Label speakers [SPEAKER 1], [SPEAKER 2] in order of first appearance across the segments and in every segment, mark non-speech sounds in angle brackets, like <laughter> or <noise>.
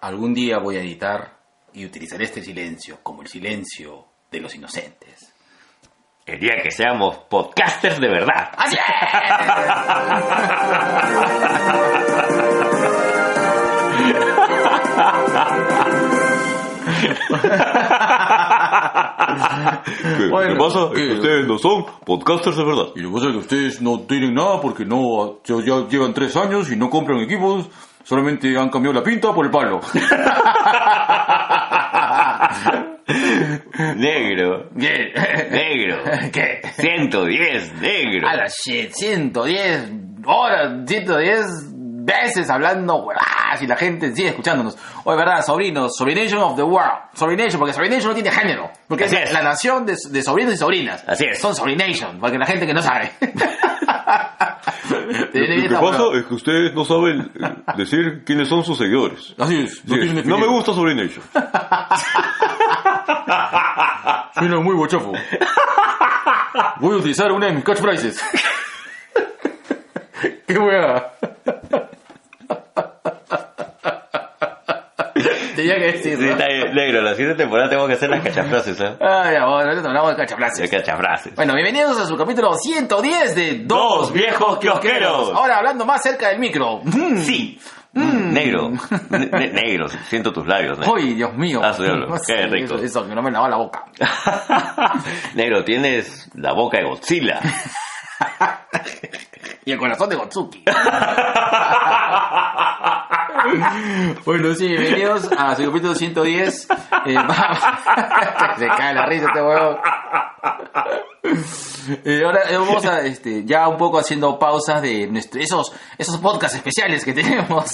[SPEAKER 1] Algún día voy a editar y utilizaré este silencio como el silencio de los inocentes.
[SPEAKER 2] El día que seamos podcasters
[SPEAKER 1] <laughs>
[SPEAKER 2] de verdad.
[SPEAKER 1] ¡Así es!
[SPEAKER 2] ¿Qué,
[SPEAKER 1] Bueno,
[SPEAKER 2] ¿qué pasa? Es que
[SPEAKER 1] ¿qué?
[SPEAKER 2] ustedes no son podcasters de verdad.
[SPEAKER 3] Y lo que pasa es que ustedes no tienen nada porque no ya- ya llevan tres años y no compran equipos, solamente han cambiado la pinta por el <laughs> palo.
[SPEAKER 2] Negro,
[SPEAKER 1] Bien.
[SPEAKER 2] negro.
[SPEAKER 1] <laughs> ¿Qué?
[SPEAKER 2] 110, negro.
[SPEAKER 1] A la shit, 110 horas, 110 veces hablando huevadas y la gente sigue escuchándonos. Oye, verdad, sobrinos, Sobrination of the World. Sobrination, porque Sobrination no tiene género. Porque es,
[SPEAKER 2] Así es.
[SPEAKER 1] la nación de, de sobrinos y sobrinas.
[SPEAKER 2] Así es.
[SPEAKER 1] Son Sobrination, porque la gente que no <laughs> sabe.
[SPEAKER 3] Lo, lo que pasa es que ustedes no saben eh, decir quiénes son sus seguidores.
[SPEAKER 1] Así es.
[SPEAKER 3] Sí, tienen no me definido. gusta
[SPEAKER 2] <laughs>
[SPEAKER 3] Sobrination.
[SPEAKER 1] Mira, muy bochofo.
[SPEAKER 3] Voy a utilizar una de mis
[SPEAKER 2] <laughs>
[SPEAKER 3] catchphrases.
[SPEAKER 1] Qué hueva. Tenía que
[SPEAKER 2] Sí,
[SPEAKER 1] decirlo.
[SPEAKER 2] está bien, negro, la siguiente temporada tengo que hacer las cachafrases, ¿eh?
[SPEAKER 1] Ay, amor, ahorita hablamos de cachaflaces.
[SPEAKER 2] Las cachafrases.
[SPEAKER 1] Bueno, bienvenidos a su capítulo 110 de Dos
[SPEAKER 2] Dos viejos kiosqueros.
[SPEAKER 1] Ahora hablando más cerca del micro.
[SPEAKER 2] <laughs>
[SPEAKER 1] Mm.
[SPEAKER 2] Sí. Negro, ne-
[SPEAKER 1] <laughs>
[SPEAKER 2] ne- negro, siento tus labios. negro.
[SPEAKER 1] Ay, Dios mío. <laughs>
[SPEAKER 2] Ah, sí, hablo.
[SPEAKER 1] No
[SPEAKER 2] Qué
[SPEAKER 1] sé,
[SPEAKER 2] rico.
[SPEAKER 1] Eso, eso, que no me lava la boca.
[SPEAKER 2] <laughs> Negro, tienes la boca de Godzilla.
[SPEAKER 1] Y el corazón de Gotsuki. <laughs> bueno, sí, bienvenidos a su capítulo 110. Eh, <laughs> va- se cae la risa este huevón. Eh, ahora eh, vamos a, este, ya un poco haciendo pausas de nuestro- esos, esos podcasts especiales que <laughs> tenemos.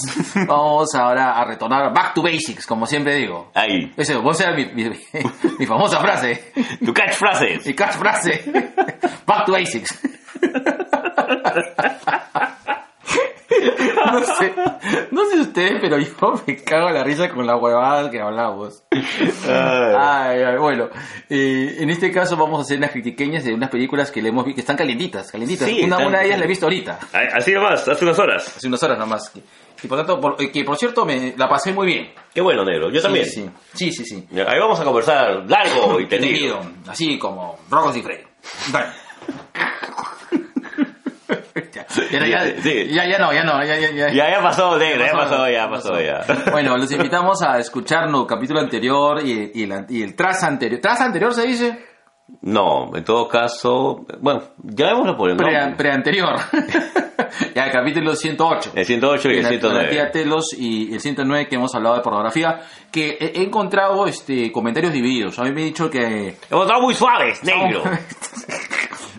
[SPEAKER 1] Vamos ahora a retornar back to basics, como siempre digo.
[SPEAKER 2] Ahí,
[SPEAKER 1] Eso, vos sea mi, mi, <laughs> mi famosa frase,
[SPEAKER 2] tu catchfrases.
[SPEAKER 1] mi catch frase. <laughs> Back to basics. <laughs> No sé, no sé ustedes, pero yo me cago en la risa con las huevadas que hablamos.
[SPEAKER 2] Ah,
[SPEAKER 1] Ay, ay, bueno, eh, en este caso vamos a hacer unas critiqueñas de unas películas que le hemos visto, que están calientitas, calientitas.
[SPEAKER 2] Sí,
[SPEAKER 1] una,
[SPEAKER 2] están
[SPEAKER 1] una de ellas la he
[SPEAKER 2] calientes.
[SPEAKER 1] visto ahorita,
[SPEAKER 2] Así nomás, hace unas horas.
[SPEAKER 1] hace unas horas nomás. Que, que por tanto, por- eh, que por cierto, me la pasé muy bien.
[SPEAKER 2] Qué bueno, negro, yo también.
[SPEAKER 1] Sí, sí, sí. sí.
[SPEAKER 2] Ya, Ahí vamos a conversar largo y tendido.
[SPEAKER 1] Entendido, así como Rocos y Freddy. Bueno. ya, ya, ya,
[SPEAKER 2] Sí.
[SPEAKER 1] ya, ya no, ya no, ya, ya, ya.
[SPEAKER 2] Ya, ya pasó, negro, ya
[SPEAKER 1] pasó,
[SPEAKER 2] pasó, ya pasó, ya.
[SPEAKER 1] Bueno, los invitamos a escuchar nuestro capítulo anterior y, y la- y el tras anterior. ¿Tras anterior se dice?
[SPEAKER 2] No, en todo caso, bueno, llamémoslo por el
[SPEAKER 1] Pre-
[SPEAKER 2] nombre.
[SPEAKER 1] Preanterior. <laughs> ya, el capítulo 108.
[SPEAKER 2] El 108 y el
[SPEAKER 1] la- la
[SPEAKER 2] 109.
[SPEAKER 1] tía Telos y el 109 que hemos hablado de pornografía, que he he encontrado este comentarios divididos. A mí me han dicho que
[SPEAKER 2] Hemos estado muy suaves, negro.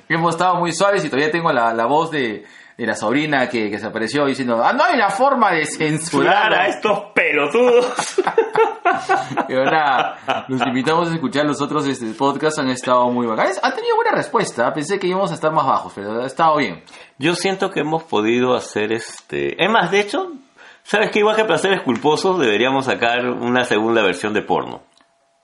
[SPEAKER 1] hemos estado muy suaves y todavía tengo la, la voz de, de la sobrina que, que se apareció diciendo, ah, no hay la forma de censurar
[SPEAKER 2] Curar a
[SPEAKER 1] a esto.
[SPEAKER 2] estos pelotudos. <laughs>
[SPEAKER 1] Y ahora los invitamos a escuchar los otros este, podcasts, han estado muy bacanes. Han tenido buena respuesta, pensé que íbamos a estar más bajos, pero ha estado bien.
[SPEAKER 2] Yo siento que hemos podido hacer este. Es más, de hecho, ¿sabes qué? Igual que placeres culposos, deberíamos sacar una segunda versión de porno.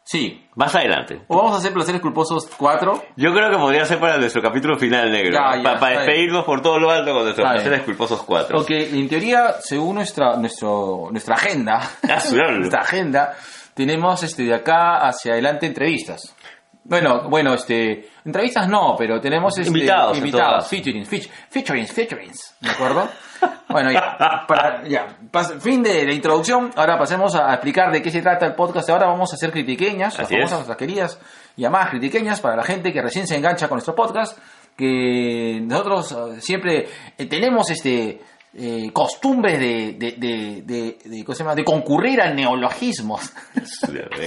[SPEAKER 1] Sí.
[SPEAKER 2] Más adelante.
[SPEAKER 1] O vamos a hacer Placeres Culposos 4.
[SPEAKER 2] Yo creo que podría ser para nuestro capítulo final, negro.
[SPEAKER 1] Ya, ya,
[SPEAKER 2] Pa- para
[SPEAKER 1] está bien.
[SPEAKER 2] despedirnos por todo lo alto con nuestros
[SPEAKER 1] Está bien.
[SPEAKER 2] placeres culposos 4.
[SPEAKER 1] Lo que en teoría, según nuestra, nuestro, nuestra agenda,
[SPEAKER 2] Ah, su diablo.
[SPEAKER 1] nuestra agenda, tenemos este de acá hacia adelante entrevistas. Bueno, bueno, este, entrevistas no, pero tenemos este,
[SPEAKER 2] Invitados, en todo
[SPEAKER 1] invitados
[SPEAKER 2] caso.
[SPEAKER 1] featuring, feat- featuring, featurings, ¿de acuerdo? bueno, ya, para- ya, pas- fin de la introducción, ahora pasemos a, a explicar de qué se trata el podcast. Ahora vamos a hacer critiqueñas, las
[SPEAKER 2] Así es.
[SPEAKER 1] famosas, las queridas llamadas critiqueñas para la gente que recién se engancha con nuestro podcast, que nosotros eh, siempre eh, tenemos este eh, costumbres de, de, de, de, de- ¿cómo se llama? de concurrir a neologismos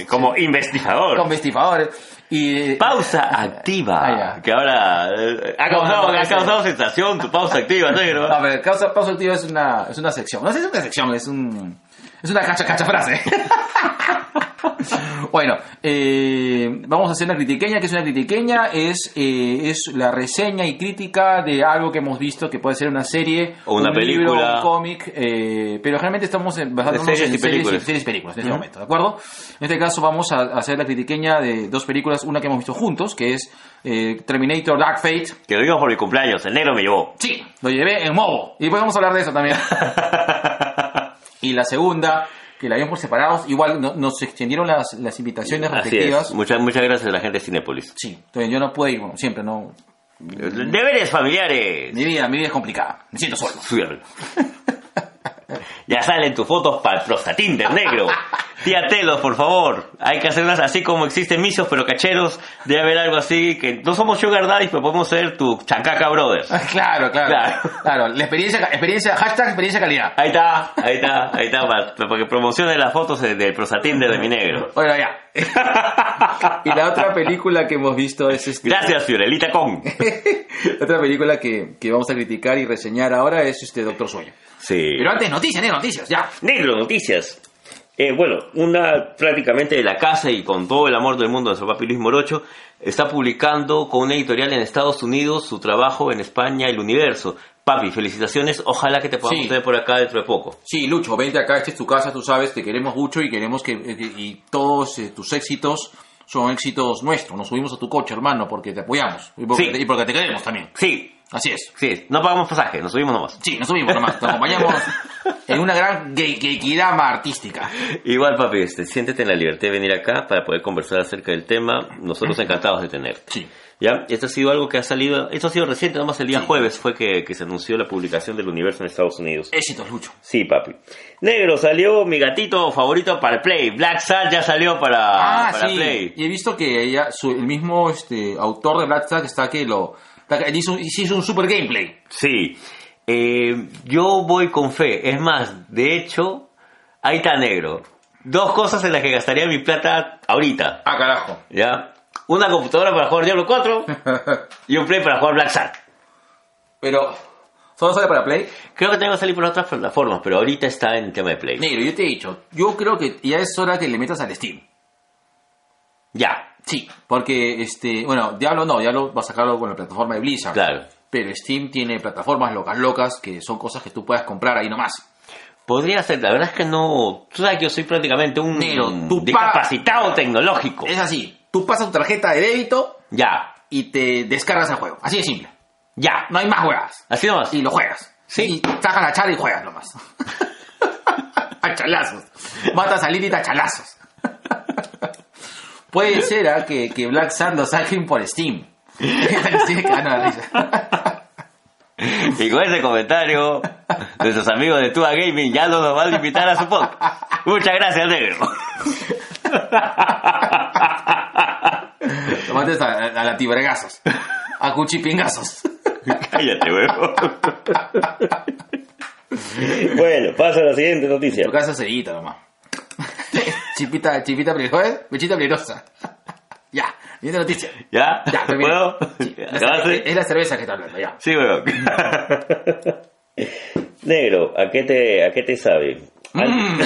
[SPEAKER 2] Como investigador.
[SPEAKER 1] con vestifadores y eh,
[SPEAKER 2] Pausa activa.
[SPEAKER 1] Ah, ya.
[SPEAKER 2] Que ahora eh, ha
[SPEAKER 1] No,
[SPEAKER 2] causado,
[SPEAKER 1] no, no,
[SPEAKER 2] ha
[SPEAKER 1] no,
[SPEAKER 2] causado sensación tu pausa activa, negro.
[SPEAKER 1] No, pero causa, pausa activa es una, es una sección. No sé si es una sección, es un. Es una cacha cacha frase. <laughs> bueno, eh, vamos a hacer una critiqueña, que es una critiqueña, es, eh, es la reseña y crítica de algo que hemos visto, que puede ser una serie,
[SPEAKER 2] O una
[SPEAKER 1] un
[SPEAKER 2] película.
[SPEAKER 1] libro, un cómic, eh, pero generalmente estamos en- basándonos
[SPEAKER 2] De series
[SPEAKER 1] en
[SPEAKER 2] y películas.
[SPEAKER 1] series, series y películas en este
[SPEAKER 2] Ujú.
[SPEAKER 1] momento, ¿de acuerdo? En este caso vamos a hacer la critiqueña de dos películas, una que hemos visto juntos, que es eh, Terminator Dark Fate,
[SPEAKER 2] Que lo vimos por mi cumpleaños, el negro me llevó.
[SPEAKER 1] Sí, pues <laughs> lo llevé en Mobo. Y después vamos a hablar de eso también. y la segunda que la vieron por separados. Igual no- nos extendieron las, las invitaciones
[SPEAKER 2] Así
[SPEAKER 1] respectivas.
[SPEAKER 2] es. Muchas, muchas gracias a la gente de Cinepolis.
[SPEAKER 1] Sí, entonces yo no puedo ir, bueno, siempre no. Mm.
[SPEAKER 2] Deberes familiares.
[SPEAKER 1] Mi vida, mi vida es complicada. Me siento solo.
[SPEAKER 2] Suerte. Ya salen tus fotos para el prostatínter negro. Tíatelos, por favor. Hay que hacerlas así como existen misios, pero cacheros. Debe haber algo así que no somos sugar daddies, pero podemos ser tu chancaca brothers.
[SPEAKER 1] Ah, Claro, claro.
[SPEAKER 2] Claro.
[SPEAKER 1] Claro, la experiencia, experiencia, hashtag experiencia calidad.
[SPEAKER 2] Ahí está, ahí está, ahí está, para, para que promocione las fotos de- del prostatínter de mi negro.
[SPEAKER 1] Bueno, ya. <laughs> y la otra película que hemos visto es este.
[SPEAKER 2] Gracias, Fiorelita Con.
[SPEAKER 1] otra película que, que vamos a criticar y reseñar ahora es este Doctor Sueño.
[SPEAKER 2] Sí.
[SPEAKER 1] Pero antes, noticias, negro, noticias, ya.
[SPEAKER 2] Negro Noticias. Eh, bueno, una prácticamente de la casa y con todo el amor del mundo de su papi Luis Morocho, está publicando con una editorial en Estados Unidos su trabajo en España, El Universo. Papi, felicitaciones, ojalá que te podamos
[SPEAKER 1] Sí.
[SPEAKER 2] ver por acá dentro de poco.
[SPEAKER 1] Sí, Lucho, vente acá, esta es tu casa, tú sabes, te queremos mucho y queremos que eh, que- y todos eh, tus éxitos son éxitos nuestros. Nos subimos a tu coche, hermano, porque te apoyamos y porque,
[SPEAKER 2] Sí.
[SPEAKER 1] te, y porque te queremos también.
[SPEAKER 2] Sí,
[SPEAKER 1] Así es.
[SPEAKER 2] sí, no pagamos pasaje, nos subimos nomás.
[SPEAKER 1] Sí, nos subimos nomás, te
[SPEAKER 2] <laughs>
[SPEAKER 1] acompañamos en una gran gay- gayquirama artística.
[SPEAKER 2] Igual, papi, este, siéntete en la libertad de venir acá para poder conversar acerca del tema. Nosotros encantados de tenerte.
[SPEAKER 1] Sí.
[SPEAKER 2] Ya, esto ha sido algo que ha salido, esto ha sido reciente, nomás el día jueves fue que, que se anunció la publicación del universo en Estados Unidos.
[SPEAKER 1] Éxitos, Lucho.
[SPEAKER 2] Sí, papi. Negro salió mi gatito favorito para el Play. Black Sat ya salió para, Ah,
[SPEAKER 1] Ah,
[SPEAKER 2] para Play.
[SPEAKER 1] Y he visto que ella, su- el mismo este, autor de Black Star está que lo. está que- hizo, hizo un super gameplay.
[SPEAKER 2] Sí. Eh, yo voy con fe. Es más, de hecho, ahí está negro. Dos cosas en las que gastaría mi plata ahorita.
[SPEAKER 1] Ah, carajo.
[SPEAKER 2] ¿Ya? Una computadora para jugar Diablo 4 y un Play para jugar Black Sat.
[SPEAKER 1] Pero, ¿solo sale para Play?
[SPEAKER 2] Creo que tengo que salir por otras plataformas, pero ahorita está en tema de Play.
[SPEAKER 1] Negro, yo te he dicho, yo creo que ya es hora que le metas al Steam.
[SPEAKER 2] Ya,
[SPEAKER 1] Sí, porque, este, bueno, Diablo no, Diablo va a sacarlo con la plataforma de Blizzard.
[SPEAKER 2] claro.
[SPEAKER 1] Pero Steam tiene plataformas locas, locas, que son cosas que tú puedas comprar ahí nomás.
[SPEAKER 2] Podría ser, la verdad es que no. Tú sabes que yo soy prácticamente un
[SPEAKER 1] Negro, Eh. tú
[SPEAKER 2] discapacitado tecnológico.
[SPEAKER 1] Es así, tú pasas tu tarjeta de débito
[SPEAKER 2] Ya,
[SPEAKER 1] y te descargas el juego. Así de simple.
[SPEAKER 2] ya.
[SPEAKER 1] No hay más juegas.
[SPEAKER 2] Así nomás.
[SPEAKER 1] Y lo juegas.
[SPEAKER 2] Sí.
[SPEAKER 1] Y sacas la chala y juegas
[SPEAKER 2] <laughs>
[SPEAKER 1] nomás. a chalazos. Matas a Lilith a chalazos. Puede ser ¿ah? que, que Black Sand lo saquen por Steam. <laughs> Tiene que dar una risa.
[SPEAKER 2] <laughs> Y con ese comentario, nuestros amigos de Tua Gaming ya no nos van a invitar a su podcast. Muchas gracias, negro. <laughs>
[SPEAKER 1] Lo matas a, a latibregazos. A cuchipingazos.
[SPEAKER 2] Cállate, huevo. bueno, pasa a la siguiente noticia.
[SPEAKER 1] Tu casa cerillita nomás. chipita, chipita peligrosa. Mechita peligrosa. Ya, siguiente noticia.
[SPEAKER 2] ¿Ya?
[SPEAKER 1] Ya, terminé.
[SPEAKER 2] ¿Puedo?
[SPEAKER 1] Sí, la cerve-
[SPEAKER 2] ¿Acabaste?
[SPEAKER 1] es la cerveza que está hablando, ya.
[SPEAKER 2] Sí, huevo. <laughs> negro, ¿a qué te, a qué te sabe?
[SPEAKER 1] Mm,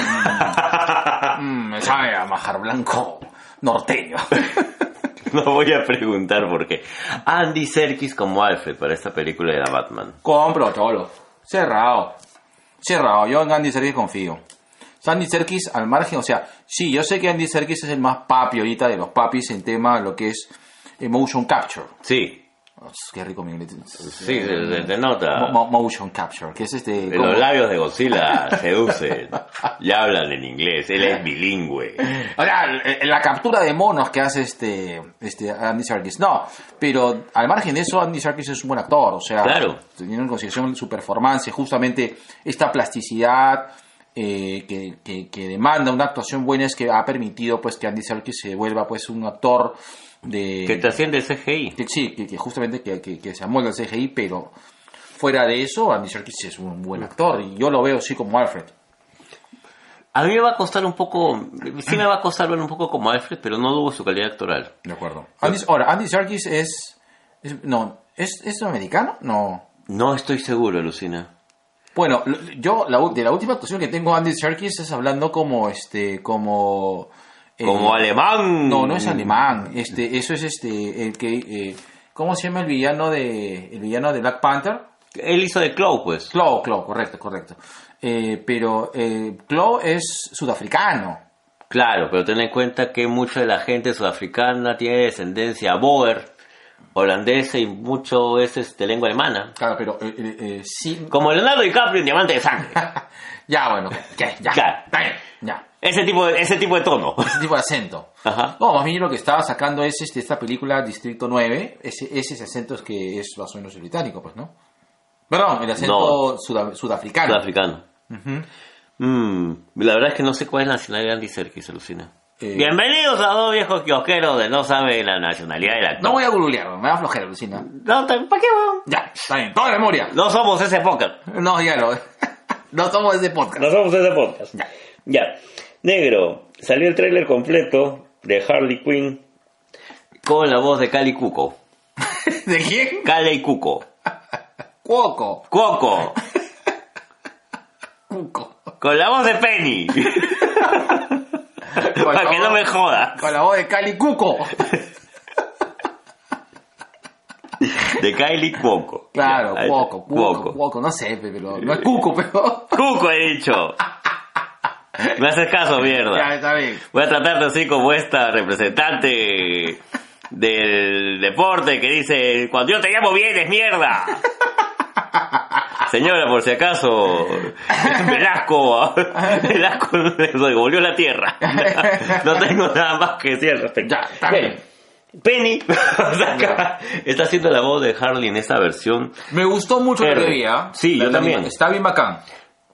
[SPEAKER 1] me sabe a majar blanco norteño.
[SPEAKER 2] <laughs> No voy a preguntar por qué. Andy Serkis como Alfred para esta película de la Batman.
[SPEAKER 1] Compro, cholo. Cerrado. Cerrado. Yo en Andy Serkis confío. Andy Serkis al margen, o sea, sí, yo sé que Andy Serkis es el más papi ahorita de los papis en tema de lo que es emotion capture.
[SPEAKER 2] Sí,
[SPEAKER 1] Oh, qué rico mi inglés.
[SPEAKER 2] sí, se, se- se nota.
[SPEAKER 1] Mo- mo- motion capture, que es este...
[SPEAKER 2] De
[SPEAKER 1] como-
[SPEAKER 2] los labios de Godzilla seducen. Ya hablan en inglés. Él es bilingüe.
[SPEAKER 1] O sea, l- la captura de monos que hace este, este Andy Serkis. No, pero al margen de eso, Andy Serkis es un buen actor. O sea,
[SPEAKER 2] Claro.
[SPEAKER 1] teniendo en consideración su performance, justamente esta plasticidad eh, que, que- que demanda una actuación buena es que ha permitido pues que Andy Serkis se vuelva pues un actor de...
[SPEAKER 2] Que trasciende el CGI.
[SPEAKER 1] que- sí, que, que justamente que, que- que se amolda al CGI, pero fuera de eso, Andy Serkis es un buen actor. Y yo lo veo así como Alfred.
[SPEAKER 2] A mí me va a costar un poco. Sí, me va a costar ver un poco como Alfred, pero no dudo su calidad actoral.
[SPEAKER 1] De acuerdo. Andy, ahora, Andy Serkis es, es- No, ¿es, ¿es americano? No.
[SPEAKER 2] No estoy seguro, Lucina.
[SPEAKER 1] Bueno, lo- yo la, u- de la última actuación que tengo Andy Serkis es hablando como este, como... eh,
[SPEAKER 2] Como alemán.
[SPEAKER 1] No, no es alemán. Este, eso es este, el que... eh, ¿Cómo se llama el villano de, el villano de Black Panther?
[SPEAKER 2] Él hizo de Claw, pues.
[SPEAKER 1] Claw, Claw, correcto, correcto. Eh, pero eh, Claw es sudafricano.
[SPEAKER 2] Claro, pero ten en cuenta que mucha de la gente sudafricana tiene descendencia boer, holandesa y mucho es este, lengua alemana.
[SPEAKER 1] Claro, pero eh, eh, eh, sí...
[SPEAKER 2] Como Leonardo DiCaprio en Diamante de Sangre.
[SPEAKER 1] ya, bueno, ok, ya,
[SPEAKER 2] Ya.
[SPEAKER 1] ya, está bien, ya.
[SPEAKER 2] Ese tipo de, ese tipo de tono.
[SPEAKER 1] ese tipo de acento.
[SPEAKER 2] Ajá.
[SPEAKER 1] No, más bien lo que estaba sacando es este, esta película Distrito 9, ese, ese acento es que es más o menos el británico, pues, ¿no? Perdón, el acento suda- sudafricano.
[SPEAKER 2] Sudafricano.
[SPEAKER 1] Ujú.
[SPEAKER 2] Mm, la verdad es que no sé cuál es la nacionalidad de Andy Serkis, alucina.
[SPEAKER 1] Eh.
[SPEAKER 2] Bienvenidos a dos viejos kiosqueros de no sabe la nacionalidad del actor.
[SPEAKER 1] No voy a googlearlo, me da flojera, Lucina.
[SPEAKER 2] No, te- ¿para qué, weón?
[SPEAKER 1] Ya, está bien, toda la memoria.
[SPEAKER 2] No somos ese podcast.
[SPEAKER 1] No, ya lo. <laughs> no somos de podcast.
[SPEAKER 2] No somos ese podcast. Ya. Negro, salió el tráiler completo de Harley Quinn con la voz de Cali Cuco.
[SPEAKER 1] ¿De quién?
[SPEAKER 2] Cali Cuco.
[SPEAKER 1] Cuoco.
[SPEAKER 2] Cuoco. <laughs>
[SPEAKER 1] Cuco.
[SPEAKER 2] Con la voz de <laughs> Penny. Para que no me joda.
[SPEAKER 1] Con la voz de Cali
[SPEAKER 2] <laughs>
[SPEAKER 1] Cuco.
[SPEAKER 2] De Kylie Cuoco.
[SPEAKER 1] Claro,
[SPEAKER 2] Ya, ahí está.
[SPEAKER 1] Cuoco, Cuoco, Cuoco. No sé, pe, pero no es Cuco, pero.
[SPEAKER 2] Cuco he dicho. Me haces caso,
[SPEAKER 1] ya,
[SPEAKER 2] mierda.
[SPEAKER 1] está bien.
[SPEAKER 2] Voy a tratarte así como esta representante del deporte que dice, cuando yo te llamo vienes, mierda. Señora, por si acaso, Velasco, Velasco se devolvió la tierra. No tengo nada más que decir al respecto.
[SPEAKER 1] Ya, está bien.
[SPEAKER 2] Penny <laughs> está haciendo la voz de Harley en esta versión
[SPEAKER 1] Me gustó mucho la
[SPEAKER 2] Pero,
[SPEAKER 1] teoría.
[SPEAKER 2] sí,
[SPEAKER 1] La-
[SPEAKER 2] yo
[SPEAKER 1] la-
[SPEAKER 2] también.
[SPEAKER 1] Está bien bacán.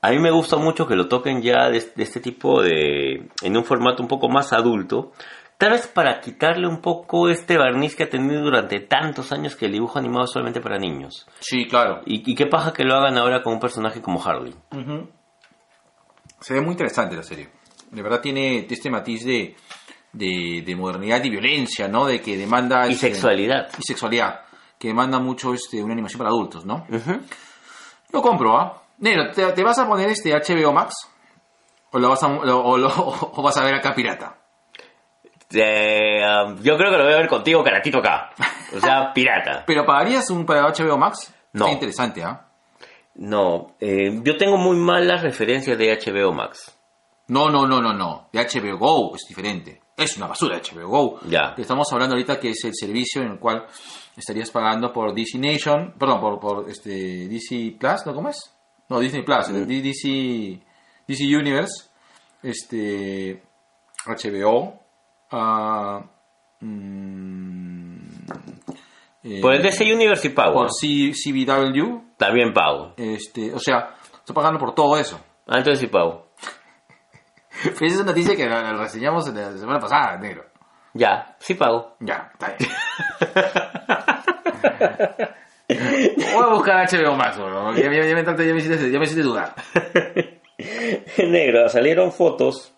[SPEAKER 2] A mí me gusta mucho que lo toquen ya de, de este tipo de... en un formato un poco más adulto. Tal vez para quitarle un poco este barniz que ha tenido durante tantos años que el dibujo animado es solamente para niños.
[SPEAKER 1] Sí, claro.
[SPEAKER 2] Y, y qué paja que lo hagan ahora con un personaje como Harley.
[SPEAKER 1] Se ve muy interesante la serie. De verdad tiene este matiz de, de, de modernidad y violencia, ¿no? De que demanda...
[SPEAKER 2] Y
[SPEAKER 1] este,
[SPEAKER 2] sexualidad.
[SPEAKER 1] Y sexualidad. Que demanda mucho este, una animación para adultos, ¿no?
[SPEAKER 2] Ujú.
[SPEAKER 1] Lo compro, ¿ah? Negro, ¿te, te vas a poner este HBO Max? ¿O, lo vas, a, lo- <laughs> o, lo- o vas a ver acá pirata?
[SPEAKER 2] Eh, um, yo creo que lo voy a ver contigo, Karatito acá. O <laughs> sea, pirata.
[SPEAKER 1] ¿Pero pagarías un para HBO Max?
[SPEAKER 2] No.
[SPEAKER 1] Está interesante, ¿ah?
[SPEAKER 2] No, eh, yo tengo muy malas referencias de HBO Max.
[SPEAKER 1] No, no, no, no, no. De HBO Go es diferente. Es una basura HBO Go.
[SPEAKER 2] Ya.
[SPEAKER 1] Te Estamos hablando ahorita que es el servicio en el cual estarías pagando por DC Nation, perdón, por, por este DC Plus, ¿no? ¿Cómo es? No, Disney Plus, el D- DC, DC Universe, este HBO, ah, mm, eh,
[SPEAKER 2] Por el DC Universe y pago.
[SPEAKER 1] por C- CBW,
[SPEAKER 2] También pago.
[SPEAKER 1] este, o sea, estoy pagando por todo eso.
[SPEAKER 2] Ah, entonces sí pago.
[SPEAKER 1] <laughs> Esa es una noticia que la- la reseñamos la semana pasada, negro.
[SPEAKER 2] Ya, sí pago.
[SPEAKER 1] Ya, está bien. <laughs> Voy a buscar HBO Max, bro. Ya, ya- ya me, ya, me hiciste, ya me hiciste dudar.
[SPEAKER 2] <laughs> negro, salieron fotos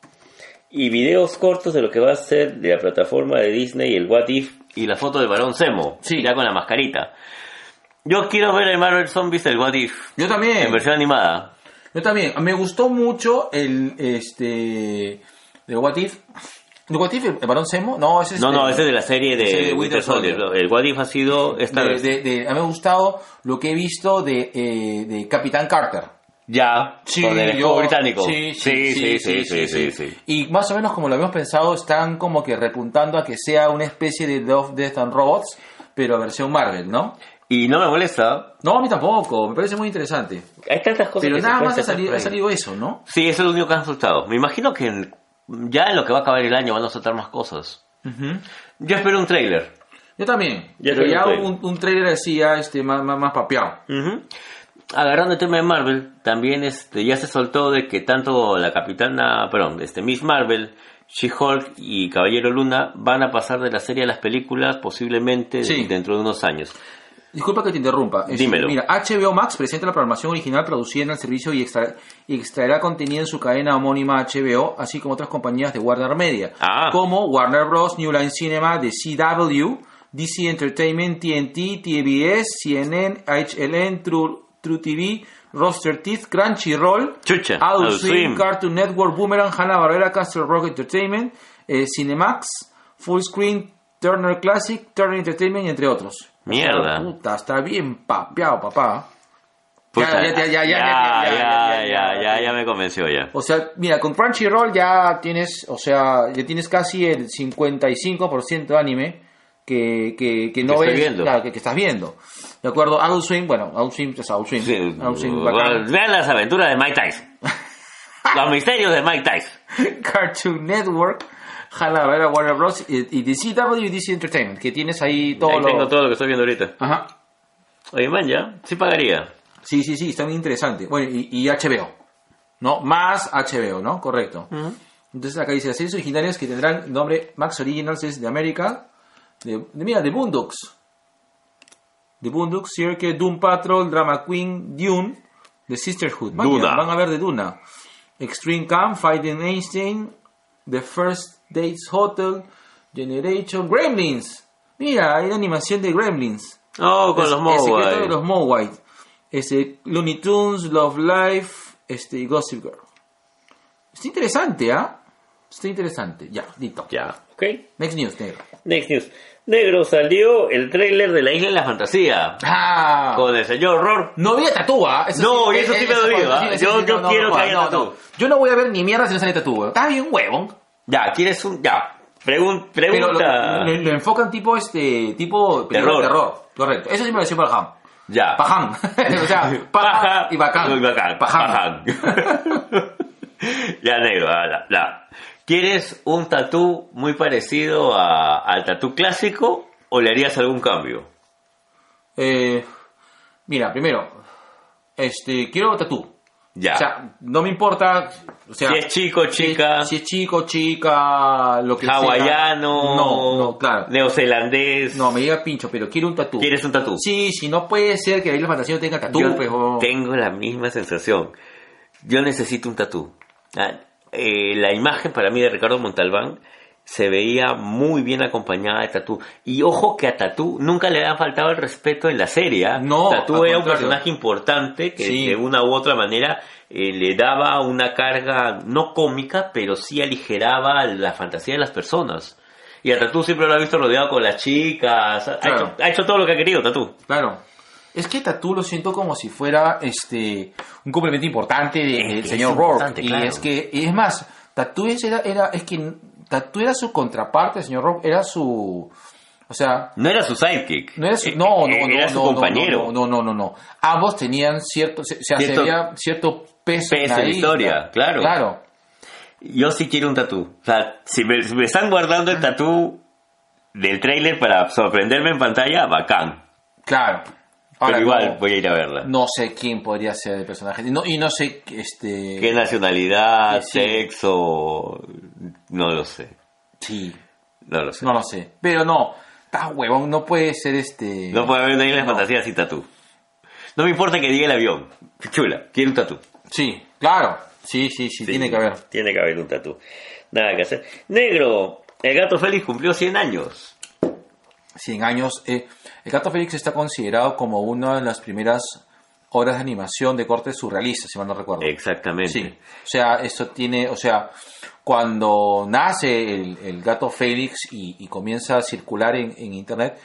[SPEAKER 2] y videos cortos de lo que va a ser de la plataforma de Disney, el What If y la foto del varón Semo,
[SPEAKER 1] Sí.
[SPEAKER 2] ya con la mascarita. Yo quiero ver el Marvel Zombies del What If
[SPEAKER 1] Yo también.
[SPEAKER 2] en versión animada.
[SPEAKER 1] Yo también. Me gustó mucho el este de What If. ¿De What If? ¿El varón Semo? No, ese es este.
[SPEAKER 2] No, no,
[SPEAKER 1] el-
[SPEAKER 2] ese es de la serie de,
[SPEAKER 1] ese de
[SPEAKER 2] Winter, Soldier. El What If ha sido esta
[SPEAKER 1] de-
[SPEAKER 2] vez.
[SPEAKER 1] de- de- a mí me ha gustado lo que he visto de, eh, de Capitán Carter.
[SPEAKER 2] Ya, con el escudo
[SPEAKER 1] yo-
[SPEAKER 2] británico.
[SPEAKER 1] Sí sí sí sí, sí, sí,
[SPEAKER 2] sí.
[SPEAKER 1] Y más o menos como lo habíamos pensado, están como que repuntando a que sea una especie de Love, Death and Robots, pero versión Marvel, ¿no?
[SPEAKER 2] Y no me molesta.
[SPEAKER 1] No, a mí tampoco, me parece muy interesante.
[SPEAKER 2] Hay tantas cosas
[SPEAKER 1] Pero
[SPEAKER 2] que se
[SPEAKER 1] nada
[SPEAKER 2] pueden
[SPEAKER 1] más ha
[SPEAKER 2] sacar
[SPEAKER 1] salido,
[SPEAKER 2] por
[SPEAKER 1] ha
[SPEAKER 2] ahí.
[SPEAKER 1] salido eso, ¿no?
[SPEAKER 2] Sí, eso es lo único que han soltado. Me imagino que en- ya en lo que va a acabar el año van a soltar más cosas.
[SPEAKER 1] Ujú.
[SPEAKER 2] Yo espero un tráiler.
[SPEAKER 1] Yo también.
[SPEAKER 2] Ya
[SPEAKER 1] pero
[SPEAKER 2] salió
[SPEAKER 1] ya
[SPEAKER 2] el trailer.
[SPEAKER 1] un, un trailer así, ya este, más, más, más papeado.
[SPEAKER 2] Ujú. Agarrando el tema de Marvel, también este ya se soltó de que tanto la capitana, perdón, este Miss Marvel, She-Hulk y Caballero Luna van a pasar de la serie a las películas posiblemente
[SPEAKER 1] Sí.
[SPEAKER 2] dentro de unos años.
[SPEAKER 1] Disculpa que te interrumpa. Este,
[SPEAKER 2] Dímelo.
[SPEAKER 1] Mira, HBO Max presenta la programación original producida en el servicio y, extra- y extraerá contenido en su cadena homónima HBO, así como otras compañías de Warner Media,
[SPEAKER 2] Ah.
[SPEAKER 1] como Warner Bros., New Line Cinema, The CW, DC Entertainment, TNT, TBS, CNN, HLN, True, True TV, Roster Teeth, Crunchyroll,
[SPEAKER 2] Chucha,
[SPEAKER 1] Adult
[SPEAKER 2] Adult
[SPEAKER 1] Swim,
[SPEAKER 2] Swim.
[SPEAKER 1] Cartoon Network, Boomerang, Hanna-Barbera, Castle Rock Entertainment, eh, Cinemax, Full Screen, Turner Classic, Turner Entertainment, entre otros.
[SPEAKER 2] Mierda.
[SPEAKER 1] Puta, está bien papeado, papá.
[SPEAKER 2] Pucha,
[SPEAKER 1] ya, ya, ya, ya,
[SPEAKER 2] ya,
[SPEAKER 1] ya, ya, ya,
[SPEAKER 2] ya,
[SPEAKER 1] ya,
[SPEAKER 2] ya,
[SPEAKER 1] ya.
[SPEAKER 2] ya me convenció ya.
[SPEAKER 1] O sea, mira, con Crunchyroll ya tienes, o sea, ya tienes casi el 55% de anime que, que, que no
[SPEAKER 2] Que estoy
[SPEAKER 1] ves,
[SPEAKER 2] viendo.
[SPEAKER 1] claro, que, que estás viendo. ¿De acuerdo? Adult Swim, bueno, Adult Swim, o sea, Adult Swim,
[SPEAKER 2] Sí,
[SPEAKER 1] Adult Swim,
[SPEAKER 2] bueno,
[SPEAKER 1] bacán. <laughs>
[SPEAKER 2] vean las aventuras de Mike Tyson. Los misterios de Mike Tyson.
[SPEAKER 1] Cartoon Network, jala a ver a Warner Bros. y, y DCW y DC Entertainment, que tienes ahí todo
[SPEAKER 2] Ahí
[SPEAKER 1] lo...
[SPEAKER 2] tengo todo lo que estoy viendo ahorita.
[SPEAKER 1] Ajá.
[SPEAKER 2] Oye, man, ya. Sí pagaría.
[SPEAKER 1] Sí, sí, sí, está muy interesante. Bueno, y, y HBO, ¿no? Más HBO, ¿no? Correcto. Entonces acá dice, las series originales que tendrán nombre Max Originals es de América, de, de- mira, de Boondocks. De Boondocks, Cirque, Doom Patrol, Drama Queen, Dune, The Sisterhood. Man,
[SPEAKER 2] Duna.
[SPEAKER 1] ya, Van a ver de Duna. Extreme Camp, Fighting Einstein, The First Dates Hotel, Generation, Gremlins. Mira, hay una animación de Gremlins.
[SPEAKER 2] Oh, con
[SPEAKER 1] Es-
[SPEAKER 2] los
[SPEAKER 1] El secreto de
[SPEAKER 2] Mowai.
[SPEAKER 1] los Mowai. Este, Looney Tunes, Love Life este, y Gossip Girl. Está interesante, ¿ah? Está interesante. Ya, listo.
[SPEAKER 2] Ya. Ok.
[SPEAKER 1] Next news, negro.
[SPEAKER 2] Next news. Negro salió el tráiler de la Isla de la Fantasía
[SPEAKER 1] Ah,
[SPEAKER 2] con el señor Horror.
[SPEAKER 1] no había tatúa. Eso
[SPEAKER 2] No,
[SPEAKER 1] sí,
[SPEAKER 2] y eso
[SPEAKER 1] eh,
[SPEAKER 2] sí me dolió,
[SPEAKER 1] cuando-
[SPEAKER 2] ¿ah? Yo- yo quiero que haya tatú.
[SPEAKER 1] Yo no voy a ver ni mierda si no sale ¿eh? tatúa. Estás bien huevón.
[SPEAKER 2] Ya, ¿quieres un ya? Pregun-
[SPEAKER 1] Pero lo,
[SPEAKER 2] pregunta.
[SPEAKER 1] lo- lo enfocan tipo este tipo película de
[SPEAKER 2] Terror.
[SPEAKER 1] terror. Correcto. Eso sí me pareció Barham.
[SPEAKER 2] Ya.
[SPEAKER 1] Paján. <laughs> o sea, paja y bacán.
[SPEAKER 2] Y bacán.
[SPEAKER 1] Paján.
[SPEAKER 2] Paján. <laughs> ya negro, ya, ya, ya. ¿Quieres un tatú muy parecido a- al tatú clásico o le harías algún cambio?
[SPEAKER 1] Eh, mira, primero, este, quiero tatú.
[SPEAKER 2] Ya.
[SPEAKER 1] O sea, no me importa. O sea,
[SPEAKER 2] si es chico,
[SPEAKER 1] si-
[SPEAKER 2] chica,
[SPEAKER 1] Si, es chico, chica, lo que sea.
[SPEAKER 2] hawaiano,
[SPEAKER 1] No, no, claro.
[SPEAKER 2] neozelandés,
[SPEAKER 1] No, me llega pincho, pero quiero un tatú.
[SPEAKER 2] ¿quieres un tatú?
[SPEAKER 1] Sí, sí, no puede ser que la isla fantasía no tenga tatú, pues, oh, pero.
[SPEAKER 2] Yo tengo la misma sensación. Yo necesito un tatú. Ah, eh, la imagen para mí de Ricardo Montalbán se veía muy bien acompañada de tatú. Y ojo que a tatú nunca le ha faltado el respeto en la serie. ¿ah?
[SPEAKER 1] No,
[SPEAKER 2] tatú
[SPEAKER 1] al
[SPEAKER 2] era un
[SPEAKER 1] contrario.
[SPEAKER 2] personaje importante que
[SPEAKER 1] Sí.
[SPEAKER 2] de una u otra manera eh, le daba una carga no cómica, pero sí aligeraba la fantasía de las personas. Y a Tatú siempre lo ha visto rodeado con las chicas. Ha,
[SPEAKER 1] Claro.
[SPEAKER 2] hecho, ha hecho todo lo que ha querido, Tatú.
[SPEAKER 1] Claro. Es que tatú lo siento como si fuera este un complemento importante de-
[SPEAKER 2] Es que
[SPEAKER 1] del
[SPEAKER 2] es
[SPEAKER 1] señor Rourke.
[SPEAKER 2] importante,
[SPEAKER 1] Y
[SPEAKER 2] claro.
[SPEAKER 1] es que, y es más, tatú es- era, era, es que tatú era su contraparte, el señor Rourke, era su. O sea,
[SPEAKER 2] No era su sidekick.
[SPEAKER 1] No era su,
[SPEAKER 2] Eh,
[SPEAKER 1] no, no,
[SPEAKER 2] eh,
[SPEAKER 1] no,
[SPEAKER 2] era
[SPEAKER 1] no,
[SPEAKER 2] su
[SPEAKER 1] no,
[SPEAKER 2] compañero.
[SPEAKER 1] No, no, no, no, no. Ambos tenían cierto, se, se
[SPEAKER 2] Cierto-
[SPEAKER 1] hacía cierto peso,
[SPEAKER 2] peso en la historia, claro.
[SPEAKER 1] Claro.
[SPEAKER 2] Yo sí quiero un tatú. O sea, si me, si me están guardando
[SPEAKER 1] Ah.
[SPEAKER 2] el tatú del tráiler para sorprenderme en pantalla, bacán.
[SPEAKER 1] Claro. Ahora,
[SPEAKER 2] Pero igual pues-
[SPEAKER 1] no,
[SPEAKER 2] voy a ir a verla.
[SPEAKER 1] no sé quién podría ser el personaje. Y no, y no sé este
[SPEAKER 2] ¿Qué nacionalidad,
[SPEAKER 1] Sí, sí.
[SPEAKER 2] sexo? No lo sé.
[SPEAKER 1] sí,
[SPEAKER 2] No lo sé.
[SPEAKER 1] no
[SPEAKER 2] No,
[SPEAKER 1] lo sé. Pero no, está huevón, no puede ser este
[SPEAKER 2] puede haber una isla de
[SPEAKER 1] No.
[SPEAKER 2] fantasía sin tatú. No me importa que diga el avión. Chula, quiero un tatú.
[SPEAKER 1] Sí, claro. Sí, sí, sí,
[SPEAKER 2] Sí,
[SPEAKER 1] tiene que haber.
[SPEAKER 2] Tiene que haber un tatú. Nada que hacer. Negro, el gato Félix cumplió 100 años.
[SPEAKER 1] 100 años. eh, el Gato Félix está considerado como una de las primeras obras de animación de corte surrealista, si mal no recuerdo.
[SPEAKER 2] Exactamente.
[SPEAKER 1] Sí, o sea, esto tiene, o sea, cuando nace el, el gato Félix y, y comienza a circular en, en internet,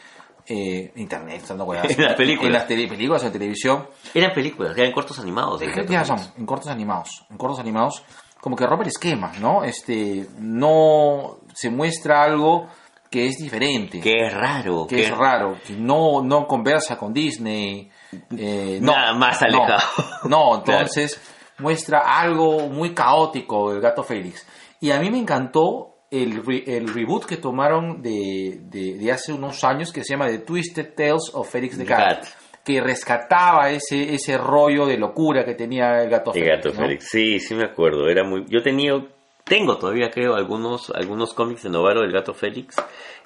[SPEAKER 1] eh, internet, estando huevadas.
[SPEAKER 2] <laughs> En las películas.
[SPEAKER 1] en las tele- películas, en televisión,
[SPEAKER 2] Eran películas, eran cortos animados. del
[SPEAKER 1] ¿qué
[SPEAKER 2] Gato
[SPEAKER 1] ya
[SPEAKER 2] Félix.
[SPEAKER 1] son? En cortos animados, en cortos animados, como que rompe el esquema, ¿no? Este, no se muestra algo que es diferente,
[SPEAKER 2] Que es raro.
[SPEAKER 1] que es raro, que no, no conversa con Disney, eh, no,
[SPEAKER 2] Nada más
[SPEAKER 1] no,
[SPEAKER 2] alejado.
[SPEAKER 1] No,
[SPEAKER 2] <laughs> Claro.
[SPEAKER 1] entonces muestra algo muy caótico el gato Félix. Y a mí me encantó el, re- el reboot que tomaron de, de- de hace unos años que se llama The Twisted Tales of Félix the Cat,
[SPEAKER 2] Cat.
[SPEAKER 1] que rescataba ese, ese rollo de locura que tenía el gato
[SPEAKER 2] El
[SPEAKER 1] Félix.
[SPEAKER 2] gato
[SPEAKER 1] ¿no?
[SPEAKER 2] Félix. Sí, sí me acuerdo. Era muy. Yo tenía, tengo todavía creo algunos, algunos cómics de Novaro del gato Félix,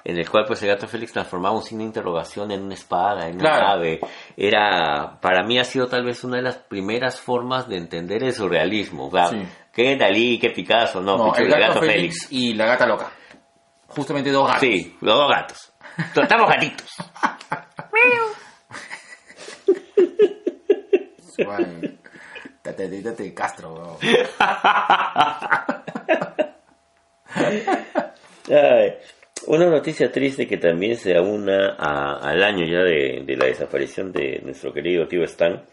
[SPEAKER 2] en el cual pues el gato Félix transformaba un signo de interrogación en una espada, en una
[SPEAKER 1] Claro.
[SPEAKER 2] nave. Era, para mí ha sido tal vez una de las primeras formas de entender el surrealismo. O sea,
[SPEAKER 1] Sí.
[SPEAKER 2] ¿Qué Dalí, qué Picasso? No,
[SPEAKER 1] No,
[SPEAKER 2] pichu,
[SPEAKER 1] el gato, Félix y la gata loca. Justamente dos gatos.
[SPEAKER 2] Sí, los dos gatos. Estamos gatitos.
[SPEAKER 1] <laughs> Vale. Date, date, date, Castro. weón.
[SPEAKER 2] Ay, una noticia triste que también se aúna a- al año ya de, de la desaparición de nuestro querido tío Stan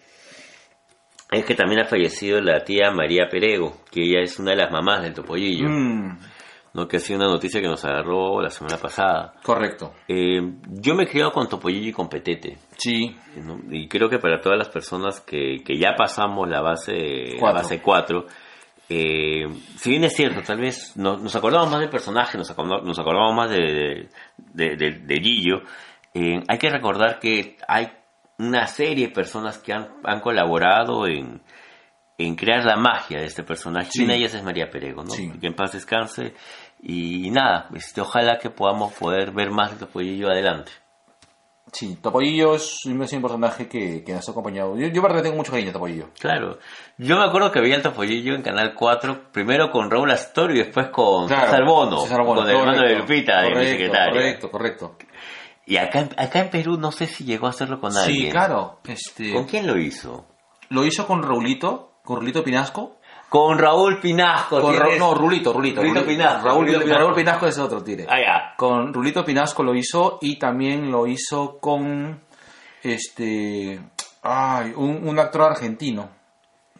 [SPEAKER 2] es que también ha fallecido la tía María Perego, que ella es una de las mamás del Topollillo,
[SPEAKER 1] Mm,
[SPEAKER 2] ¿no? que ha sido una noticia que nos agarró la semana pasada.
[SPEAKER 1] correcto.
[SPEAKER 2] Eh, yo me he criado con Topollillo y con Petete,
[SPEAKER 1] Sí,
[SPEAKER 2] ¿no? y creo que para todas las personas que, que ya pasamos la base la
[SPEAKER 1] Cuatro.
[SPEAKER 2] base 4, eh, si bien es cierto, tal vez no- nos acordamos más del personaje, nos, acordamos, nos acordamos más de, de, de- de Gillo, eh, hay que recordar que hay una serie de personas que han, han colaborado en, en crear la magia de este personaje.
[SPEAKER 1] Sí.
[SPEAKER 2] Y una de ellas es María Perego, ¿no?
[SPEAKER 1] Sí.
[SPEAKER 2] Que en paz descanse. Y, nada, este, ojalá que podamos poder ver más de Topollillo adelante.
[SPEAKER 1] Sí, Topollillo es un es un personaje que, que nos ha acompañado. Yo, yo le tengo mucho cariño a Topollillo.
[SPEAKER 2] Claro. Yo me acuerdo que veía el Topollillo en Canal 4, primero con Raúl Astor y después con
[SPEAKER 1] Claro,
[SPEAKER 2] César Bono,
[SPEAKER 1] César Bono,
[SPEAKER 2] con el hermano de
[SPEAKER 1] correcto.
[SPEAKER 2] Lupita, de mi
[SPEAKER 1] Correcto,
[SPEAKER 2] secretaria.
[SPEAKER 1] Correcto, correcto.
[SPEAKER 2] Y acá, en- acá en Perú no sé si llegó a hacerlo con alguien.
[SPEAKER 1] Sí, claro. Este,
[SPEAKER 2] ¿Con quién lo hizo?
[SPEAKER 1] Lo hizo con Raulito, con Rulito Pinasco.
[SPEAKER 2] Con Raúl Pinasco.
[SPEAKER 1] Con Ra-
[SPEAKER 2] tienes-
[SPEAKER 1] no, Rulito, Rulito.
[SPEAKER 2] Rulito Pinasco,
[SPEAKER 1] Raúl,
[SPEAKER 2] Rulito Pinasco.
[SPEAKER 1] Raúl Pinasco es otro tire.
[SPEAKER 2] Ah, ya.
[SPEAKER 1] Con Rulito Pinasco lo hizo y también lo hizo con este ay, un, un actor argentino.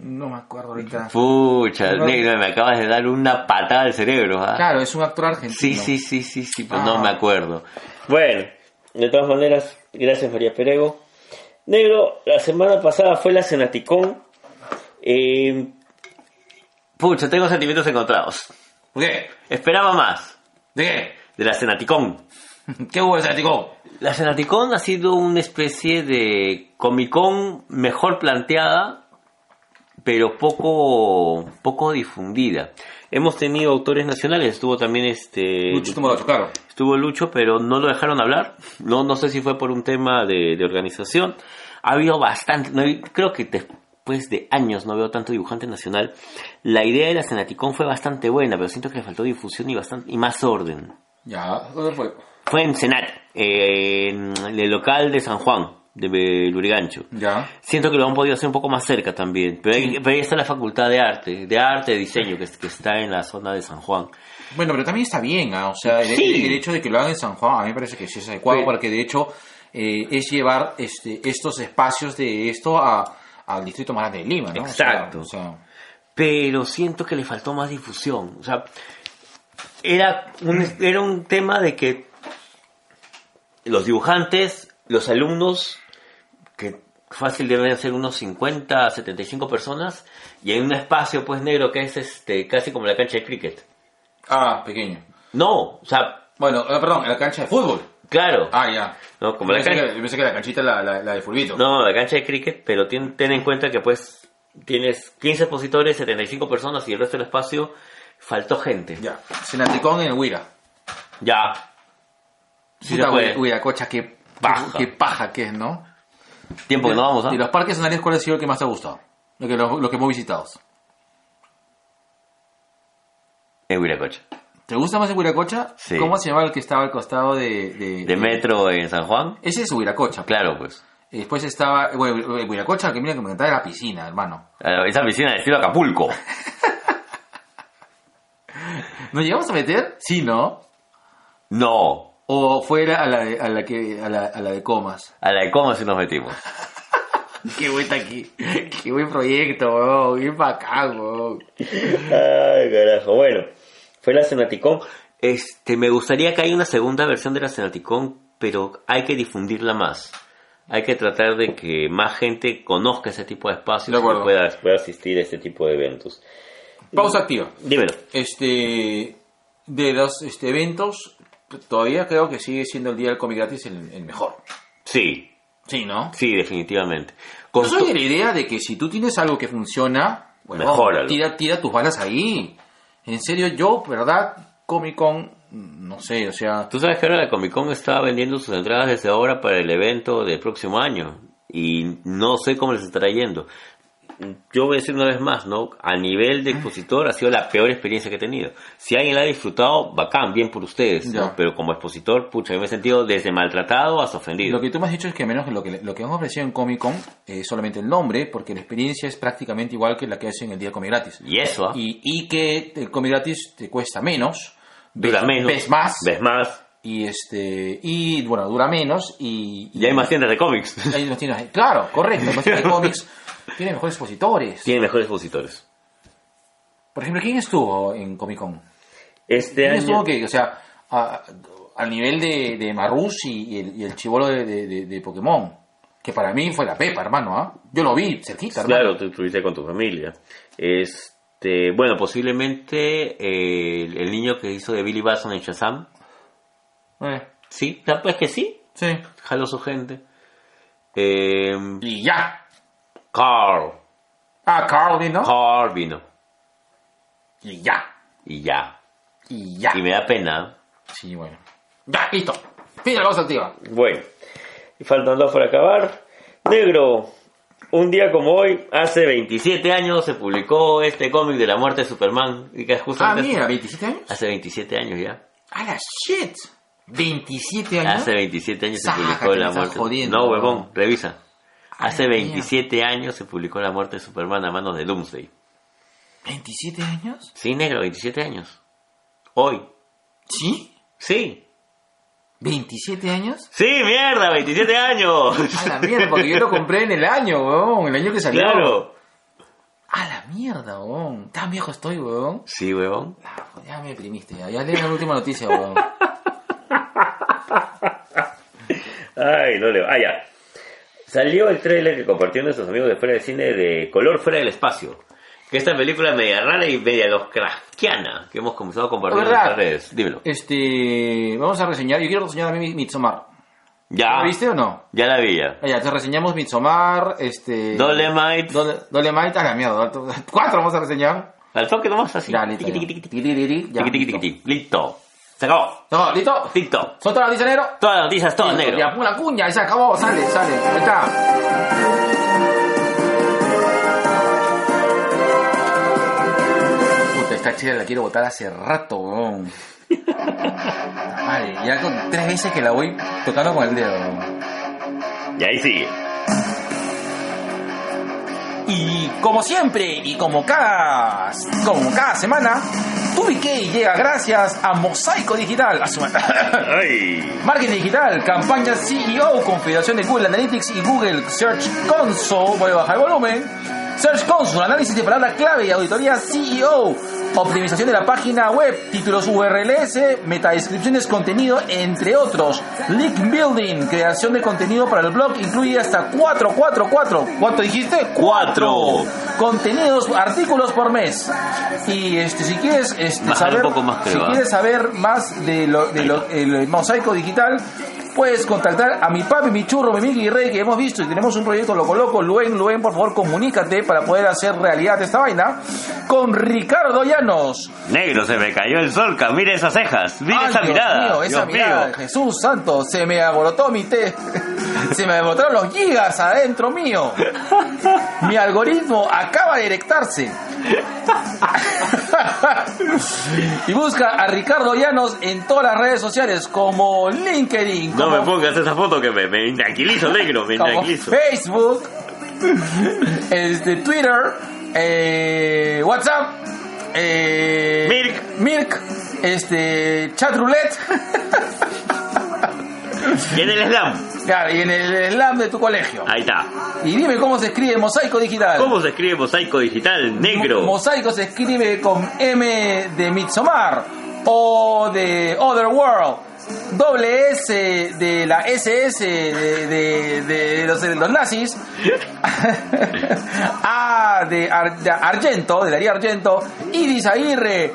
[SPEAKER 1] No me acuerdo ahorita.
[SPEAKER 2] Pucha,
[SPEAKER 1] No.
[SPEAKER 2] negro, me acabas de dar una patada al cerebro. ¿ah?
[SPEAKER 1] Claro, es un actor argentino.
[SPEAKER 2] Sí, sí, sí, sí, sí, pero
[SPEAKER 1] Ah.
[SPEAKER 2] no me acuerdo. Bueno, de todas maneras, gracias María Perego. Negro, la semana pasada fue la Cenaticón. Eh, pucha, tengo sentimientos encontrados.
[SPEAKER 1] ¿Por qué?
[SPEAKER 2] Esperaba más
[SPEAKER 1] ¿De qué?
[SPEAKER 2] de la Cenaticón.
[SPEAKER 1] ¿Qué hubo de Atlético?
[SPEAKER 2] La Cenaticón ha sido una especie de Comic Con mejor planteada, pero poco, poco difundida. Hemos tenido autores nacionales, estuvo también este...
[SPEAKER 1] Lucho Tumarocho, claro.
[SPEAKER 2] Estuvo Lucho, pero no lo dejaron hablar. No, no sé si fue por un tema de, de organización. Ha habido bastante, no hay- creo que después de años no veo tanto dibujante nacional. La idea de la Cenaticón fue bastante buena, pero siento que le faltó difusión y, bastante, y más orden.
[SPEAKER 1] Ya, ¿dónde fue?
[SPEAKER 2] Fue en Senat, eh, en el local de San Juan, de Lurigancho.
[SPEAKER 1] Ya.
[SPEAKER 2] Siento que lo han podido hacer un poco más cerca también, pero ahí, pero ahí está la Facultad de Arte, de Arte y Diseño, que, es- que está en la zona de San Juan.
[SPEAKER 1] Bueno, pero también está bien, ¿ah? o sea, el-
[SPEAKER 2] Sí.
[SPEAKER 1] el, el hecho de que lo hagan en San Juan a mí me parece que sí es adecuado
[SPEAKER 2] Sí.
[SPEAKER 1] porque de hecho eh, es llevar este, estos espacios de esto a, al distrito más grande de Lima, ¿no? O sea,
[SPEAKER 2] Exacto.
[SPEAKER 1] o sea,
[SPEAKER 2] pero siento que le faltó más difusión. O sea, era un, era un tema de que los dibujantes, los alumnos, que fácil deben ser unos 50, 75 personas, y hay un espacio pues negro que es este casi como la cancha de cricket.
[SPEAKER 1] ah, pequeño.
[SPEAKER 2] No, o sea,
[SPEAKER 1] Bueno, ah, perdón, la cancha de fútbol.
[SPEAKER 2] claro.
[SPEAKER 1] Ah, ya.
[SPEAKER 2] No, como
[SPEAKER 1] Yo
[SPEAKER 2] la
[SPEAKER 1] pensé
[SPEAKER 2] cancha-
[SPEAKER 1] que- yo pensé que la canchita la, la, la de fulbito.
[SPEAKER 2] No, la cancha de cricket, pero ten, ten en cuenta que pues tienes 15 expositores, 75 personas y el resto del espacio faltó gente.
[SPEAKER 1] Ya. Senaticón en el Huira.
[SPEAKER 2] Ya. Sí se
[SPEAKER 1] Puta,
[SPEAKER 2] puede.
[SPEAKER 1] Huiracocha, qué
[SPEAKER 2] Paja.
[SPEAKER 1] Qué paja que es, ¿no?
[SPEAKER 2] Tiempo que no vamos, ¿ah?
[SPEAKER 1] ¿Y los parques zonales cuál ha sido el que más te ha gustado? Lo que, lo, lo que hemos visitado.
[SPEAKER 2] En Huiracocha.
[SPEAKER 1] ¿Te gusta más el Huiracocha?
[SPEAKER 2] Sí.
[SPEAKER 1] ¿Cómo se llamaba el que estaba al costado de... de-
[SPEAKER 2] De metro en San Juan.
[SPEAKER 1] Ese es Huiracocha.
[SPEAKER 2] Claro, pues.
[SPEAKER 1] Y Después estaba, bueno, el Huiracocha, que mira que me encantaba la piscina, hermano.
[SPEAKER 2] Ah, Esa piscina de estilo Acapulco.
[SPEAKER 1] ¿Nos llegamos a meter? Sí, ¿no?
[SPEAKER 2] No.
[SPEAKER 1] O fuera a la de, a la que, a la, a la de
[SPEAKER 2] <laughs>
[SPEAKER 1] comas.
[SPEAKER 2] A la de cómo si nos metimos.
[SPEAKER 1] Qué buen aquí. Qué buen proyecto, weón. Qué bacán, weón.
[SPEAKER 2] Ay, carajo. Bueno, fue la Cenaticón. Este, me gustaría que haya una segunda versión de la Cenaticón, pero hay que difundirla más. Hay que tratar de que más gente conozca ese tipo de
[SPEAKER 1] De
[SPEAKER 2] espacios y
[SPEAKER 1] acuerdo.
[SPEAKER 2] pueda, pueda asistir a este tipo de eventos.
[SPEAKER 1] Pausa activa.
[SPEAKER 2] Dímelo.
[SPEAKER 1] Este, de los este, eventos, todavía creo que sigue siendo el día del cómic gratis el, el mejor.
[SPEAKER 2] Sí,
[SPEAKER 1] Sí, ¿no?
[SPEAKER 2] sí, definitivamente.
[SPEAKER 1] Yo
[SPEAKER 2] Con
[SPEAKER 1] soy de
[SPEAKER 2] tu-
[SPEAKER 1] la idea de que si tú tienes algo que funciona, bueno,
[SPEAKER 2] Mejóralo.
[SPEAKER 1] tira, tira tus balas ahí. En serio, yo, ¿verdad? Comic Con, no sé, o sea,
[SPEAKER 2] Tú sabes que ahora la Comic Con está vendiendo sus entradas desde ahora para el evento del próximo año y no sé cómo les estará yendo. Yo voy a decir una vez más, ¿no? A nivel de expositor ha sido la peor experiencia que he tenido. Si alguien la ha disfrutado, bacán, bien por ustedes, ¿no?
[SPEAKER 1] Ya.
[SPEAKER 2] Pero como expositor, pucha, yo me he sentido desde maltratado hasta ofendido.
[SPEAKER 1] Lo que tú me has dicho es que menos que lo que, lo que han ofrecido en Comic Con es solamente el nombre, porque la experiencia es prácticamente igual que la que hacen el día de Comic Gratis.
[SPEAKER 2] Y eso, ¿ah?
[SPEAKER 1] Y, y que el Comic Gratis te cuesta menos,
[SPEAKER 2] Dura menos.
[SPEAKER 1] ves más,
[SPEAKER 2] Ves más.
[SPEAKER 1] y este y bueno, dura menos, y...
[SPEAKER 2] Y hay más tiendas de cómics.
[SPEAKER 1] <laughs> y hay más tiendas- claro, correcto, más
[SPEAKER 2] <laughs>
[SPEAKER 1] tiendas de cómics tiene mejores expositores.
[SPEAKER 2] Tienen mejores expositores.
[SPEAKER 1] Por ejemplo, ¿quién estuvo en Comic Con?
[SPEAKER 2] Este
[SPEAKER 1] ¿Quién estuvo
[SPEAKER 2] año...
[SPEAKER 1] que, o sea, a- al nivel de, de Marrus y, y el, y el chivolo de, de- de- de Pokémon? Que para mí fue la pepa, hermano, ¿ah? Yo lo vi cerquita, hermano.
[SPEAKER 2] Claro, tú estuviste con tu familia. Este, Este, bueno, posiblemente eh, el, el niño que hizo de Billy Batson en Shazam.
[SPEAKER 1] Eh,
[SPEAKER 2] Sí, ya, pues que sí.
[SPEAKER 1] sí.
[SPEAKER 2] Jaló su gente. Eh,
[SPEAKER 1] Y ya.
[SPEAKER 2] Carl.
[SPEAKER 1] Ah, Carl vino.
[SPEAKER 2] Carl vino.
[SPEAKER 1] Y ya.
[SPEAKER 2] Y ya.
[SPEAKER 1] Y ya.
[SPEAKER 2] Y me da pena.
[SPEAKER 1] Sí, bueno. Ya, listo. Fin de la cosa activa.
[SPEAKER 2] Bueno, y faltan dos para acabar. Negro, un día como hoy, hace 27 años, se publicó este cómic de la muerte de Superman. Y que
[SPEAKER 1] Ah,
[SPEAKER 2] justamente
[SPEAKER 1] mira, 27 años.
[SPEAKER 2] Hace 27 años ya.
[SPEAKER 1] A la shit. 27 años.
[SPEAKER 2] Hace 27 años se
[SPEAKER 1] Sácate,
[SPEAKER 2] publicó
[SPEAKER 1] me
[SPEAKER 2] La
[SPEAKER 1] estás
[SPEAKER 2] Muerte.
[SPEAKER 1] jodiendo,
[SPEAKER 2] no, huevón,
[SPEAKER 1] huevón.
[SPEAKER 2] revisa. Hace
[SPEAKER 1] la
[SPEAKER 2] 27 años se publicó La Muerte de Superman a manos de Doomsday.
[SPEAKER 1] 27 años.
[SPEAKER 2] Sí, negro, 27 años. Hoy.
[SPEAKER 1] ¿Sí?
[SPEAKER 2] Sí.
[SPEAKER 1] 27 años.
[SPEAKER 2] Sí, mierda,
[SPEAKER 1] <laughs>
[SPEAKER 2] 27 años.
[SPEAKER 1] A la mierda, porque yo lo compré en el año, weón. El año que salió.
[SPEAKER 2] <laughs> Claro.
[SPEAKER 1] A la mierda, weón. Tan viejo estoy, weón.
[SPEAKER 2] Sí, huevón.
[SPEAKER 1] Ah, Ya me deprimiste, ya. Ya leí la última noticia,
[SPEAKER 2] <laughs>
[SPEAKER 1] weón.
[SPEAKER 2] Ay, no leo. Ah, ya. Salió el tráiler que compartieron nuestros amigos de fuera del cine de Color fuera del espacio. Que esta película media rara y media loscrasquiana que hemos comenzado a compartir en
[SPEAKER 1] ¿Verdad?
[SPEAKER 2] nuestras redes. Dímelo.
[SPEAKER 1] Este. Vamos a reseñar. Yo quiero reseñar también Midsommar.
[SPEAKER 2] Ya.
[SPEAKER 1] ¿La viste o no?
[SPEAKER 2] Ya la vi ya.
[SPEAKER 1] Ah, Ya, te reseñamos Midsommar, este.
[SPEAKER 2] Dolemite.
[SPEAKER 1] Dole, Dolemite, a la mierda. <laughs> Cuatro vamos a reseñar.
[SPEAKER 2] Al toque nomás así.
[SPEAKER 1] Ya, listo.
[SPEAKER 2] Tiqui,
[SPEAKER 1] ya.
[SPEAKER 2] tiqui, tiqui, tiqui,
[SPEAKER 1] Tiquitirirí, ya,
[SPEAKER 2] tiqui, tiqui,
[SPEAKER 1] listo.
[SPEAKER 2] tiqui. Listo. Se acabó.
[SPEAKER 1] No, ¿listo?
[SPEAKER 2] Listo.
[SPEAKER 1] ¿Son todas las noticias negro?
[SPEAKER 2] Todas las noticias, todas
[SPEAKER 1] Listo,
[SPEAKER 2] negro.
[SPEAKER 1] Ya, pon la cuña, y se acabó. Sale, sale. Ahí está. Puta, esta chica la quiero botar hace rato, weón. Vale, ya con tres veces que la voy tocando con el dedo, weón.
[SPEAKER 2] Y ahí sigue.
[SPEAKER 1] Y como siempre, y como cada, como cada semana, TubiK llega gracias a Mosaico Digital, a su
[SPEAKER 2] Ay.
[SPEAKER 1] marketing digital, campaña CEO, confederación de Google Analytics y Google Search Console, voy a bajar el volumen, Search Console, análisis de palabra clave y auditoría CEO, optimización de la página web, títulos URLs, metadescripciones, contenido, entre otros, link building, creación de contenido para el blog, incluye hasta 444, ¿cuánto dijiste?
[SPEAKER 2] Cuatro.
[SPEAKER 1] contenidos, artículos por mes. Y este, si quieres este,
[SPEAKER 2] Bajar un
[SPEAKER 1] saber,
[SPEAKER 2] poco más, creo,
[SPEAKER 1] si
[SPEAKER 2] ¿ah?
[SPEAKER 1] quieres saber más de lo, de lo- el mosaico digital, puedes contactar a mi papi, mi churro, mi Miki y Rey que hemos visto y tenemos un proyecto loco loco. Luen, Luen, por favor, comunícate para poder hacer realidad esta vaina con Ricardo Llanos.
[SPEAKER 2] Negro, se me cayó el sol. ca- Mira esas cejas. Mira
[SPEAKER 1] Ay,
[SPEAKER 2] esa
[SPEAKER 1] Dios
[SPEAKER 2] mirada.
[SPEAKER 1] mío, esa
[SPEAKER 2] Dios
[SPEAKER 1] mirada,
[SPEAKER 2] mío.
[SPEAKER 1] Jesús Santo, se me aborotó mi té. <laughs> Se me agotaron los gigas adentro mío. Mi algoritmo acaba de erectarse. <laughs> y busca a Ricardo Llanos en todas las redes sociales como LinkedIn,
[SPEAKER 2] No
[SPEAKER 1] como,
[SPEAKER 2] me pongas esa foto que me, me intranquilizo, negro.
[SPEAKER 1] <laughs>
[SPEAKER 2] Me
[SPEAKER 1] como
[SPEAKER 2] intranquilizo.
[SPEAKER 1] Facebook, este, Twitter, eh, WhatsApp, eh,
[SPEAKER 2] Mirk.
[SPEAKER 1] Mirk, este, Chat Roulette. <laughs>
[SPEAKER 2] Y en el slam.
[SPEAKER 1] Claro, y en el slam de tu colegio.
[SPEAKER 2] Ahí está.
[SPEAKER 1] Y dime cómo se escribe Mosaico Digital.
[SPEAKER 2] Ah. ¿Cómo se escribe mosaico digital, negro?
[SPEAKER 1] Mosaico se escribe con M de Midsommar o de Other World. Doble S de la SS de, de- de los, de los nazis. <laughs> A de, Ar- de Argento, de Darío Argento. Y de Isaguirre.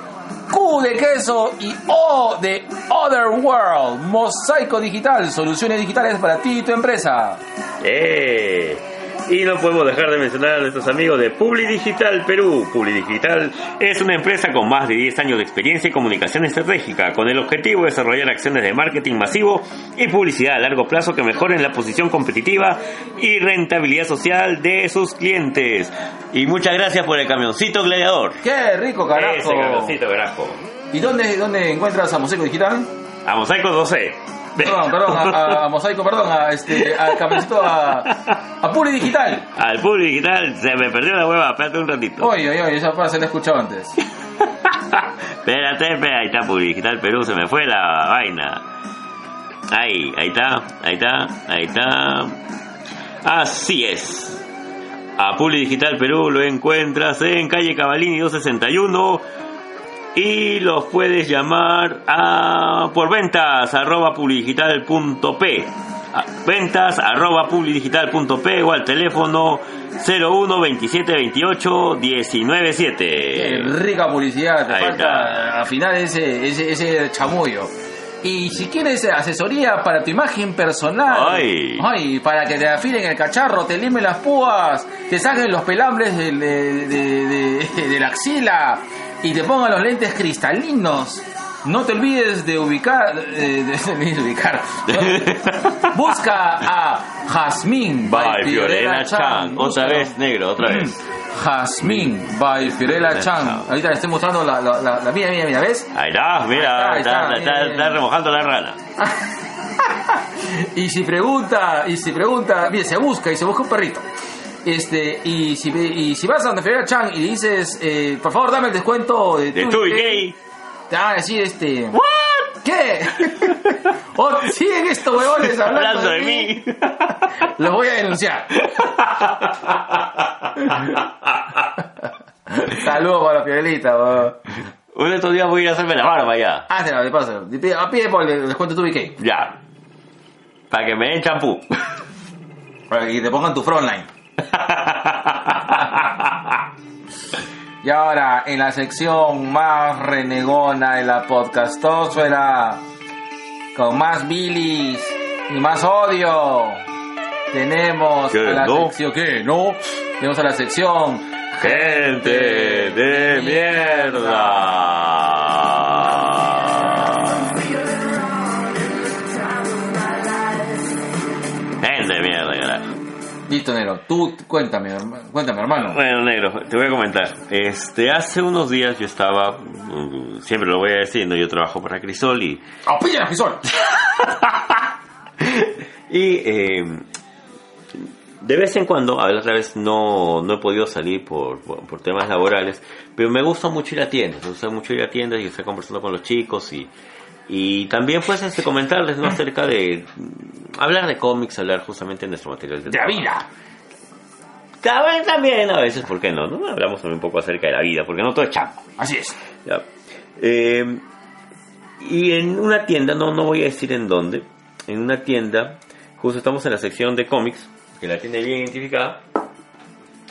[SPEAKER 1] Q de queso y O de Other World. Mosaico Digital. Soluciones digitales para ti y tu empresa.
[SPEAKER 2] ¡Eh! Y no podemos dejar de mencionar a nuestros amigos de Publidigital Perú. Publidigital es una empresa con más de 10 años de experiencia y comunicación estratégica, con el objetivo de desarrollar acciones de marketing masivo y publicidad a largo plazo que mejoren la posición competitiva y rentabilidad social de sus clientes. Y muchas gracias por el camioncito gladiador.
[SPEAKER 1] ¡Qué rico, carajo!
[SPEAKER 2] Ese camioncito, carajo.
[SPEAKER 1] ¿Y dónde, dónde encuentras a Mosaico
[SPEAKER 2] <laughs>
[SPEAKER 1] Digital?
[SPEAKER 2] A Mosaico 12.
[SPEAKER 1] Perdón, perdón, a, a- a Mosaico, perdón, a este, al camioncito, a, a Puri Digital.
[SPEAKER 2] Al Publidigital se me perdió la hueva, espérate un ratito.
[SPEAKER 1] Oye, oye, oye, esa frase la he escuchado antes.
[SPEAKER 2] Espérate, espérate, ahí está Publidigital Perú, se me fue la vaina. Ahí, ahí está, ahí está, ahí está. Así es. A Publidigital Perú lo encuentras en calle Cavalini 261 y los puedes llamar a por ventas arroba publidigital.p. a- ventas arroba publidigital.p o al teléfono 01 27 28 19
[SPEAKER 1] Qué
[SPEAKER 2] 7.
[SPEAKER 1] rica publicidad, te
[SPEAKER 2] ahí
[SPEAKER 1] falta afinar ese, ese, ese chamullo. Y si quieres asesoría para tu imagen personal,
[SPEAKER 2] Ay.
[SPEAKER 1] ay, para que te afilen el cacharro, te limen las púas, te saquen los pelambres del- de, de- de- de la axila y te pongan los lentes cristalinos. No te olvides de ubicar, eh, de, de- de
[SPEAKER 2] <laughs>
[SPEAKER 1] ubicar. Busca a Jazmín by
[SPEAKER 2] Bye, Fiorella Chan. Otra
[SPEAKER 1] Búscalo.
[SPEAKER 2] vez, negro, otra vez.
[SPEAKER 1] Jasmine by Fiorella Chan. Ahorita le estoy mostrando la, la, la, la- mira, mira, mira, ¿ves?
[SPEAKER 2] Mm. Ahí está, mira,
[SPEAKER 1] Ahí está,
[SPEAKER 2] está,
[SPEAKER 1] ahí está,
[SPEAKER 2] está-
[SPEAKER 1] mira,
[SPEAKER 2] está
[SPEAKER 1] mira.
[SPEAKER 2] remojando la rana.
[SPEAKER 1] Y si pregunta, y si pregunta, mire, se busca y se busca un perrito. Este, y si, y si vas a donde Fiorella Chan y dices, eh, por favor dame el descuento de,
[SPEAKER 2] De
[SPEAKER 1] tu
[SPEAKER 2] tu y
[SPEAKER 1] gay,
[SPEAKER 2] gay.
[SPEAKER 1] te van a decir este. ¿Qué? <laughs> Oh, o siguen estos huevones hablando,
[SPEAKER 2] Hablando de mí. <laughs>
[SPEAKER 1] Los voy a denunciar. Saludos para Fiorelita, weón.
[SPEAKER 2] Uno de estos días voy a ir a hacerme la barba ya.
[SPEAKER 1] Hazla, de paso. Pide, pide por el descuento tu BK.
[SPEAKER 2] Ya. Para que me den champú.
[SPEAKER 1] Para que te pongan tu frontline. <laughs> Y ahora, en la sección más renegona de la podcastósfera, con más bilis y más odio, tenemos
[SPEAKER 2] ¿Qué,
[SPEAKER 1] a la
[SPEAKER 2] no?
[SPEAKER 1] sección... ¿Qué? ¿No? Tenemos a la sección...
[SPEAKER 2] <laughs> Gente de mierda. Gente de mierda, carajo.
[SPEAKER 1] Listo, Nero. Tú cuéntame, herma- cuéntame, hermano.
[SPEAKER 2] Bueno, negro, te voy a comentar. Este, hace unos días yo estaba, mm, siempre lo voy a decir, ¿no? yo trabajo para Crisol y,
[SPEAKER 1] ¡Apilla la pisol!
[SPEAKER 2] y eh, de vez en cuando, a ver, otra vez no, no he podido salir por, por, por temas laborales, pero me gusta mucho ir a tiendas, me gusta mucho ir a tiendas y estar conversando con los chicos y, y también pues este, comentarles ¿no? acerca de mm, hablar de cómics, hablar justamente de nuestro material.
[SPEAKER 1] ¡De la vida!
[SPEAKER 2] También, también, a veces, ¿por qué no? no? Hablamos también un poco acerca de la vida, porque no todo es chamba.
[SPEAKER 1] Así es.
[SPEAKER 2] Ya. Eh, y en una tienda, no, no voy a decir en dónde, en una tienda, justo estamos en la sección de cómics, que la tienda es bien identificada,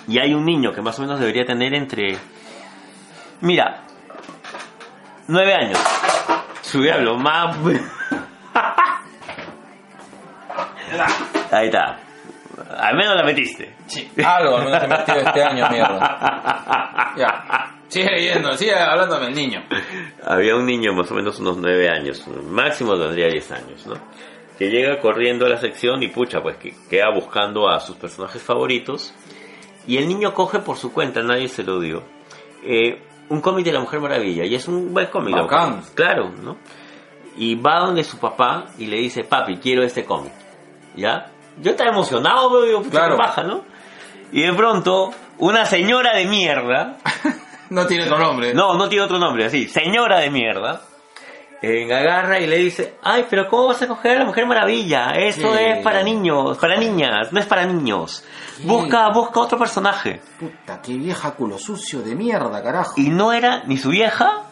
[SPEAKER 2] y hay un niño que más o menos debería tener entre, mira, nueve años. Su diablo, más... <laughs> Ahí está. Al menos la metiste.
[SPEAKER 1] Sí, algo al menos he metido este año, mierda. <laughs> Ya. Sigue leyendo, sigue hablándome el niño.
[SPEAKER 2] había un niño más o menos unos 9 años, máximo tendría 10 años, ¿no? Que llega corriendo a la sección y pucha, pues que queda buscando a sus personajes favoritos. Y el niño coge por su cuenta, nadie se lo dio, eh, un cómic de la Mujer Maravilla. Y es un buen cómic. la
[SPEAKER 1] Bacán.
[SPEAKER 2] Mujer- Claro, ¿no? Y va donde su papá y le dice, papi, quiero este cómic. ¿Ya? Yo estaba emocionado, pero digo, pucha,
[SPEAKER 1] Claro.
[SPEAKER 2] qué paja, ¿no? Y de pronto, una señora de mierda
[SPEAKER 1] No tiene otro nombre.
[SPEAKER 2] no, no tiene otro nombre, así. Señora de mierda. Eh, agarra y le dice, ay, pero ¿cómo vas a coger a la Mujer Maravilla? Eso
[SPEAKER 1] Sí.
[SPEAKER 2] es para niños, para niñas, no es para niños.
[SPEAKER 1] Sí.
[SPEAKER 2] Busca, busca otro personaje.
[SPEAKER 1] Puta, qué vieja culo sucio de mierda, carajo.
[SPEAKER 2] Y no era ni su vieja.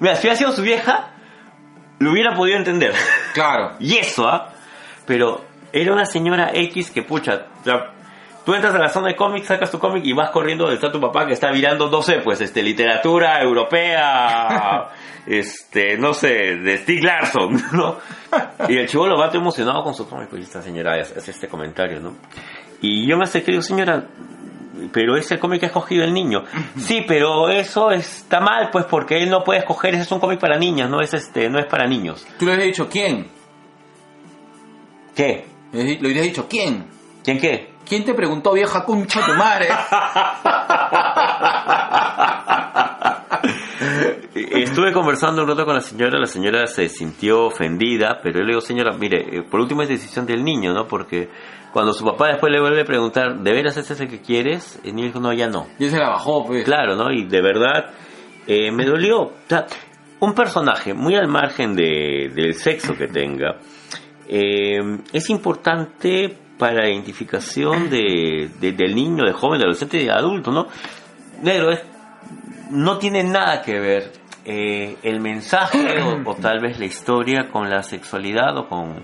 [SPEAKER 2] Mira, si hubiera sido su vieja, lo hubiera podido entender. <laughs>
[SPEAKER 1] Claro.
[SPEAKER 2] y eso, ¿ah? Pero era una señora X que pucha. o sea, tú entras a la zona de cómics, sacas tu cómic y vas corriendo donde está tu papá que está mirando, no sé, pues, este, literatura europea, este, no sé, de Stig Larsson, <laughs> ¿no? Y el chivo lo va todo emocionado con su cómic, y esta señora hace hace este comentario, ¿no? Y yo me acerqué y digo, señora, pero ese cómic que ha escogido el niño. Sí, pero eso está mal, pues, porque él no puede escoger, ese es un cómic para niñas, no es este, no es para niños.
[SPEAKER 1] Tú le has dicho quién.
[SPEAKER 2] ¿Qué?
[SPEAKER 1] Le le hubieras dicho quién.
[SPEAKER 2] ¿Quién qué?
[SPEAKER 1] ¿Quién te preguntó, vieja concha de tu madre?
[SPEAKER 2] eh, Estuve conversando un rato con la señora, la señora se sintió ofendida, pero yo le digo, señora, mire, eh, por último es decisión del niño, ¿no? Porque cuando su papá después le vuelve a preguntar, ¿de veras ese es el que quieres? El niño dijo, no, ya no.
[SPEAKER 1] Y se la bajó, pues.
[SPEAKER 2] Claro, ¿no? Y de verdad, eh, me dolió. O sea, un personaje, muy al margen de- del sexo que tenga, eh, es importante para la identificación de, de- del niño, del joven, del adolescente, del adulto, ¿no? Negro, es- no tiene nada que ver eh, el mensaje o, o tal vez la historia con la sexualidad o con,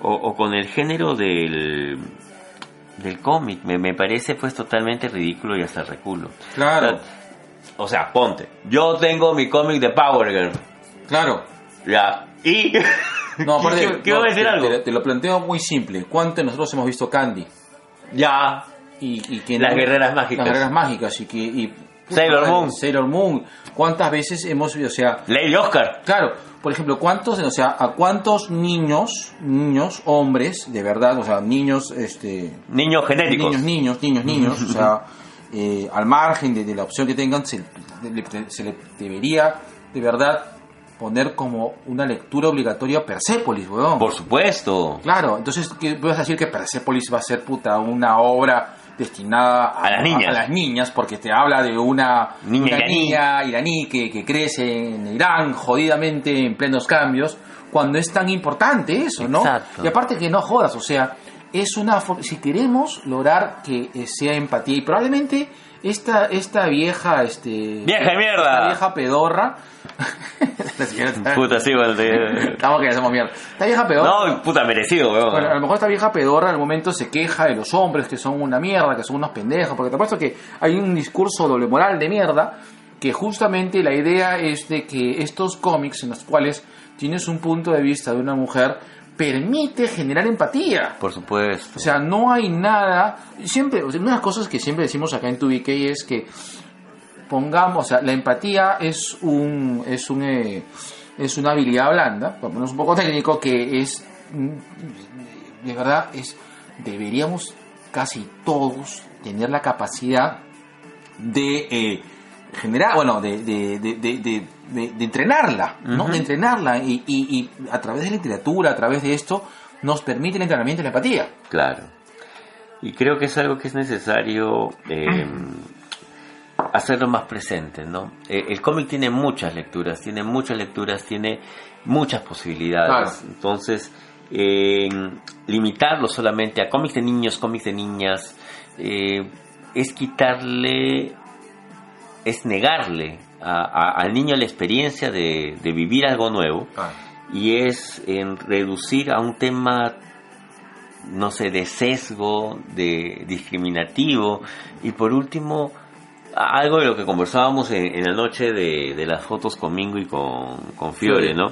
[SPEAKER 2] o, o con el género del, del cómic. Me, me parece pues totalmente ridículo y hasta reculo.
[SPEAKER 3] Claro.
[SPEAKER 2] O sea, ponte. Yo tengo mi cómic de Power Girl.
[SPEAKER 3] Claro.
[SPEAKER 2] Ya. Y... <laughs>
[SPEAKER 1] No, aparte,
[SPEAKER 2] ¿Qué- qué
[SPEAKER 1] no,
[SPEAKER 2] iba a decir
[SPEAKER 1] te,
[SPEAKER 2] algo?
[SPEAKER 1] Te, te lo planteo muy simple. ¿Cuánto de nosotros hemos visto Candy?
[SPEAKER 2] ya.
[SPEAKER 1] Y, y que
[SPEAKER 2] Las guerreras mágicas.
[SPEAKER 1] Las guerreras mágicas. Y que, y-
[SPEAKER 2] Sailor Moon.
[SPEAKER 1] Sailor Moon. ¿Cuántas veces hemos, o sea,
[SPEAKER 2] Ley Oscar.
[SPEAKER 1] Claro, por ejemplo, ¿cuántos, o sea, a cuántos niños, niños, hombres, de verdad, o sea, niños, este,
[SPEAKER 2] Niños genéticos.
[SPEAKER 1] niños, niños, niños, niños, o sea, eh, al margen de, de la opción que tengan, se, le- se le debería, de verdad, poner como una lectura obligatoria Persépolis, weón.
[SPEAKER 2] Por supuesto.
[SPEAKER 1] Claro, entonces, ¿qué vas a decir que Persepolis va a ser puta una obra destinada
[SPEAKER 2] A las niñas.
[SPEAKER 1] a las niñas? Porque te habla de una
[SPEAKER 2] Niña
[SPEAKER 1] una
[SPEAKER 2] iraní.
[SPEAKER 1] niña iraní que, que crece en Irán jodidamente en plenos cambios, cuando es tan importante eso, ¿no?
[SPEAKER 2] Exacto.
[SPEAKER 1] Y aparte que no jodas, o sea, es una for- si queremos lograr que eh, sea empatía y probablemente esta esta vieja este
[SPEAKER 2] Vieja de
[SPEAKER 1] esta
[SPEAKER 2] mierda.
[SPEAKER 1] vieja pedorra <laughs> La señora está-
[SPEAKER 2] Puta, sí,
[SPEAKER 1] <laughs>
[SPEAKER 2] bueno, te-
[SPEAKER 1] estamos que le hacemos mierda esta vieja pedorra
[SPEAKER 2] No, puta, merecido, weón.
[SPEAKER 1] bueno, a lo mejor esta vieja pedorra al momento se queja de los hombres que son una mierda, que son unos pendejos, porque te apuesto que hay un discurso doble moral de mierda, que justamente la idea es de que estos cómics en los cuales tienes un punto de vista de una mujer permite generar empatía.
[SPEAKER 2] Por supuesto.
[SPEAKER 1] O sea, no hay nada. Siempre, o sea, una de las cosas que siempre decimos acá en Tu BK es que pongamos, o sea, la empatía es un, es un, eh, es una habilidad blanda, por ponernos un poco técnico, que es, mm, de verdad, es, deberíamos casi todos tener la capacidad de eh, generar, bueno, de, de, de, de- de- de- de entrenarla, ¿no? De entrenarla y, y- y a través de la literatura, a través de esto, nos permite el entrenamiento de la empatía.
[SPEAKER 2] Claro. Y creo que es algo que es necesario eh, hacerlo más presente, ¿no? Eh, el cómic tiene muchas lecturas, tiene muchas lecturas, tiene muchas posibilidades.
[SPEAKER 1] Claro.
[SPEAKER 2] Entonces, eh, limitarlo solamente a cómics de niños, cómics de niñas, eh, es quitarle, es negarle a- a- al niño la experiencia de, de vivir algo nuevo y es en reducir a un tema no sé de sesgo de discriminativo y por último a- algo de lo que conversábamos en, en la noche de, de las fotos con Mingo y con, con Fiore no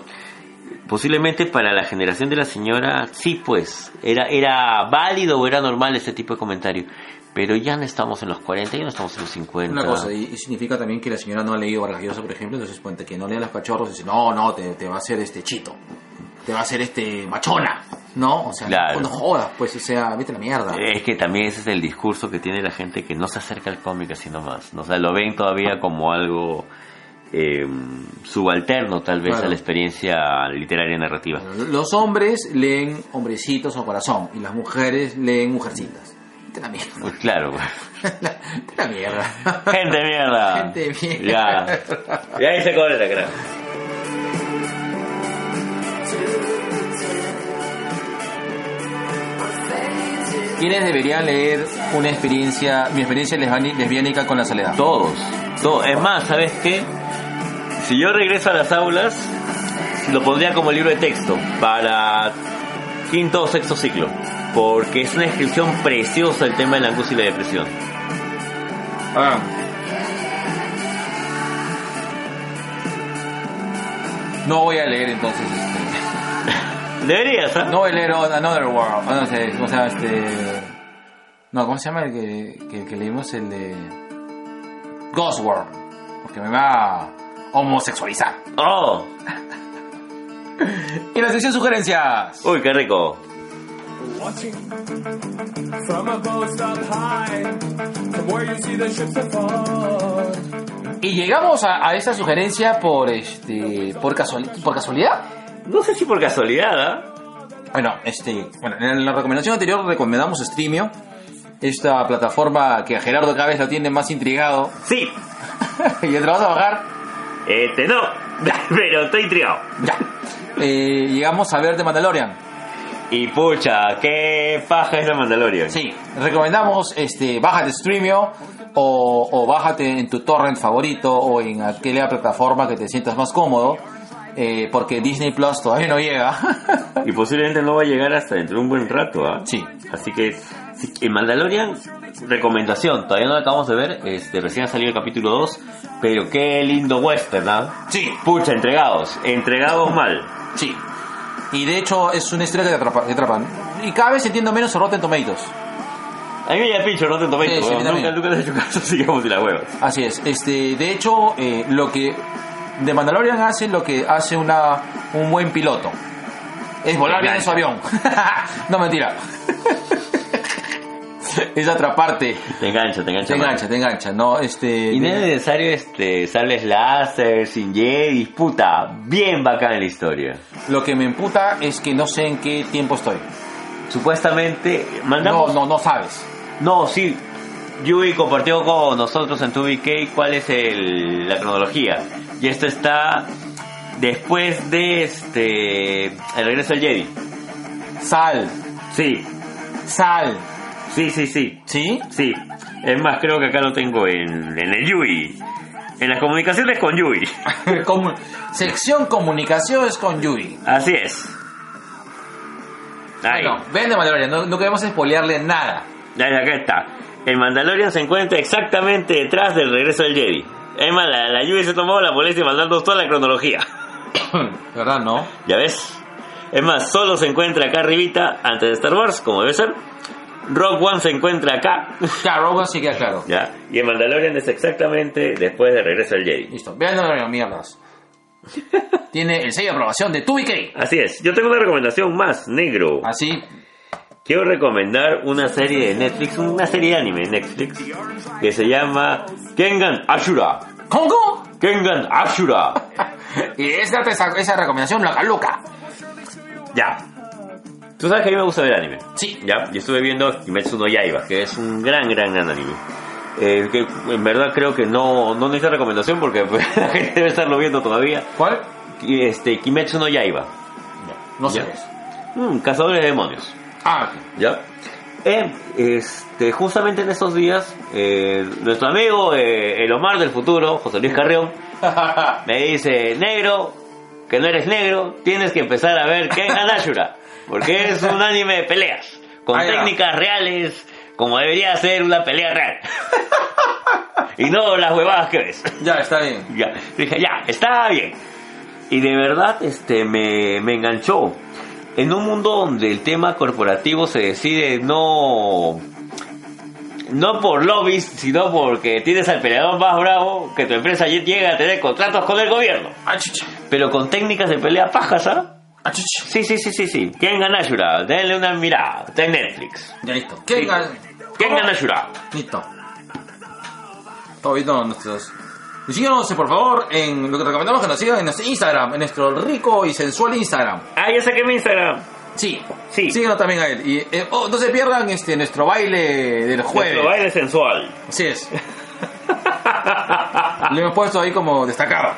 [SPEAKER 2] posiblemente para la generación de la señora sí pues era era válido o era normal este tipo de comentario pero ya no estamos en los 40 ya no estamos en los 50
[SPEAKER 1] Una cosa, y, y significa también que la señora no ha leído Vargas Llosa, por ejemplo, entonces cuenta que no lea Los Cachorros y dice, no, no, te, te va a hacer este chito, te va a hacer este machona, ¿no? O sea,
[SPEAKER 2] Claro.
[SPEAKER 1] no jodas, pues, o sea, vete a la mierda.
[SPEAKER 2] Eh, Es que también ese es el discurso que tiene la gente que no se acerca al cómic así nomás. O sea, lo ven todavía como algo eh, subalterno tal vez
[SPEAKER 1] Claro. Ah.
[SPEAKER 2] a la experiencia literaria y narrativa.
[SPEAKER 1] Los hombres leen hombrecitos o corazón y las mujeres leen mujercitas. Vete a la mierda, <laughs>
[SPEAKER 2] Pues claro,
[SPEAKER 1] vete a la mierda.
[SPEAKER 2] gente de mierda.
[SPEAKER 1] Gente de mierda.
[SPEAKER 2] Ya, ya ahí se corta, creo.
[SPEAKER 1] ¿Quiénes deberían leer una experiencia, mi experiencia lesbani- lesbiánica con la soledad?
[SPEAKER 2] Todos, todos. Es más, ¿sabes qué? Si yo regreso a las aulas, lo pondría como libro de texto para quinto o sexto ciclo. Porque es una descripción preciosa el tema de la angustia y la depresión.
[SPEAKER 1] No voy a leer entonces este.
[SPEAKER 2] Deberías, ¿ah?
[SPEAKER 1] No, el héroe Another World. Ah, No sé, o sea, este. No, ¿cómo se llama el que, que, que leímos? El de. Ghost World. Porque me va a homosexualizar.
[SPEAKER 2] ¡Oh!
[SPEAKER 1] Y la sección sugerencias.
[SPEAKER 2] ¡Uy, qué rico!
[SPEAKER 4] Watching from a boat up high, from where you see the ships afar.
[SPEAKER 1] Y llegamos a, a esta sugerencia por este. por, casual, por casualidad.
[SPEAKER 2] No sé si por casualidad, ¿ah?
[SPEAKER 1] Bueno, este. Bueno, en la recomendación anterior recomendamos Streamio. Esta plataforma que a Gerardo cada vez lo tiene más intrigado. <laughs>
[SPEAKER 2] Sí.
[SPEAKER 1] y el trabajo a bajar.
[SPEAKER 2] Este no. <laughs> Pero estoy intrigado.
[SPEAKER 1] Ya. Eh, llegamos a ver The Mandalorian.
[SPEAKER 2] Y pucha, qué paja es la Mandalorian.
[SPEAKER 1] Sí, recomendamos este, bájate Streamio o, o bájate en tu torrent favorito o en aquella plataforma que te sientas más cómodo, eh, porque Disney Plus todavía no llega. <laughs>
[SPEAKER 2] Y posiblemente no va a llegar hasta dentro de un buen rato, ¿ah?
[SPEAKER 1] Sí.
[SPEAKER 2] Así que, sí, en Mandalorian, recomendación, todavía no la acabamos de ver, este, recién ha salido el capítulo 2, pero qué lindo western, ¿ah?
[SPEAKER 1] Sí,
[SPEAKER 2] Pucha, entregados, entregados mal.
[SPEAKER 1] sí. Y de hecho es una historia que te atrapa. que atrapa, ¿no? Y cada vez entiendo menos a Rotten Tomatoes.
[SPEAKER 2] A mí me da pincho, no te toméis,
[SPEAKER 1] Sí, sí, a mí
[SPEAKER 2] nunca,
[SPEAKER 1] también.
[SPEAKER 2] nunca le he hecho caso, <laughs> sigamos de la hueva.
[SPEAKER 1] Así es. Este, de hecho, eh, lo que de Mandalorian hace lo que hace una, un buen piloto. Es volar bien en su avión. <laughs> no mentira. <laughs> es atraparte.
[SPEAKER 2] Te engancha, te engancha.
[SPEAKER 1] Te
[SPEAKER 2] mal.
[SPEAKER 1] engancha, te engancha, ¿no? Este.
[SPEAKER 2] Y no es necesario este, sables láser, sin Jedi, puta, bien bacana la historia.
[SPEAKER 1] Lo que me emputa es que no sé en qué tiempo estoy.
[SPEAKER 2] Supuestamente,
[SPEAKER 1] No,
[SPEAKER 2] mandamos...
[SPEAKER 1] no, no sabes.
[SPEAKER 2] No, sí. Yui compartió con nosotros en 2BK cuál es el- la cronología. Y esto está después de este el regreso al Jedi.
[SPEAKER 1] Sal,
[SPEAKER 2] Sí,
[SPEAKER 1] sal.
[SPEAKER 2] sí, sí, sí.
[SPEAKER 1] ¿Sí? <laughs>
[SPEAKER 2] Sí. Es más, creo que acá lo tengo en, en el Yui. En las comunicaciones con Yui.
[SPEAKER 1] Comu- sección comunicaciones con Yuri.
[SPEAKER 2] Así es. Ahí.
[SPEAKER 1] Bueno, ven de Mandalorian, no, no queremos spoilearle nada. <coughs>
[SPEAKER 2] Dale, acá está. El Mandalorian se encuentra exactamente detrás del regreso del Jedi. Es más, la, la Yui se tomó la molestia de mandarnos toda la cronología. <laughs>
[SPEAKER 1] De verdad, ¿no?
[SPEAKER 2] ¿Ya ves? Es más, solo se encuentra acá arribita antes de Star Wars, como debe ser. Rock One se encuentra acá. <laughs>
[SPEAKER 1] Ya, Rogue One sí queda claro.
[SPEAKER 2] ¿Ya? Y el Mandalorian es exactamente después de regreso al Jedi.
[SPEAKER 1] Listo, vean de Mandalorian, mierdas. Tiene el sello de aprobación de TubiK.
[SPEAKER 2] Así es. Yo tengo una recomendación más, negro.
[SPEAKER 1] Así,
[SPEAKER 2] Quiero recomendar una serie de Netflix, una serie de anime de Netflix, que se llama Kengan Ashura.
[SPEAKER 1] ¿Congo?
[SPEAKER 2] Kengan Ashura.
[SPEAKER 1] Y es darte esa, esa recomendación, la caluca.
[SPEAKER 2] Ya. Tú sabes que a mí me gusta ver anime.
[SPEAKER 1] Sí.
[SPEAKER 2] Ya, yo estuve viendo Kimetsu no Yaiba, que es un gran, gran, gran anime. Eh, que en verdad creo que no, no necesita recomendación porque <laughs> la gente debe estarlo viendo todavía.
[SPEAKER 1] ¿Cuál?
[SPEAKER 2] Y, Este, Kimetsu no Yaiba.
[SPEAKER 1] No sé.
[SPEAKER 2] Ya. Mm, Cazadores de demonios.
[SPEAKER 1] Ah,
[SPEAKER 2] ¿Ya? Eh, este, justamente en esos días, eh, nuestro amigo eh, el Omar del futuro, José Luis Carrión,
[SPEAKER 1] ok.
[SPEAKER 2] me dice, negro, que no eres negro, tienes que empezar a ver Kengan Ashura, porque es un anime de peleas, con
[SPEAKER 1] Ahí va.
[SPEAKER 2] técnicas reales, como debería ser una pelea real. <laughs> y no las huevadas que ves.
[SPEAKER 1] <laughs>
[SPEAKER 2] <laughs>
[SPEAKER 1] ya, está bien.
[SPEAKER 2] Ya, dije, ya, está bien. Y de verdad, este, me, me enganchó. En un mundo donde el tema corporativo se decide no... No por lobbies, sino porque tienes al peleador más bravo que tu empresa llega a tener contratos con el gobierno.
[SPEAKER 1] Achucha,
[SPEAKER 2] Pero con técnicas de pelea pajas, ¿ah?
[SPEAKER 1] achucha.
[SPEAKER 2] Sí, sí, sí, sí, sí. Kengan Ashura, denle una mirada. Está en Netflix.
[SPEAKER 1] Ya, listo. ¿Quién gana?
[SPEAKER 2] Kengan Ashura.
[SPEAKER 1] Listo. Todo bien, todos nuestros. Y síganos, por favor, en lo que recomendamos que nos sigan en nuestro Instagram, en nuestro rico y sensual Instagram.
[SPEAKER 2] Ah, ya saqué mi Instagram.
[SPEAKER 1] Sí,
[SPEAKER 2] Sí.
[SPEAKER 1] Síganos también a él. Y, eh, oh, no se pierdan este, nuestro baile del jueves.
[SPEAKER 2] Nuestro baile sensual.
[SPEAKER 1] Así es. Lo hemos puesto ahí como destacado.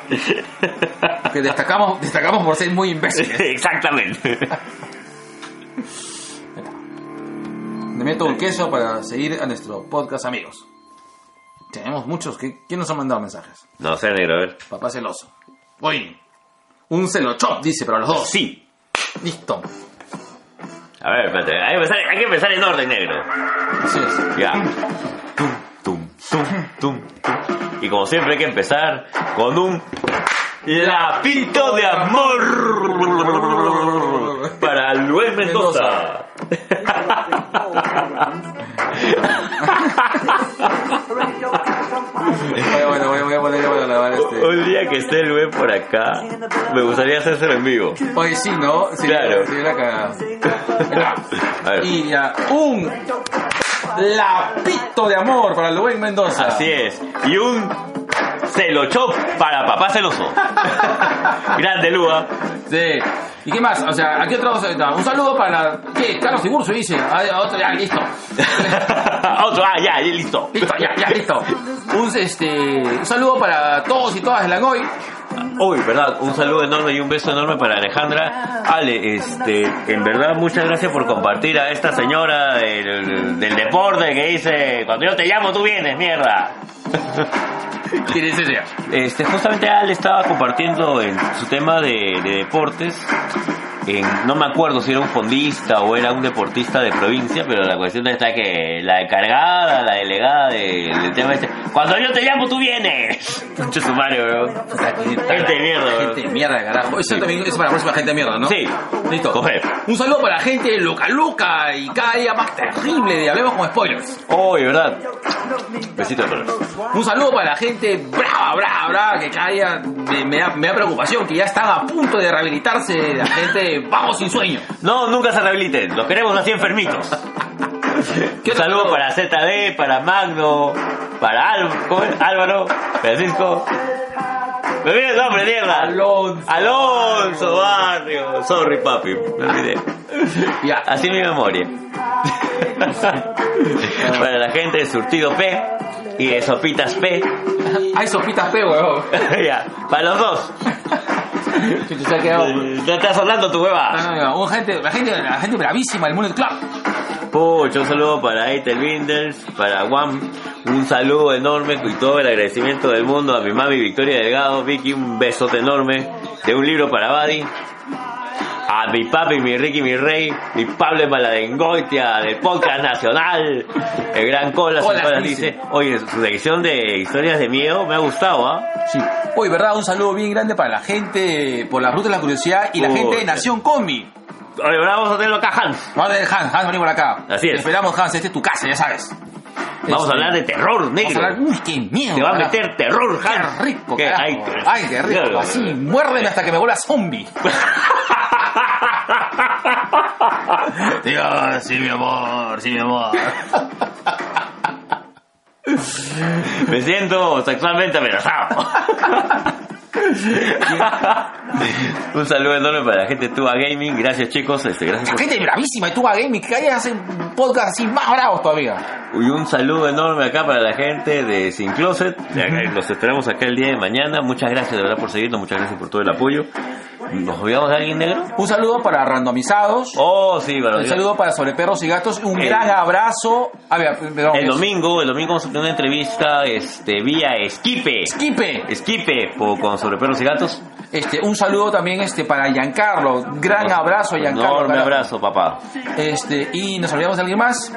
[SPEAKER 1] Que destacamos, destacamos por ser muy imbéciles.
[SPEAKER 2] <laughs> Exactamente.
[SPEAKER 1] Le meto un queso para seguir a nuestro podcast, amigos. Tenemos muchos. que ¿Quién nos ha mandado mensajes?
[SPEAKER 2] No sé, negro, a ver.
[SPEAKER 1] Papá celoso. Uy. Un celochop, dice, pero a los dos.
[SPEAKER 2] Sí.
[SPEAKER 1] Listo.
[SPEAKER 2] A ver, espérate. Hay que empezar, hay que empezar en orden, negro.
[SPEAKER 1] Así es.
[SPEAKER 2] Ya. Tum, tum, tum, tum, tum. Y como siempre hay que empezar con un lapito de amor para Luis Mendoza.
[SPEAKER 1] Voy, voy, voy, voy a poner- voy a grabar este.
[SPEAKER 2] Un día que esté el Luis por acá, me gustaría hacérselo en vivo.
[SPEAKER 1] Oye, sí, ¿no? Sí,
[SPEAKER 2] Claro.
[SPEAKER 1] sí, la cagada. Ya.
[SPEAKER 2] A ver.
[SPEAKER 1] Y ya, un lapito de amor para Luis Mendoza.
[SPEAKER 2] Así es. Y un celochop para papá celoso. Grande Lua. <laughs>
[SPEAKER 1] Sí. ¿Y qué más? O sea, aquí otro. Un saludo para. ¿Qué? Carlos Tiburcio dice. Ah, otro, ya, listo.
[SPEAKER 2] Otro, ah, ya, ya, listo.
[SPEAKER 1] Listo, ya, ya, listo. Un, este, un saludo para todos y todas de Langoy.
[SPEAKER 2] Hoy, ¿verdad? Un saludo enorme y un beso enorme para Alejandra. Ale, este, en verdad, muchas gracias por compartir a esta señora del, del deporte que dice, cuando yo te llamo, tú vienes, mierda.
[SPEAKER 1] Tiene ese sea.
[SPEAKER 2] Este, justamente Ale estaba compartiendo en su tema de, de deportes en- no me acuerdo si era un fondista o era un deportista de provincia, pero la cuestión está que la encargada, la delegada de- del tema este, cuando yo te llamo tú vienes. <laughs> Mucho sumario, bro. Gente de mierda, bro.
[SPEAKER 1] Gente de mierda, carajo. Eso también es para la próxima gente de mierda, ¿no?
[SPEAKER 2] Sí.
[SPEAKER 1] Listo.
[SPEAKER 2] Coge.
[SPEAKER 1] Un saludo para la gente loca loca y cada día más terrible de Hablemos con Spoilers.
[SPEAKER 2] Oh, de verdad. Besito, bro.
[SPEAKER 1] Un saludo para la gente brava, brava, brava, que cada día me, me da, me da preocupación, que ya están a punto de rehabilitarse de la gente de Vagos sin Sueño.
[SPEAKER 2] No, nunca se rehabiliten. Los queremos así enfermitos.
[SPEAKER 1] ¿Qué
[SPEAKER 2] Un
[SPEAKER 1] otro
[SPEAKER 2] saludo
[SPEAKER 1] saludo?
[SPEAKER 2] para ZD, para Magno, para Al- ¿cómo es? Álvaro, Francisco. Me olvidé el nombre, mierda.
[SPEAKER 1] Alonso.
[SPEAKER 2] Alonso Barrio. Sorry, papi. Me olvidé.
[SPEAKER 1] Ya.
[SPEAKER 2] Así mi memoria. para la gente de Surtido P y de Sopitas P. <laughs>
[SPEAKER 1] Hay sopitas P, huevón.
[SPEAKER 2] ya, para los dos.
[SPEAKER 1] Chuchu, se ha quedado.
[SPEAKER 2] No está sonando tu hueva.
[SPEAKER 1] Ah, no, no, un gente, la gente, la gente bravísima del Mundo Club.
[SPEAKER 2] Pucho, un saludo para Eitel Binders, para Juan, un saludo enorme y todo el agradecimiento del mundo a mi mami Victoria Delgado, Vicky, un besote enorme, de un libro para Buddy, a mi papi, mi Ricky, mi rey, mi Pablo Maladengoitia, del podcast nacional, el gran Colas,
[SPEAKER 1] Colas
[SPEAKER 2] el Colas
[SPEAKER 1] dice.
[SPEAKER 2] dice, oye, su sección de historias de miedo me ha gustado, ¿ah?
[SPEAKER 1] Sí. Oye, ¿verdad? Un saludo bien grande para la gente por la ruta de la curiosidad y la
[SPEAKER 2] Puta.
[SPEAKER 1] gente de Nación Combi.
[SPEAKER 2] Oye, ahora vamos a tenerlo acá, Hans.
[SPEAKER 1] Vamos a ver, Hans, Hans, venimos acá.
[SPEAKER 2] Así es.
[SPEAKER 1] Te esperamos, Hans, este es tu casa, ya sabes.
[SPEAKER 2] Vamos
[SPEAKER 1] Este,
[SPEAKER 2] a hablar de terror,
[SPEAKER 1] vamos a hablar-
[SPEAKER 2] negro.
[SPEAKER 1] Uy, qué miedo.
[SPEAKER 2] Te va a
[SPEAKER 1] carajo.
[SPEAKER 2] meter terror, Hans.
[SPEAKER 1] Qué rico,
[SPEAKER 2] Que-
[SPEAKER 1] carajo.
[SPEAKER 2] ay,
[SPEAKER 1] Ay, qué rico.
[SPEAKER 2] Claro.
[SPEAKER 1] Así, muérdeme hasta que me vuelva zombie.
[SPEAKER 2] Dios, sí, mi amor, sí, mi amor. Me siento sexualmente amenazado. Un saludo enorme para la gente de Tuba Gaming. Gracias, chicos. Este, gracias
[SPEAKER 1] La
[SPEAKER 2] por-
[SPEAKER 1] gente bravísima y tú a gaming, que ahí hacen podcast así más bravos todavía.
[SPEAKER 2] Y un saludo enorme acá para la gente de Sin Closet. eh, Los esperamos acá el día de mañana. Muchas gracias de verdad por seguirnos. Muchas gracias por todo el apoyo. ¿Nos olvidamos de alguien negro?
[SPEAKER 1] Un saludo para randomizados.
[SPEAKER 2] Oh, sí, para
[SPEAKER 1] Un saludo para Sobre Perros y Gatos. Un
[SPEAKER 2] El-
[SPEAKER 1] gran abrazo. A ver, eh, perdón.
[SPEAKER 2] Eh, El domingo, el domingo vamos a tener una entrevista este, vía Esquipe.
[SPEAKER 1] Quipe.
[SPEAKER 2] Esquipe, po- con sobre perros y gatos.
[SPEAKER 1] Este, un saludo también este para Giancarlo. Gran abrazo, Giancarlo.
[SPEAKER 2] Enorme
[SPEAKER 1] carajo.
[SPEAKER 2] abrazo, papá.
[SPEAKER 1] Este, y nos olvidamos de alguien más.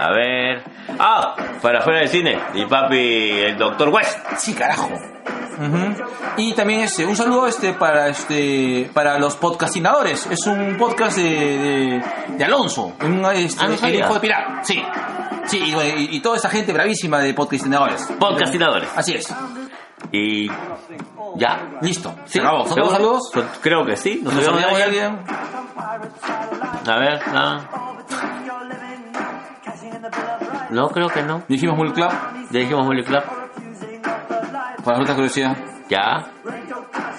[SPEAKER 2] A ver. Ah, para afuera del cine. Y papi, el doctor West.
[SPEAKER 1] Sí, carajo. Ujú. Y también este, un saludo este para este para los podcastinadores. Es un podcast de, de, de Alonso, un, este,
[SPEAKER 2] Ah, no
[SPEAKER 1] el
[SPEAKER 2] sabía.
[SPEAKER 1] hijo de Pilar. Sí. Sí, y, bueno, y- y toda esa gente bravísima de podcastinadores.
[SPEAKER 2] Podcastinadores.
[SPEAKER 1] Así es.
[SPEAKER 2] Y. Ya.
[SPEAKER 1] Listo.
[SPEAKER 2] Sí,
[SPEAKER 1] Se acabó. ¿Son
[SPEAKER 2] ¿seguro?
[SPEAKER 1] todos saludos?
[SPEAKER 2] Son- Creo que sí. Nos
[SPEAKER 1] ¿Nos
[SPEAKER 2] olvidamos
[SPEAKER 1] olvidamos
[SPEAKER 2] de
[SPEAKER 1] de
[SPEAKER 2] alguien.
[SPEAKER 1] alguien?
[SPEAKER 2] A ver, ah. No, creo que no.
[SPEAKER 1] Dijimos Mul Club.
[SPEAKER 2] Ya dijimos Holy Club.
[SPEAKER 1] Para la ruta curiosidad.
[SPEAKER 2] Ya.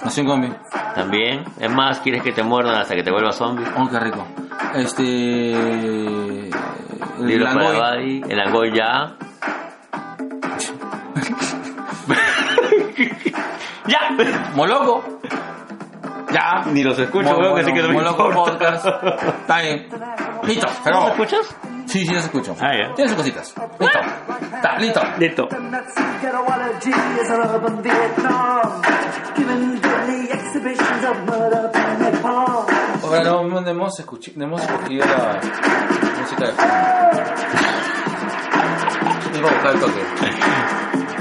[SPEAKER 1] Nación Combi.
[SPEAKER 2] También. Es más, quieres que te muerdan hasta que te vuelvas zombie.
[SPEAKER 1] Oh, qué rico. Este. El
[SPEAKER 2] Libro para
[SPEAKER 1] Langoy.
[SPEAKER 2] Buddy, el Angoy ya. <laughs> ya.
[SPEAKER 1] Moloco. Ya.
[SPEAKER 2] Ni los escucho,
[SPEAKER 1] Mo-
[SPEAKER 2] veo que sí que no me
[SPEAKER 1] Moloco
[SPEAKER 2] importa.
[SPEAKER 1] Podcast. Está bien. Listo, se
[SPEAKER 2] ¿No
[SPEAKER 1] acabó.
[SPEAKER 2] me escuchas?
[SPEAKER 1] Sí, sí, los escucho.
[SPEAKER 2] Ah, ya.
[SPEAKER 1] Tiene sus cositas. Listo. Está, listo.
[SPEAKER 2] Listo.
[SPEAKER 1] Ahora no, no, no hemos escuchado, no hemos escogido la música de fondo. Iba a buscar el toque.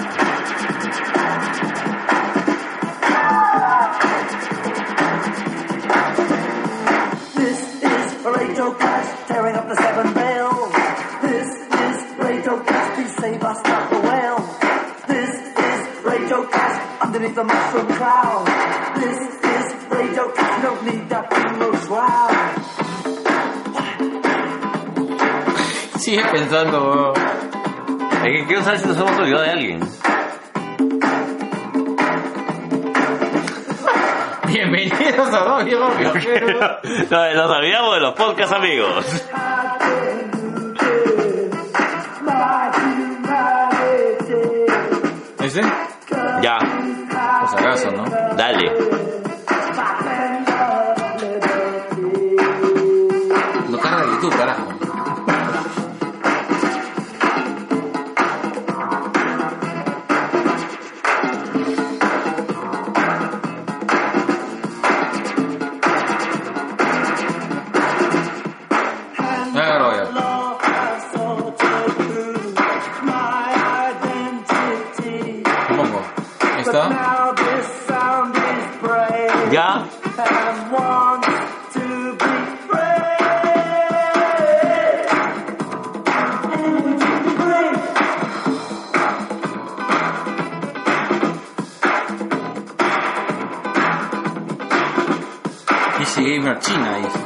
[SPEAKER 5] This is Radio Cash tearing up the seven bells. This is Radio Cash, please save us from the whale. This is Radio Cash underneath the mushroom cloud. This is Radio Cash, don't need that primrose round.
[SPEAKER 1] Sigue pensando.
[SPEAKER 2] Es que quiero saber si nos hemos olvidado de <laughs> alguien.
[SPEAKER 1] Bienvenidos a dos viejos viajeros.
[SPEAKER 2] no, nos olvidamos de los podcast amigos.
[SPEAKER 1] ¿Ese? Por
[SPEAKER 2] Ya,
[SPEAKER 1] si acaso, ¿no?
[SPEAKER 2] dale.
[SPEAKER 1] Lo carga de YouTube, carajo.
[SPEAKER 2] Ya.
[SPEAKER 5] and wants to be brave.
[SPEAKER 1] Dice que hay una china, dice.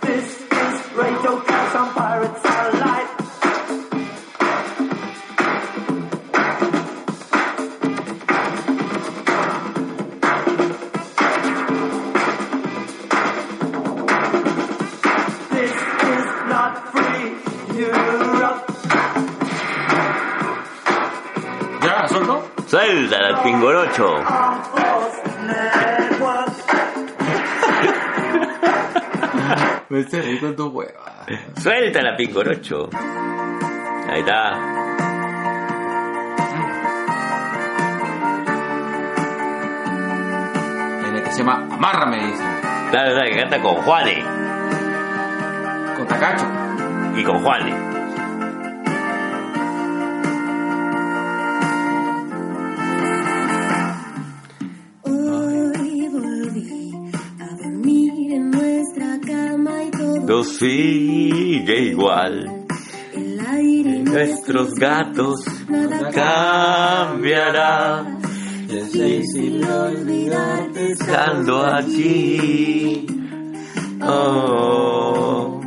[SPEAKER 5] This is Radio Cast on Pirates Alive. This is not free Europe.
[SPEAKER 1] ¿Ya la soltó?
[SPEAKER 2] Suelta al pingorocho.
[SPEAKER 1] Me estoy rico en tu hueva.
[SPEAKER 2] Suelta la pingorocho. Ahí está.
[SPEAKER 1] En la que se llama Amárrame, dice.
[SPEAKER 2] Claro, claro, que canta con Juanes.
[SPEAKER 1] Con Tacacho.
[SPEAKER 2] y con Juanes.
[SPEAKER 6] Hoy volví a dormir en nuestra cama y todo
[SPEAKER 2] Todo sigue igual.
[SPEAKER 6] el aire
[SPEAKER 2] Nuestros gatos
[SPEAKER 6] nada
[SPEAKER 2] cambiará.
[SPEAKER 6] Es difícil olvidarte
[SPEAKER 2] Estando allí. Oh,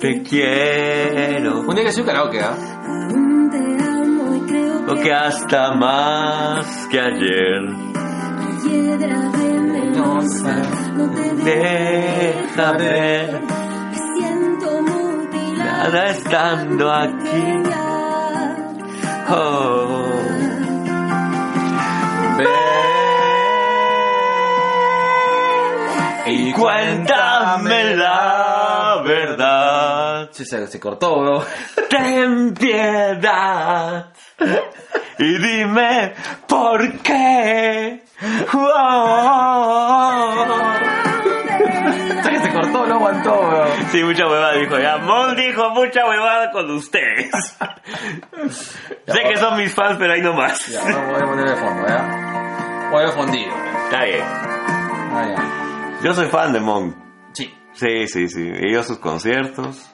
[SPEAKER 2] te quiero.
[SPEAKER 1] Un día que soy un karaoke, ¿ah?
[SPEAKER 6] Aún te amo y creo
[SPEAKER 2] Lo que hasta más que ayer.
[SPEAKER 6] piedra venenosa no te
[SPEAKER 2] Deja ver.
[SPEAKER 6] Me siento mutilada
[SPEAKER 2] Nada estando aquí. Oh. Ven y cuéntame la verdad.
[SPEAKER 1] Sí, se, se cortó, bro.
[SPEAKER 2] Ten piedad y dime por qué. Oh.
[SPEAKER 1] Hasta que se cortó, no aguantó, bro.
[SPEAKER 2] Sí, mucha huevada dijo ya. Mon dijo mucha huevada con ustedes. sé que son mis fans, pero ahí nomás.
[SPEAKER 1] Ya, ahora voy a poner de fondo, ¿ya? Voy a fondido.
[SPEAKER 2] Está bien.
[SPEAKER 1] Ah, ya.
[SPEAKER 2] Yo soy fan de Mon.
[SPEAKER 1] Sí.
[SPEAKER 2] Sí, sí, sí. He ido a sus conciertos.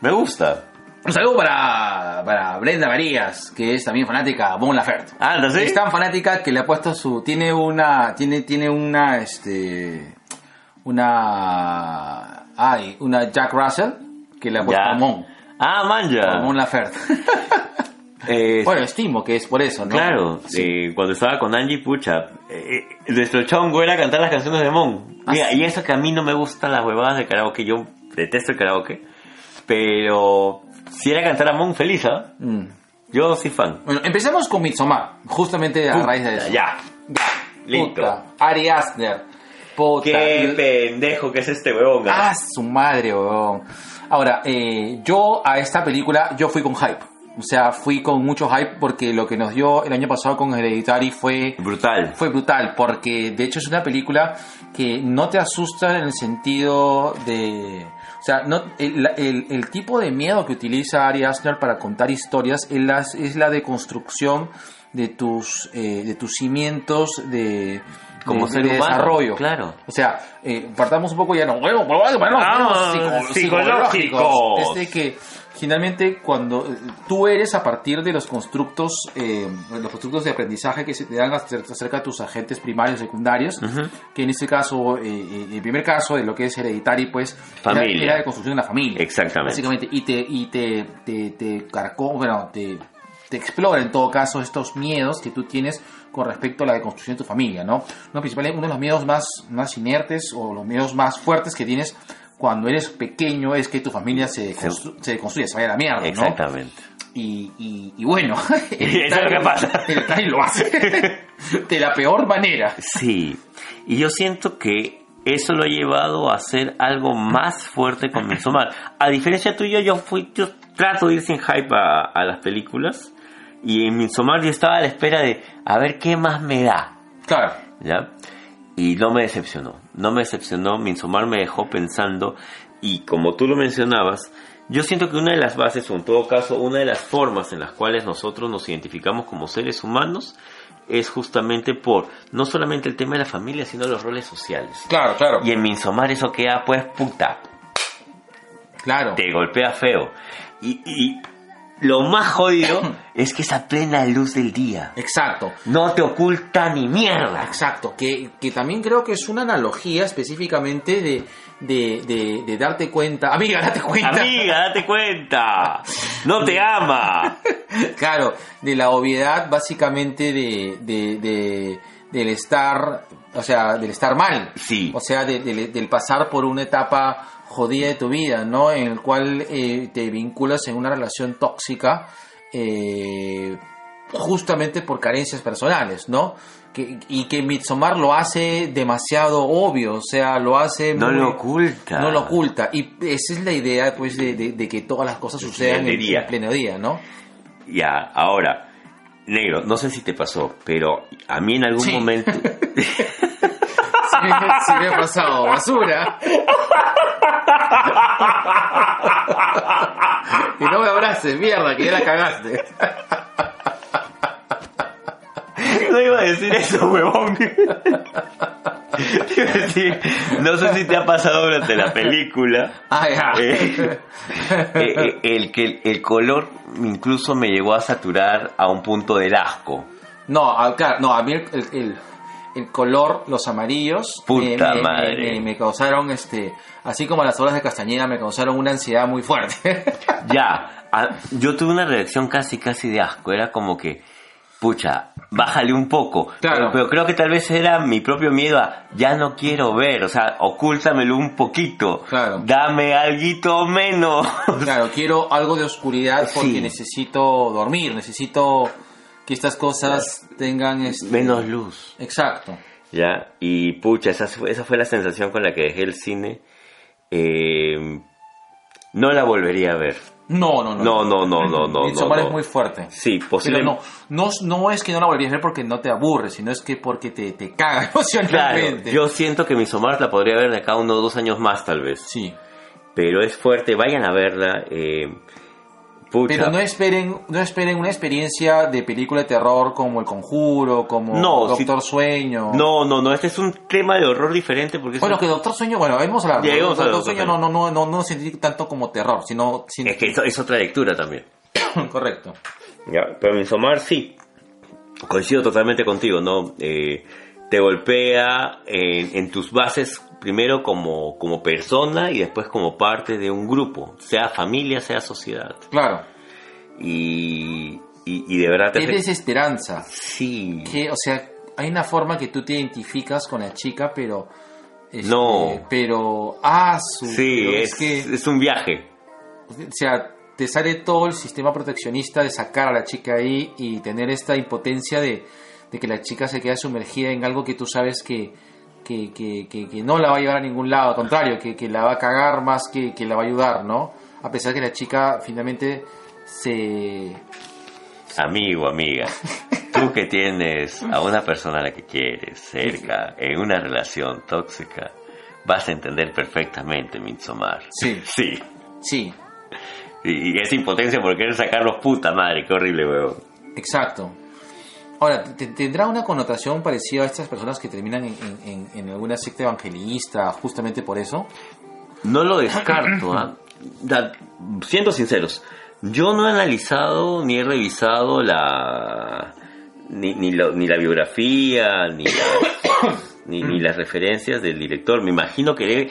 [SPEAKER 2] Me gusta.
[SPEAKER 1] Un saludo para, para Brenda Marías, que es también fanática de Bon Laferte.
[SPEAKER 2] Anda, ¿sí?
[SPEAKER 1] Es tan fanática que le ha puesto su. Tiene una. Tiene, tiene una. Este. Una. Ay, una Jack Russell que le ha puesto
[SPEAKER 2] Ya.
[SPEAKER 1] a Mon.
[SPEAKER 2] Ah,
[SPEAKER 1] A Mon
[SPEAKER 2] manja. <laughs>
[SPEAKER 1] Laferte.
[SPEAKER 2] Eh,
[SPEAKER 1] bueno, estimo que es por eso, ¿no?
[SPEAKER 2] claro, eh, cuando estaba con Angie, pucha, eh, eh, nuestro chongo era cantar las canciones de Mon.
[SPEAKER 1] Ah,
[SPEAKER 2] Mira,
[SPEAKER 1] sí.
[SPEAKER 2] y eso que a mí no me gustan las huevadas de karaoke, yo detesto el karaoke, pero si era cantar a Mon feliz, ¿ah?
[SPEAKER 1] Mm.
[SPEAKER 2] Yo soy fan.
[SPEAKER 1] Bueno, empecemos con Midsommar, justamente a raíz de eso.
[SPEAKER 2] Ya,
[SPEAKER 1] Ya.
[SPEAKER 2] Listo.
[SPEAKER 1] Puta, Ari Aster. Puta.
[SPEAKER 2] qué pendejo que es este huevón.
[SPEAKER 1] Ah, su madre, weón. Ahora, eh, yo a esta película, yo fui con hype. O sea, fui con mucho hype porque lo que nos dio el año pasado con Hereditary fue,
[SPEAKER 2] Brutal.
[SPEAKER 1] fue brutal. Porque de hecho es una película que no te asusta en el sentido de... O sea, no, el, la- el- el tipo de miedo que utiliza Ari Aster para contar historias es la, es la deconstrucción de tus, eh, de tus cimientos de...
[SPEAKER 2] Como
[SPEAKER 1] de-
[SPEAKER 2] ser
[SPEAKER 1] de
[SPEAKER 2] humano,
[SPEAKER 1] desarrollo.
[SPEAKER 2] claro.
[SPEAKER 1] O sea, eh, partamos un poco ya, no, bueno, bueno, bueno, bueno, este,
[SPEAKER 2] Ah,
[SPEAKER 1] psico-
[SPEAKER 2] psicológicos.
[SPEAKER 1] psicológicos. Desde que finalmente cuando eh, tú eres a partir de los constructos, eh, los constructos de aprendizaje que se te dan acer- acerca de tus agentes primarios, secundarios, que en este caso, eh, eh, el primer caso de lo que es hereditario, pues, era-
[SPEAKER 2] Familia.
[SPEAKER 1] era de construcción de la familia.
[SPEAKER 2] Exactamente.
[SPEAKER 1] Básicamente, y te, y te, te, te carcó, bueno, te, te explora en todo caso estos miedos que tú tienes con respecto a la deconstrucción de tu familia, ¿no? Uno, principal, uno de los miedos más, más inertes o los miedos más fuertes que tienes cuando eres pequeño es que tu familia se, constru- se deconstruya, se vaya a la mierda, ¿no?
[SPEAKER 2] Exactamente.
[SPEAKER 1] Y, y, y bueno,
[SPEAKER 2] <laughs> Y eso es lo
[SPEAKER 1] <laughs>
[SPEAKER 2] que pasa.
[SPEAKER 1] El Itari lo
[SPEAKER 2] <laughs>
[SPEAKER 1] hace de la peor manera.
[SPEAKER 2] Sí, y yo siento que eso lo ha llevado a hacer algo más fuerte con Midsommar. A diferencia tuya, yo fui, yo trato de ir sin hype a, a las películas y en Midsommar yo estaba a la espera de a ver qué más me da,
[SPEAKER 1] Claro,
[SPEAKER 2] ¿ya? Y no me decepcionó, no me decepcionó, Midsommar me dejó pensando y como tú lo mencionabas, yo siento que una de las bases, o en todo caso, una de las formas en las cuales nosotros nos identificamos como seres humanos es justamente por no solamente el tema de la familia, sino los roles sociales.
[SPEAKER 1] Claro, claro.
[SPEAKER 2] Y en Minsomar eso queda pues puta,
[SPEAKER 1] Claro.
[SPEAKER 2] te golpea feo. Y, y lo más jodido es que es a plena luz del día.
[SPEAKER 1] Exacto.
[SPEAKER 2] No te oculta ni mierda.
[SPEAKER 1] Exacto, que, que también creo que es una analogía específicamente de, de, de- de darte cuenta. Amiga, date cuenta.
[SPEAKER 2] Amiga, date cuenta. No te ama.
[SPEAKER 1] Claro, de la obviedad básicamente de, de- de- del estar, o sea, del estar mal.
[SPEAKER 2] Sí.
[SPEAKER 1] O sea, de- de- del pasar por una etapa jodida de tu vida, ¿no? En el cual eh, te vinculas en una relación tóxica eh, justamente por carencias personales, ¿no? Que, y que Midsommar lo hace demasiado obvio, o sea, lo hace...
[SPEAKER 2] No
[SPEAKER 1] muy-
[SPEAKER 2] lo oculta.
[SPEAKER 1] No lo oculta. Y esa es la idea, pues, de, de- de que todas las cosas sucedan en,
[SPEAKER 2] día.
[SPEAKER 1] en pleno día, ¿no?
[SPEAKER 2] Ya, ahora, negro, no sé si te pasó, pero a mí en algún
[SPEAKER 1] Sí. <laughs>
[SPEAKER 2] momento...
[SPEAKER 1] Si me ha pasado basura. <laughs> Y no me abraces, mierda, que ya la cagaste.
[SPEAKER 2] No iba a decir eso, huevón. <laughs> Te iba a decir, no sé si te ha pasado durante la película.
[SPEAKER 1] Ah, ya.
[SPEAKER 2] Eh, eh, eh, el que el color incluso me llegó a saturar a un punto del asco.
[SPEAKER 1] No, a, claro, no, a mí el, el- el- el color, los amarillos, me,
[SPEAKER 2] Puta
[SPEAKER 1] me-
[SPEAKER 2] madre.
[SPEAKER 1] me- me- me causaron, este, así como las olas de Castañeda, me causaron una ansiedad muy fuerte. <laughs>
[SPEAKER 2] Ya, a- yo tuve una reacción casi casi de asco, era como que pucha, bájale un poco.
[SPEAKER 1] Claro.
[SPEAKER 2] Pero, pero creo que tal vez era mi propio miedo a ya no quiero ver, o sea, ocúltamelo un poquito.
[SPEAKER 1] Claro.
[SPEAKER 2] Dame alguito menos. <laughs>
[SPEAKER 1] Claro, quiero algo de oscuridad porque
[SPEAKER 2] Sí.
[SPEAKER 1] necesito dormir, necesito que estas cosas tengan... este-
[SPEAKER 2] menos luz.
[SPEAKER 1] Exacto.
[SPEAKER 2] Ya, y pucha, esa, fue- esa fue la sensación con la que dejé el cine. Eh, no la volvería a ver.
[SPEAKER 1] No, no, no.
[SPEAKER 2] No, no, no, no, no.
[SPEAKER 1] Midsommar
[SPEAKER 2] no,
[SPEAKER 1] es
[SPEAKER 2] no.
[SPEAKER 1] muy fuerte.
[SPEAKER 2] Sí,
[SPEAKER 1] Pero no,
[SPEAKER 2] posiblemente.
[SPEAKER 1] no, no es que no la volvías a ver porque no te aburre, sino es que porque te, te caga <laughs>
[SPEAKER 2] Claro,
[SPEAKER 1] emocionalmente.
[SPEAKER 2] yo siento que Midsommar la podría ver de acá uno o dos años más, tal vez.
[SPEAKER 1] Sí.
[SPEAKER 2] Pero es fuerte, vayan a verla. eh, pucha.
[SPEAKER 1] Pero no esperen, no esperen una experiencia de película de terror como El Conjuro, como
[SPEAKER 2] No,
[SPEAKER 1] Doctor Sueño.
[SPEAKER 2] no, no, no, este es un tema de horror diferente porque es
[SPEAKER 1] Bueno,
[SPEAKER 2] un-
[SPEAKER 1] que Doctor Sueño, bueno, hemos hablado.
[SPEAKER 2] Ya, hemos
[SPEAKER 1] Doctor,
[SPEAKER 2] hablado de
[SPEAKER 1] Sueño no,
[SPEAKER 2] Doctor
[SPEAKER 1] no, no, no, no sentí tanto como terror, sino. sino
[SPEAKER 2] es que eso- es otra lectura también.
[SPEAKER 1] <laughs> correcto.
[SPEAKER 2] Ya, pero Midsommar sí. Coincido totalmente contigo, ¿no? Eh, te golpea en, en tus bases primero como, como persona y después como parte de un grupo, sea familia, sea sociedad.
[SPEAKER 1] Claro.
[SPEAKER 2] Y, y, y de verdad te...
[SPEAKER 1] Es desesperanza.
[SPEAKER 2] Sí.
[SPEAKER 1] que, o sea, hay una forma que tú te identificas con la chica, pero. este,
[SPEAKER 2] No.
[SPEAKER 1] Pero. Ah, su.
[SPEAKER 2] Sí,
[SPEAKER 1] pero
[SPEAKER 2] es, es un viaje.
[SPEAKER 1] que. O sea, te sale todo el sistema proteccionista de sacar a la chica ahí y tener esta impotencia de, de que la chica se queda sumergida en algo que tú sabes que. Que, que, que- que no la va a llevar a ningún lado, al contrario, que, que la va a cagar más que, que la va a ayudar, ¿no? A pesar que la chica finalmente se...
[SPEAKER 2] Amigo, amiga, tú que tienes a una persona a la que quieres cerca en una relación tóxica, vas a entender perfectamente Midsommar.
[SPEAKER 1] Sí.
[SPEAKER 2] Sí.
[SPEAKER 1] Sí,
[SPEAKER 2] Y, y esa impotencia por querer sacarlos, puta madre, qué horrible, huevón.
[SPEAKER 1] Exacto. Ahora, te- ¿tendrá una connotación parecida a estas personas que terminan en, en- en- en alguna secta evangelista justamente por eso?
[SPEAKER 2] No lo descarto, ¿ah? Da- siendo sinceros, yo no he analizado ni he revisado la. Ni, ni, lo- ni la biografía, ni, la-
[SPEAKER 1] <coughs>
[SPEAKER 2] ni, ni las referencias del director. Me imagino que debe.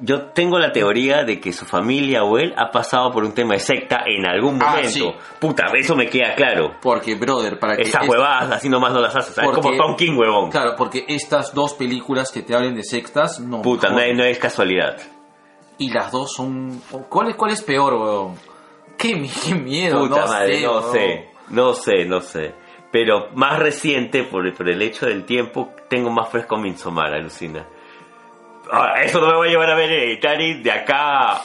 [SPEAKER 2] Yo tengo la teoría de que su familia o él ha pasado por un tema de secta en algún
[SPEAKER 1] Ah,
[SPEAKER 2] momento.
[SPEAKER 1] sí.
[SPEAKER 2] Puta, eso me queda claro.
[SPEAKER 1] Porque, brother, para que...
[SPEAKER 2] Esas
[SPEAKER 1] esta-
[SPEAKER 2] huevadas así nomás no las haces. ¿sabes?
[SPEAKER 1] Porque-
[SPEAKER 2] Como Tom King, huevón.
[SPEAKER 1] Claro, porque estas dos películas que te hablen de sectas, no...
[SPEAKER 2] Puta, no,
[SPEAKER 1] joder.
[SPEAKER 2] es- no es casualidad.
[SPEAKER 1] Y las dos son... ¿Cuál es, cuál es peor, weón? Qué, mi- qué miedo, <laughs>
[SPEAKER 2] Puta
[SPEAKER 1] no
[SPEAKER 2] madre,
[SPEAKER 1] sé,
[SPEAKER 2] no
[SPEAKER 1] weón.
[SPEAKER 2] sé, no sé, no sé. Pero más reciente, por, por el hecho del tiempo, tengo más fresco Midsommar, alucina. Ahora, eso no me va a llevar a ver Hereditary de acá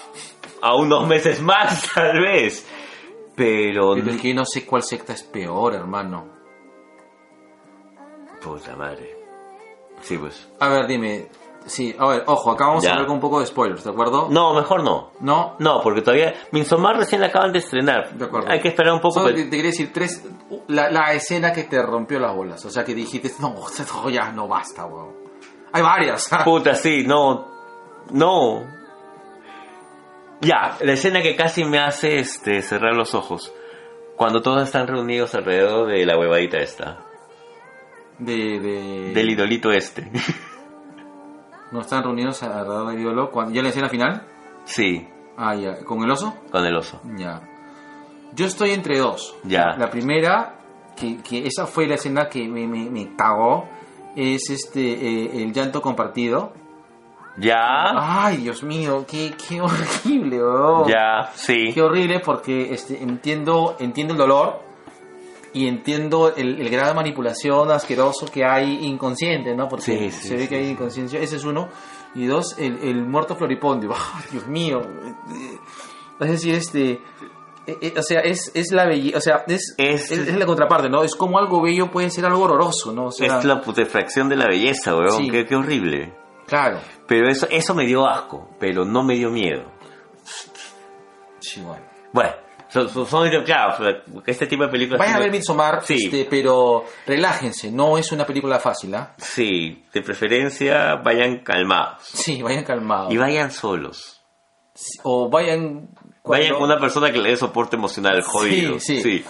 [SPEAKER 2] a unos meses más, <laughs> tal vez. Pero...
[SPEAKER 1] Pero es que yo no sé cuál secta es peor, hermano.
[SPEAKER 2] Puta madre. Sí, pues.
[SPEAKER 1] A ver, dime, Sí, a ver, ojo, acá vamos
[SPEAKER 2] Ya.
[SPEAKER 1] a hablar con un poco de spoilers, ¿de acuerdo?
[SPEAKER 2] No, mejor no.
[SPEAKER 1] No.
[SPEAKER 2] No, porque todavía. Midsommar recién la acaban de estrenar.
[SPEAKER 1] De acuerdo.
[SPEAKER 2] Hay que esperar un poco.
[SPEAKER 1] Solo
[SPEAKER 2] pero-
[SPEAKER 1] te, te quería decir tres. La, la escena que te rompió las bolas. O sea, que dijiste, no, esto ya no basta, weón. Hay
[SPEAKER 2] <laughs>
[SPEAKER 1] varias.
[SPEAKER 2] Puta, sí, no. No. Ya, la escena que casi me hace este, cerrar los ojos. Cuando todos están reunidos alrededor de la huevadita esta.
[SPEAKER 1] De, de,
[SPEAKER 2] Del idolito este. <laughs>
[SPEAKER 1] No están reunidos alrededor del ídolo. cuando- ¿Ya la escena final?
[SPEAKER 2] sí,
[SPEAKER 1] Ah, ya. ¿Con el oso?
[SPEAKER 2] con el oso.
[SPEAKER 1] Ya. Yo estoy entre dos.
[SPEAKER 2] Ya.
[SPEAKER 1] La primera, que, que esa fue la escena que me, me, me cagó, es este eh, el llanto compartido.
[SPEAKER 2] Ya,
[SPEAKER 1] Ay, Dios mío, qué, qué horrible, weón.
[SPEAKER 2] Ah. ya, sí.
[SPEAKER 1] oh. Qué horrible porque este, entiendo, entiendo el dolor y entiendo el, el grado de manipulación asqueroso que hay inconsciente, ¿no? Porque
[SPEAKER 2] Sí, sí,
[SPEAKER 1] se ve
[SPEAKER 2] sí,
[SPEAKER 1] que hay
[SPEAKER 2] sí.
[SPEAKER 1] inconsciencia. Ese es uno. Y dos, el, el muerto floripondio. <laughs> ¡Ah, Dios mío. Es decir, este... eh, eh, O sea, es, es la belleza, o sea, es,
[SPEAKER 2] Es-
[SPEAKER 1] es, es la contraparte, ¿no? Es como algo bello puede ser algo horroroso, ¿no? O sea,
[SPEAKER 2] Es la putrefacción de la belleza, weón.
[SPEAKER 1] Sí.
[SPEAKER 2] Qué, qué horrible.
[SPEAKER 1] Claro.
[SPEAKER 2] Pero eso, eso me dio asco, pero no me dio miedo.
[SPEAKER 1] Sí, bueno.
[SPEAKER 2] Bueno, son, son- son- claro, este tipo de películas.
[SPEAKER 1] Vayan a
[SPEAKER 2] tiene-
[SPEAKER 1] ver Midsommar,
[SPEAKER 2] Sí.
[SPEAKER 1] este, pero relájense, no es una película fácil, ¿ah?
[SPEAKER 2] Sí, de preferencia vayan calmados.
[SPEAKER 1] Sí, vayan calmados.
[SPEAKER 2] Y vayan solos.
[SPEAKER 1] o vayan
[SPEAKER 2] Vayan con una persona que le dé soporte emocional, jodido.
[SPEAKER 1] sí.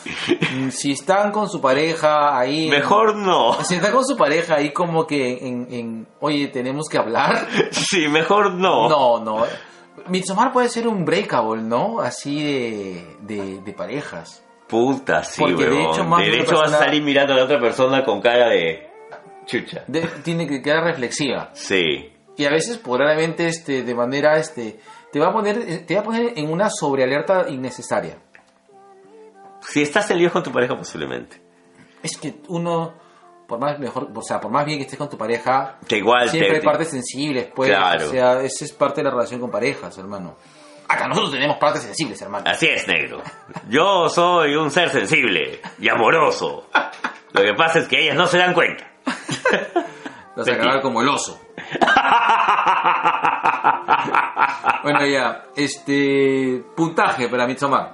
[SPEAKER 1] Mm, <laughs> si están con su pareja ahí
[SPEAKER 2] Mejor no. <laughs>
[SPEAKER 1] si están con su pareja ahí como que en, en- oye tenemos que hablar
[SPEAKER 2] Sí, mejor no.
[SPEAKER 1] no no Midsommar puede ser un breakable no así de, de, de parejas
[SPEAKER 2] Puta, sí,
[SPEAKER 1] Porque de
[SPEAKER 2] weón.
[SPEAKER 1] hecho, más de una
[SPEAKER 2] Derecho vas a
[SPEAKER 1] persona-
[SPEAKER 2] salir mirando a la otra persona con cara de chucha.
[SPEAKER 1] De- tiene que quedar reflexiva
[SPEAKER 2] Sí.
[SPEAKER 1] y a veces probablemente este de manera este te va a poner te va a poner en una sobrealerta innecesaria
[SPEAKER 2] Si estás salido con tu pareja, posiblemente.
[SPEAKER 1] es que uno por más mejor o sea por más bien que estés con tu pareja
[SPEAKER 2] Que igual te-
[SPEAKER 1] Siempre hay
[SPEAKER 2] te-
[SPEAKER 1] partes sensibles, pues.
[SPEAKER 2] Claro.
[SPEAKER 1] O sea, esa es parte de la relación con parejas, hermano. Acá nosotros tenemos partes sensibles, hermano.
[SPEAKER 2] Así es, negro. Yo soy un ser sensible y amoroso. Lo que pasa es que ellas no se dan cuenta.
[SPEAKER 1] Vas a acabar como el
[SPEAKER 2] <laughs>
[SPEAKER 1] oso. bueno, ya. Este. Puntaje para Midsommar.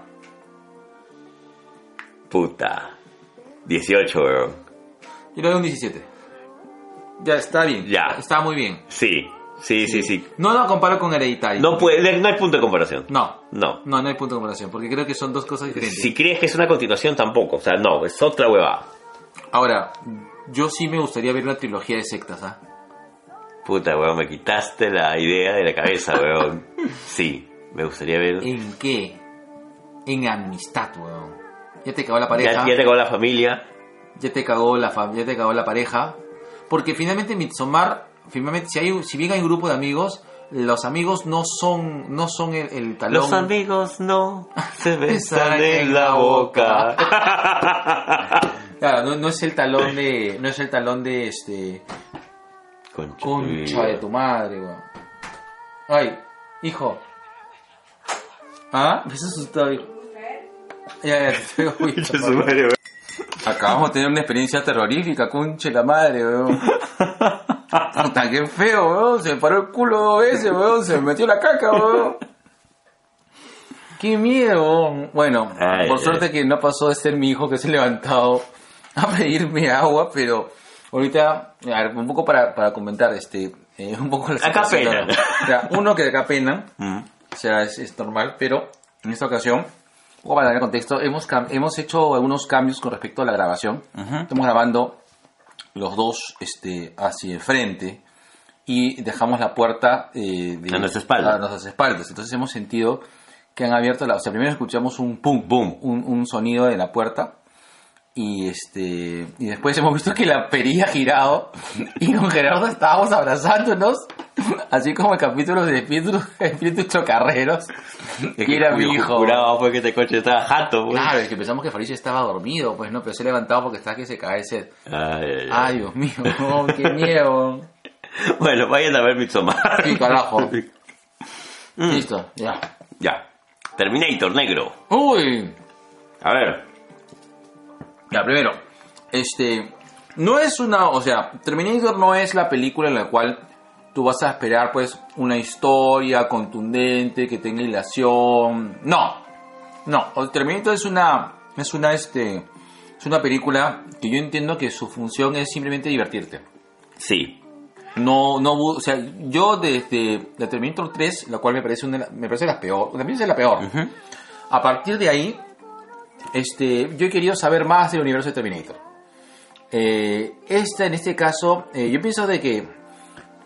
[SPEAKER 2] Puta. 18, weón.
[SPEAKER 1] Yo le doy un 17. Ya está bien.
[SPEAKER 2] Ya.
[SPEAKER 1] Está muy bien.
[SPEAKER 2] Sí, sí, sí, sí.
[SPEAKER 1] No lo comparo con Hereditary.
[SPEAKER 2] No, puede, no hay punto de comparación.
[SPEAKER 1] No.
[SPEAKER 2] No.
[SPEAKER 1] No, no hay punto de comparación, porque creo que son dos cosas diferentes.
[SPEAKER 2] Si crees que es una continuación, tampoco. O sea, no, es otra huevada.
[SPEAKER 1] Ahora, yo sí me gustaría ver una trilogía de sectas, ¿ah?
[SPEAKER 2] Puta, weón, me quitaste la idea de la cabeza, <laughs> weón. Sí, me gustaría ver.
[SPEAKER 1] ¿En qué? En amistad, weón. Ya te cagó la pareja.
[SPEAKER 2] Ya, ya te acabó la familia.
[SPEAKER 1] ya te cagó la fam- ya te cagó la pareja. Porque finalmente Midsommar, finalmente, si hay un- si bien hay un grupo de amigos, los amigos no son, no son el, el talón.
[SPEAKER 2] Los amigos no <laughs> se besan
[SPEAKER 1] Besan
[SPEAKER 2] en la boca.
[SPEAKER 1] Claro, no, no es el talón de. No es el talón de este.
[SPEAKER 2] <laughs> Concha,
[SPEAKER 1] Concha de tu madre, weón. Ay, hijo. ¿Ah? Me has asustado, hijo. Ya, ya,
[SPEAKER 2] <laughs>
[SPEAKER 1] te pego, hijo.
[SPEAKER 2] Concha de su madre, weón.
[SPEAKER 1] Acabamos de tener una experiencia terrorífica, conche la madre, weón. Puta, qué feo, weón. Se me paró el culo dos veces, weón. Se me metió la caca, weón. Qué miedo, weón. Bueno,
[SPEAKER 2] Ay,
[SPEAKER 1] por
[SPEAKER 2] ay.
[SPEAKER 1] suerte que no pasó de ser mi hijo que se ha levantado a pedirme agua, pero ahorita, a ver, un poco para, para comentar, este, eh, un poco la
[SPEAKER 2] Acá
[SPEAKER 1] situación,
[SPEAKER 2] penan.
[SPEAKER 1] ¿no? O sea, uno que acá pena,
[SPEAKER 2] Mm.
[SPEAKER 1] o sea, es, es normal, pero en esta ocasión, un poco para dar el contexto, hemos, cam- hemos hecho algunos cambios con respecto a la grabación. Estamos grabando los dos este, hacia enfrente y dejamos la puerta eh, de-
[SPEAKER 2] A nuestra espalda.
[SPEAKER 1] a nuestras espaldas. Entonces hemos sentido que han abierto la... O sea, primero escuchamos un pum, boom, un, un sonido de la puerta. Y este y después hemos visto que la perilla ha girado y con Gerardo estábamos abrazándonos, así como el capítulo de espíritus, espíritus chocarreros, que era mi hijo.
[SPEAKER 2] Juraba fue que este coche estaba jato, weón.
[SPEAKER 1] Claro, es que pensamos que Fabricio estaba dormido, pues no, pero se ha levantado porque estaba que se cae ese...
[SPEAKER 2] Ay, ay, ay.
[SPEAKER 1] Ay, Dios mío, <laughs> qué miedo.
[SPEAKER 2] Bueno, vayan a ver Midsommar.
[SPEAKER 1] Sí, carajo. Listo, ya.
[SPEAKER 2] <laughs> Ya. Terminator negro.
[SPEAKER 1] Uy,
[SPEAKER 2] A ver.
[SPEAKER 1] Ya, primero, este, no es una, o sea, Terminator no es la película en la cual tú vas a esperar pues una historia contundente que tenga hilación. No, no, El Terminator es una, es una, este, es una película que yo entiendo que su función es simplemente divertirte.
[SPEAKER 2] Sí.
[SPEAKER 1] No, no, bu- o sea, yo desde la Terminator 3, la cual me parece una, de la- me parece la peor, también es la peor. A partir de ahí, este, yo he querido saber más del universo de Terminator. Eh, esta, en este caso, eh, yo pienso de que,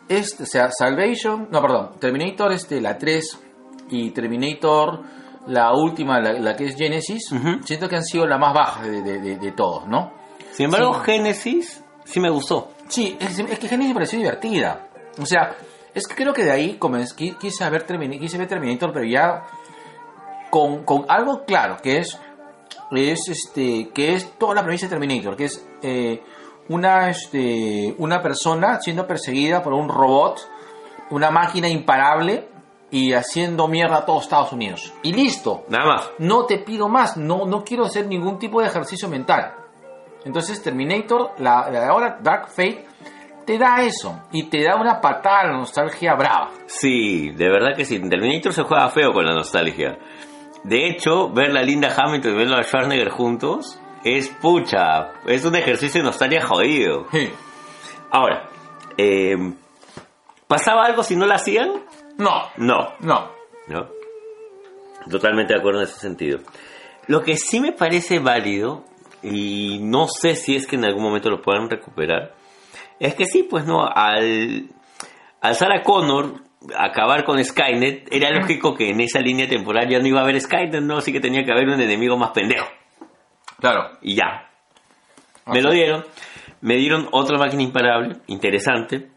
[SPEAKER 1] es, o sea, Salvation, no, perdón, Terminator, este, la 3 y Terminator, la última, la, la que es Genesis,
[SPEAKER 2] Ujú.
[SPEAKER 1] siento que han sido la más baja de, de- de- de todos, ¿no?
[SPEAKER 2] Sin embargo,
[SPEAKER 1] Sí.
[SPEAKER 2] Génesis sí me gustó.
[SPEAKER 1] Sí, es, es que Genesis me pareció divertida. O sea, es que creo que de ahí comencé, qui- quise, ver Termin- quise ver Terminator, pero ya con, con algo claro, que es, es este que es toda la premisa de Terminator, que es eh, una, este, una persona siendo perseguida por un robot, una máquina imparable y haciendo mierda a todos Estados Unidos. Y listo
[SPEAKER 2] Nada más.
[SPEAKER 1] no te pido más, no, no quiero hacer ningún tipo de ejercicio mental. Entonces Terminator, la, la de ahora Dark Fate, te da eso y te da una patada a la nostalgia brava.
[SPEAKER 2] Sí, de verdad que sí. Terminator se juega feo con la nostalgia. De hecho, ver la linda Hamilton y verlo a Schwarzenegger juntos es pucha. Es un ejercicio de nostalgia jodido. Ahora, eh, ¿pasaba algo si no la hacían?
[SPEAKER 1] No,
[SPEAKER 2] No,
[SPEAKER 1] no.
[SPEAKER 2] no. Totalmente de acuerdo en ese sentido. Lo que sí me parece válido, y no sé si es que en algún momento lo puedan recuperar, es que sí, pues no, al, al Sarah Connor acabar con Skynet, era lógico que en esa línea temporal ya no iba a haber Skynet, ¿no? Así que tenía que haber un enemigo más pendejo.
[SPEAKER 1] Claro.
[SPEAKER 2] Y ya, me lo dieron. Me dieron otra máquina imparable, interesante.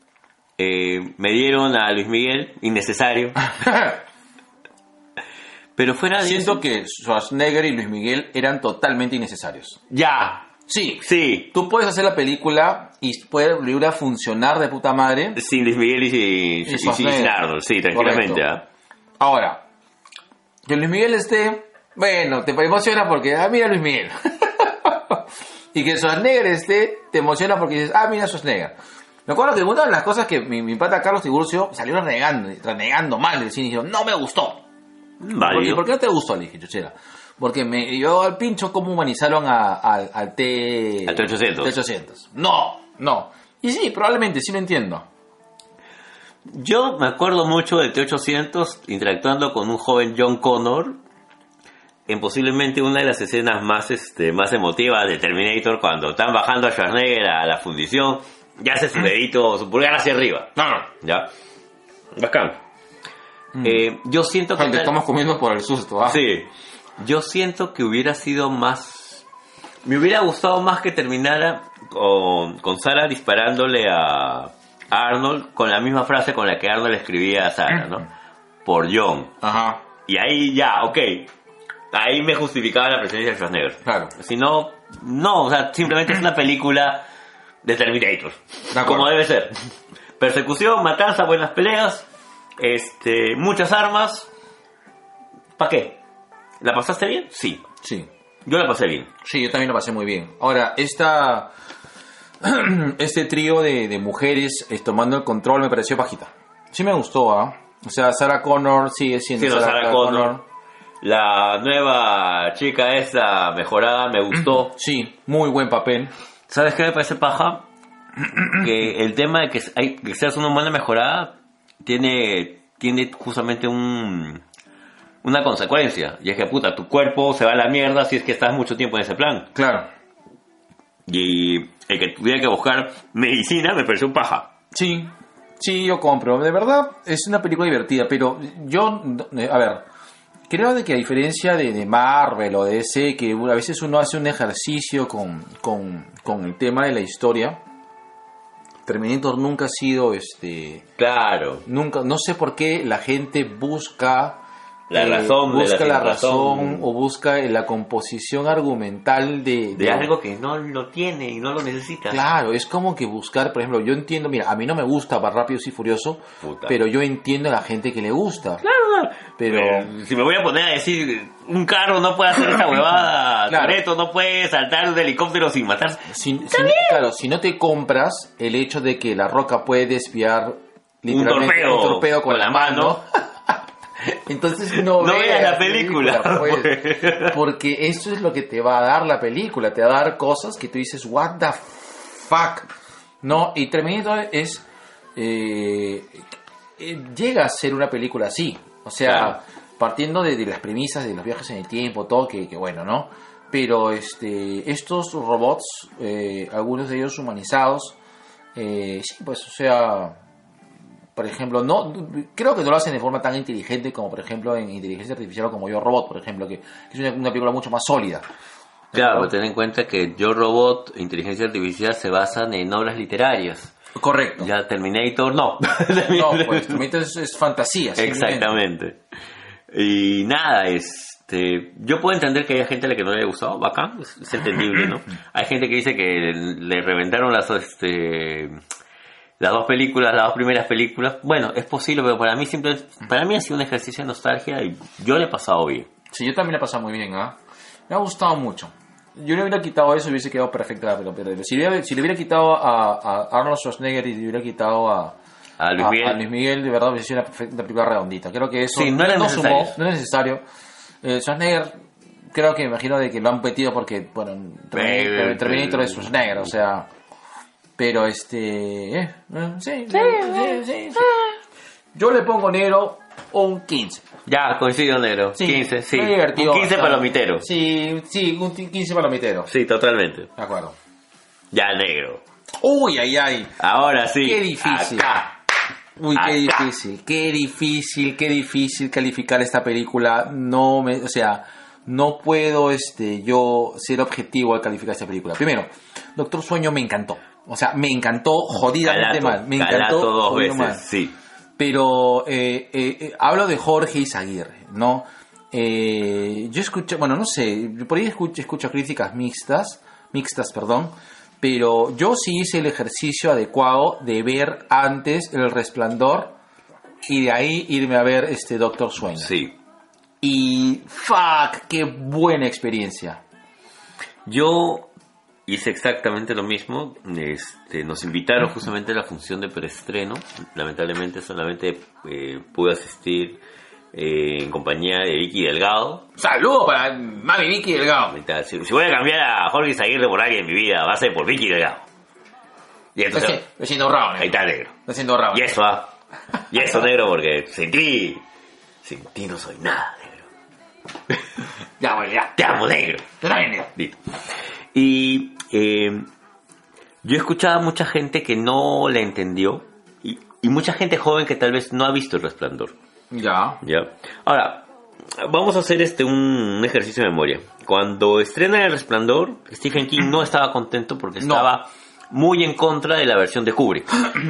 [SPEAKER 2] Eh, me dieron a Luis Miguel, <laughs> innecesario. Pero fuera de
[SPEAKER 1] Siento
[SPEAKER 2] eso-
[SPEAKER 1] que Schwarzenegger y Luis Miguel eran totalmente innecesarios.
[SPEAKER 2] Ya,
[SPEAKER 1] Sí,
[SPEAKER 2] sí.
[SPEAKER 1] tú puedes hacer la película y puede la película funcionar de puta madre.
[SPEAKER 2] Sin Luis Miguel y sin, y sin-
[SPEAKER 1] Schwarzenegger.
[SPEAKER 2] sin Arnold, sí, tranquilamente. ¿ah?
[SPEAKER 1] Correcto. Ahora, que Luis Miguel esté, bueno, te emociona porque, ah, mira Luis Miguel. <laughs> y que Schwarzenegger esté, te emociona porque dices, ah, mira Schwarzenegger. Me acuerdo que una de las cosas que mi, mi pata Carlos Tiburcio salió renegando, renegando mal del cine y dijo, no me gustó.
[SPEAKER 2] ¿ah?
[SPEAKER 1] ¿Por qué,
[SPEAKER 2] Válido.
[SPEAKER 1] por qué no te gustó? Le dije, chuchera. Porque me, yo al pincho cómo humanizaron a- al- al T...
[SPEAKER 2] Al T800.
[SPEAKER 1] T800. No, no. Y sí, probablemente, sí lo entiendo.
[SPEAKER 2] Yo me acuerdo mucho del T-800 interactuando con un joven John Connor en posiblemente una de las escenas más, este, más emotivas de Terminator cuando están bajando a Schwarzenegger a la fundición y hace su dedito, su pulgar hacia arriba. ¿Ya? Bacán. Eh, yo siento que...
[SPEAKER 1] Gente,
[SPEAKER 2] tal-
[SPEAKER 1] estamos comiendo por el susto, ¿ah?
[SPEAKER 2] Sí. Yo siento que hubiera sido más. Me hubiera gustado más que terminara con, con Sara disparándole a Arnold con la misma frase con la que Arnold escribía a Sara, ¿no? Por John.
[SPEAKER 1] Ajá,
[SPEAKER 2] Y ahí ya, ok. Ahí me justificaba la presencia de Schwarzenegger.
[SPEAKER 1] Claro.
[SPEAKER 2] Si no, no, o sea, simplemente es una película de Terminator.
[SPEAKER 1] De acuerdo.
[SPEAKER 2] como debe ser. Persecución, matanza, buenas peleas, este, muchas armas. ¿Para qué? ¿La pasaste bien? Sí.
[SPEAKER 1] sí.
[SPEAKER 2] Yo la pasé bien.
[SPEAKER 1] Sí, yo también lo pasé muy bien. Ahora, esta, <clears throat> este trío de, de mujeres eh, tomando el control me pareció pajita. Sí me gustó, ¿ah? O sea, Sarah Connor sigue siendo
[SPEAKER 2] Sí, no, Sarah Connor. La nueva chica esa mejorada me gustó.
[SPEAKER 1] <clears throat> Sí, muy buen papel.
[SPEAKER 2] ¿Sabes qué me
[SPEAKER 1] <clears throat>
[SPEAKER 2] parece paja? que el tema de que, hay, que seas una humana mejorada tiene, tiene justamente un, una consecuencia. Y es que, puta, tu cuerpo se va a la mierda si es que estás mucho tiempo en ese plan.
[SPEAKER 1] Claro.
[SPEAKER 2] Y el que tuviera que buscar medicina me pareció un paja.
[SPEAKER 1] Sí, sí, yo compro. De verdad, es una película divertida, pero yo, eh, a ver, creo de que a diferencia de, de Marvel o de ese, que a veces uno hace un ejercicio con, con, con el tema de la historia, Terminator nunca ha sido, este,
[SPEAKER 2] Claro.
[SPEAKER 1] nunca, no sé por qué la gente busca... eh,
[SPEAKER 2] La razón de
[SPEAKER 1] busca
[SPEAKER 2] la
[SPEAKER 1] la razón
[SPEAKER 2] razón.
[SPEAKER 1] o busca eh, la composición argumental de,
[SPEAKER 2] De algo que no lo tiene y no lo necesita.
[SPEAKER 1] Claro, es como que buscar, por ejemplo, yo entiendo, mira, a mí no me gusta para Rápidos y Furioso,
[SPEAKER 2] Puta.
[SPEAKER 1] pero yo entiendo a la gente que le gusta. Pero,
[SPEAKER 2] Eh, si me voy a poner a decir, un carro no puede hacer
[SPEAKER 1] <clears throat>
[SPEAKER 2] esta huevada,
[SPEAKER 1] Claro.
[SPEAKER 2] Toretto no puede saltar un helicóptero sin matarse.
[SPEAKER 1] si, si- claro, si no te compras el hecho de que la roca puede desviar
[SPEAKER 2] un
[SPEAKER 1] Literalmente,
[SPEAKER 2] torpedo,
[SPEAKER 1] un torpedo con, la mano. Entonces no,
[SPEAKER 2] No veas la película,
[SPEAKER 1] pues, porque eso es lo que te va a dar la película, te va a dar cosas que tú dices, what the fuck, no, y Terminator es, eh, eh, llega a ser una película así, o sea,
[SPEAKER 2] Claro.
[SPEAKER 1] partiendo de, de las premisas de los viajes en el tiempo, todo, que, que bueno, ¿no? Pero este, estos robots, eh, algunos de ellos humanizados, eh, sí, pues, o sea, por ejemplo, no creo que no lo hacen de forma tan inteligente como, por ejemplo, en Inteligencia Artificial o como Yo Robot, por ejemplo, que, que es una, una película mucho más sólida.
[SPEAKER 2] Claro, pero ten en cuenta que Yo Robot, e Inteligencia Artificial, se basan en obras literarias.
[SPEAKER 1] Correcto.
[SPEAKER 2] Ya Terminator, no.
[SPEAKER 1] No,
[SPEAKER 2] <laughs>
[SPEAKER 1] pues, <laughs> Terminator es, es fantasía. simplemente.
[SPEAKER 2] Exactamente. Y nada, este, yo puedo entender que haya gente a la que no le haya gustado, bacán, es, es
[SPEAKER 1] <clears throat>
[SPEAKER 2] entendible, ¿no? Hay gente que dice que le reventaron las, este, las dos películas, las dos primeras películas. Bueno, es posible, pero para mí siempre, para mí ha sido un ejercicio de nostalgia y yo le he pasado bien.
[SPEAKER 1] Sí, yo también la he pasado muy bien, ¿ah? Me ha gustado mucho. Yo le hubiera quitado eso y hubiese quedado perfecta la película. Pero Si le, hubiera- si le hubiera quitado a, a Arnold Schwarzenegger y le hubiera quitado a,
[SPEAKER 2] A Luis
[SPEAKER 1] a-
[SPEAKER 2] Miguel.
[SPEAKER 1] Ah, a Luis Miguel, de verdad, hubiese sido una, perfecta- una película redondita. Creo que eso
[SPEAKER 2] Sí, no era necesario.
[SPEAKER 1] sumó, no es necesario. Eh, Schwarzenegger, creo que me imagino de que lo han metido porque, bueno, Terminator
[SPEAKER 2] Baby,
[SPEAKER 1] Terminator
[SPEAKER 2] baby.
[SPEAKER 1] es Schwarzenegger, o sea... Pero este... eh, eh, sí, sí, sí, sí. Yo le pongo negro un 15.
[SPEAKER 2] Ya, coincido, Nero.
[SPEAKER 1] Sí,
[SPEAKER 2] 15, sí.
[SPEAKER 1] muy divertido,
[SPEAKER 2] Un 15
[SPEAKER 1] bastante.
[SPEAKER 2] palomitero. Sí.
[SPEAKER 1] Sí, sí, un ti- 15 palomitero.
[SPEAKER 2] totalmente.
[SPEAKER 1] De acuerdo.
[SPEAKER 2] Ya, negro.
[SPEAKER 1] Uy, ay, ay.
[SPEAKER 2] Ahora sí.
[SPEAKER 1] Qué difícil.
[SPEAKER 2] Acá.
[SPEAKER 1] Uy, qué
[SPEAKER 2] Acá.
[SPEAKER 1] difícil, qué difícil, qué difícil calificar esta película. No me, o sea, no puedo este yo ser objetivo al calificar esta película. Primero, Doctor Sueño me encantó. O sea, me encantó jodidamente
[SPEAKER 2] Calato,
[SPEAKER 1] mal. Me encantó
[SPEAKER 2] calato dos
[SPEAKER 1] jodido
[SPEAKER 2] veces,
[SPEAKER 1] mal.
[SPEAKER 2] sí.
[SPEAKER 1] Pero eh, eh, eh, hablo de Jorge Izaguirre, ¿no? Eh, yo escucho, bueno, no sé, por ahí escucho, escucho críticas mixtas, mixtas, perdón, pero yo sí hice el ejercicio adecuado de ver antes El Resplandor y de ahí irme a ver este Doctor Sueño.
[SPEAKER 2] Sí.
[SPEAKER 1] Y fuck, qué buena experiencia.
[SPEAKER 2] Yo hice exactamente lo mismo. Este, nos invitaron justamente a la función de preestreno. Lamentablemente solamente eh, pude asistir eh, en compañía de Vicky Delgado.
[SPEAKER 1] Saludos para Mami Vicky Delgado.
[SPEAKER 2] Ahorita, Si, si voy a cambiar a Jorge Izaguirre por alguien en mi vida, va a ser por Vicky Delgado. Y
[SPEAKER 1] Lo
[SPEAKER 2] entonces,
[SPEAKER 1] siento- lo siento honrado,
[SPEAKER 2] ahí
[SPEAKER 1] negro.
[SPEAKER 2] está negro.
[SPEAKER 1] Lo siento honrado.
[SPEAKER 2] Y eso, ah. Y eso negro porque sin ti, sin ti no soy nada negro.
[SPEAKER 1] Ya, bueno, ya.
[SPEAKER 2] Te amo negro.
[SPEAKER 1] Yo también, negro.
[SPEAKER 2] Listo. Y eh, yo he escuchado a mucha gente que no la entendió y, y mucha gente joven que tal vez no ha visto el resplandor.
[SPEAKER 1] Ya.
[SPEAKER 2] ¿ya? Ahora, vamos a hacer este un, un ejercicio de memoria. Cuando estrena el resplandor, Stephen King no estaba contento porque
[SPEAKER 1] No.
[SPEAKER 2] estaba muy en contra de la versión de Kubrick.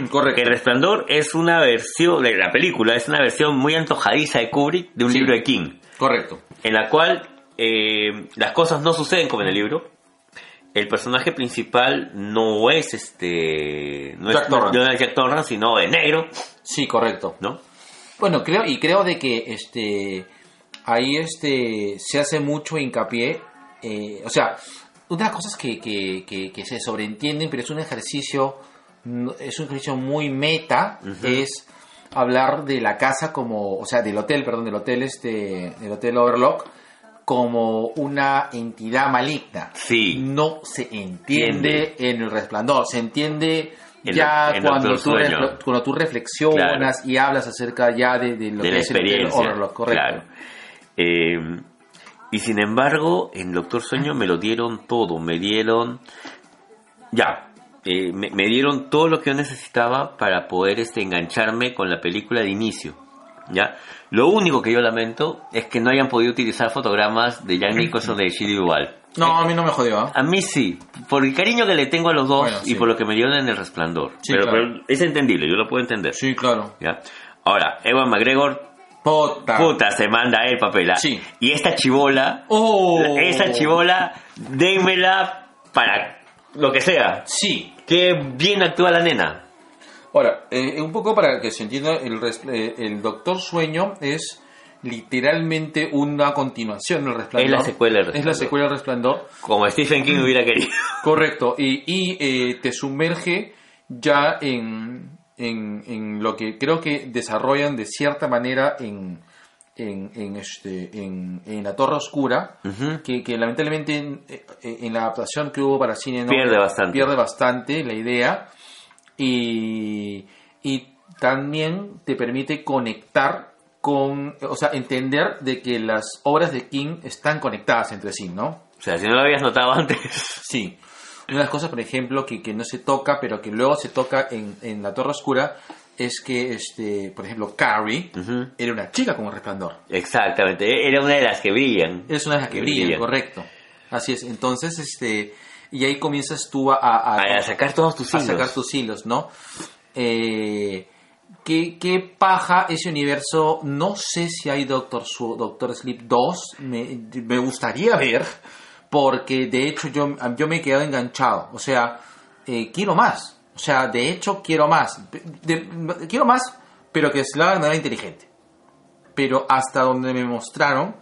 [SPEAKER 1] <clears throat> Correcto.
[SPEAKER 2] Que El Resplandor es una versión, de la película es una versión muy antojadiza de Kubrick de un
[SPEAKER 1] Sí.
[SPEAKER 2] libro de King
[SPEAKER 1] Correcto.
[SPEAKER 2] en la cual eh, las cosas no suceden como en el libro. El personaje principal no es este. No
[SPEAKER 1] Jack
[SPEAKER 2] es,
[SPEAKER 1] Torrance.
[SPEAKER 2] no es Jack Torrance, sino de negro,
[SPEAKER 1] Sí, correcto.
[SPEAKER 2] ¿no?
[SPEAKER 1] Bueno, creo, y creo de que este ahí este se hace mucho hincapié. eh, o sea, una de las cosas que, que- que- que se sobreentienden, pero es un ejercicio, mm, es un ejercicio muy meta, es hablar de la casa como, o sea, del hotel, perdón, del hotel este, del hotel Overlock como una entidad maligna.
[SPEAKER 2] Sí.
[SPEAKER 1] No se entiende en el resplandor, se entiende
[SPEAKER 2] En
[SPEAKER 1] ya
[SPEAKER 2] lo- en
[SPEAKER 1] cuando
[SPEAKER 2] Doctor
[SPEAKER 1] tú,
[SPEAKER 2] Sueño.
[SPEAKER 1] refle- cuando tú reflexionas
[SPEAKER 2] Claro.
[SPEAKER 1] y hablas acerca ya de, de lo
[SPEAKER 2] de
[SPEAKER 1] que
[SPEAKER 2] la
[SPEAKER 1] es el hotel
[SPEAKER 2] experiencia.
[SPEAKER 1] Overlock, correcto.
[SPEAKER 2] claro. Eh, y sin embargo, en Doctor Sueño me lo dieron todo, me dieron. Ya. eh, me, me dieron todo lo que yo necesitaba para poder este, engancharme con la película de inicio. ¿ya? Lo único que yo lamento es que no hayan podido utilizar fotogramas de
[SPEAKER 1] <clears throat>
[SPEAKER 2] Jack Nicholson de Shirley Duval.
[SPEAKER 1] No, a mí no me jodió. ¿ah?
[SPEAKER 2] A mí sí, por el cariño que le tengo a los dos
[SPEAKER 1] Bueno, sí.
[SPEAKER 2] y por lo que me dieron en el resplandor.
[SPEAKER 1] Sí,
[SPEAKER 2] pero,
[SPEAKER 1] claro.
[SPEAKER 2] pero es entendible, yo lo puedo entender.
[SPEAKER 1] Sí, claro.
[SPEAKER 2] ¿ya? Ahora, Ewan McGregor
[SPEAKER 1] Puta.
[SPEAKER 2] Puta, se manda el papel. ¿ah?
[SPEAKER 1] Ah. Sí.
[SPEAKER 2] Y esta chivola,
[SPEAKER 1] Oh.
[SPEAKER 2] esta chivola, démela para lo que sea.
[SPEAKER 1] Sí.
[SPEAKER 2] Qué bien actúa la nena.
[SPEAKER 1] Ahora, eh, un poco para que se entienda, el, res- eh, el Doctor Sueño es literalmente una continuación del resplandor.
[SPEAKER 2] secuela del
[SPEAKER 1] Es la
[SPEAKER 2] Resplandor.
[SPEAKER 1] secuela del resplandor.
[SPEAKER 2] Como Stephen King hubiera querido.
[SPEAKER 1] Correcto, y, y, eh, te sumerge ya en, en, en lo que creo que desarrollan de cierta manera en, en, en este, en, en La Torre Oscura,
[SPEAKER 2] Ujú.
[SPEAKER 1] que, que lamentablemente en, eh, en la adaptación que hubo para cine ¿no?
[SPEAKER 2] Pierde bastante.
[SPEAKER 1] pierde bastante la idea y, y también te permite conectar con, o sea, entender de que las obras de King están conectadas entre sí, ¿no?
[SPEAKER 2] O sea, si no lo habías notado antes.
[SPEAKER 1] Sí. Una de las cosas, por ejemplo, que, que no se toca, pero que luego se toca en, en La Torre Oscura, es que, este, por ejemplo, Carrie
[SPEAKER 2] Ujú.
[SPEAKER 1] era una chica con un resplandor.
[SPEAKER 2] Exactamente, e- era una de las que brillan.
[SPEAKER 1] Es una de las que
[SPEAKER 2] Que
[SPEAKER 1] brilla,
[SPEAKER 2] brilla.
[SPEAKER 1] correcto. Así es. Entonces, este, y ahí comienzas tú a, a-
[SPEAKER 2] A, a sacar todos tus
[SPEAKER 1] a
[SPEAKER 2] hilos.
[SPEAKER 1] sacar tus hilos, ¿no? Eh, ¿qué, qué paja ese universo? No sé si hay Doctor, Su- Doctor Sleep 2. Me, me gustaría ver, porque de hecho yo, yo me he quedado enganchado. O sea, eh, quiero más. O sea, de hecho quiero más. De- quiero más, pero que se lo hagan de manera inteligente. Pero hasta donde me mostraron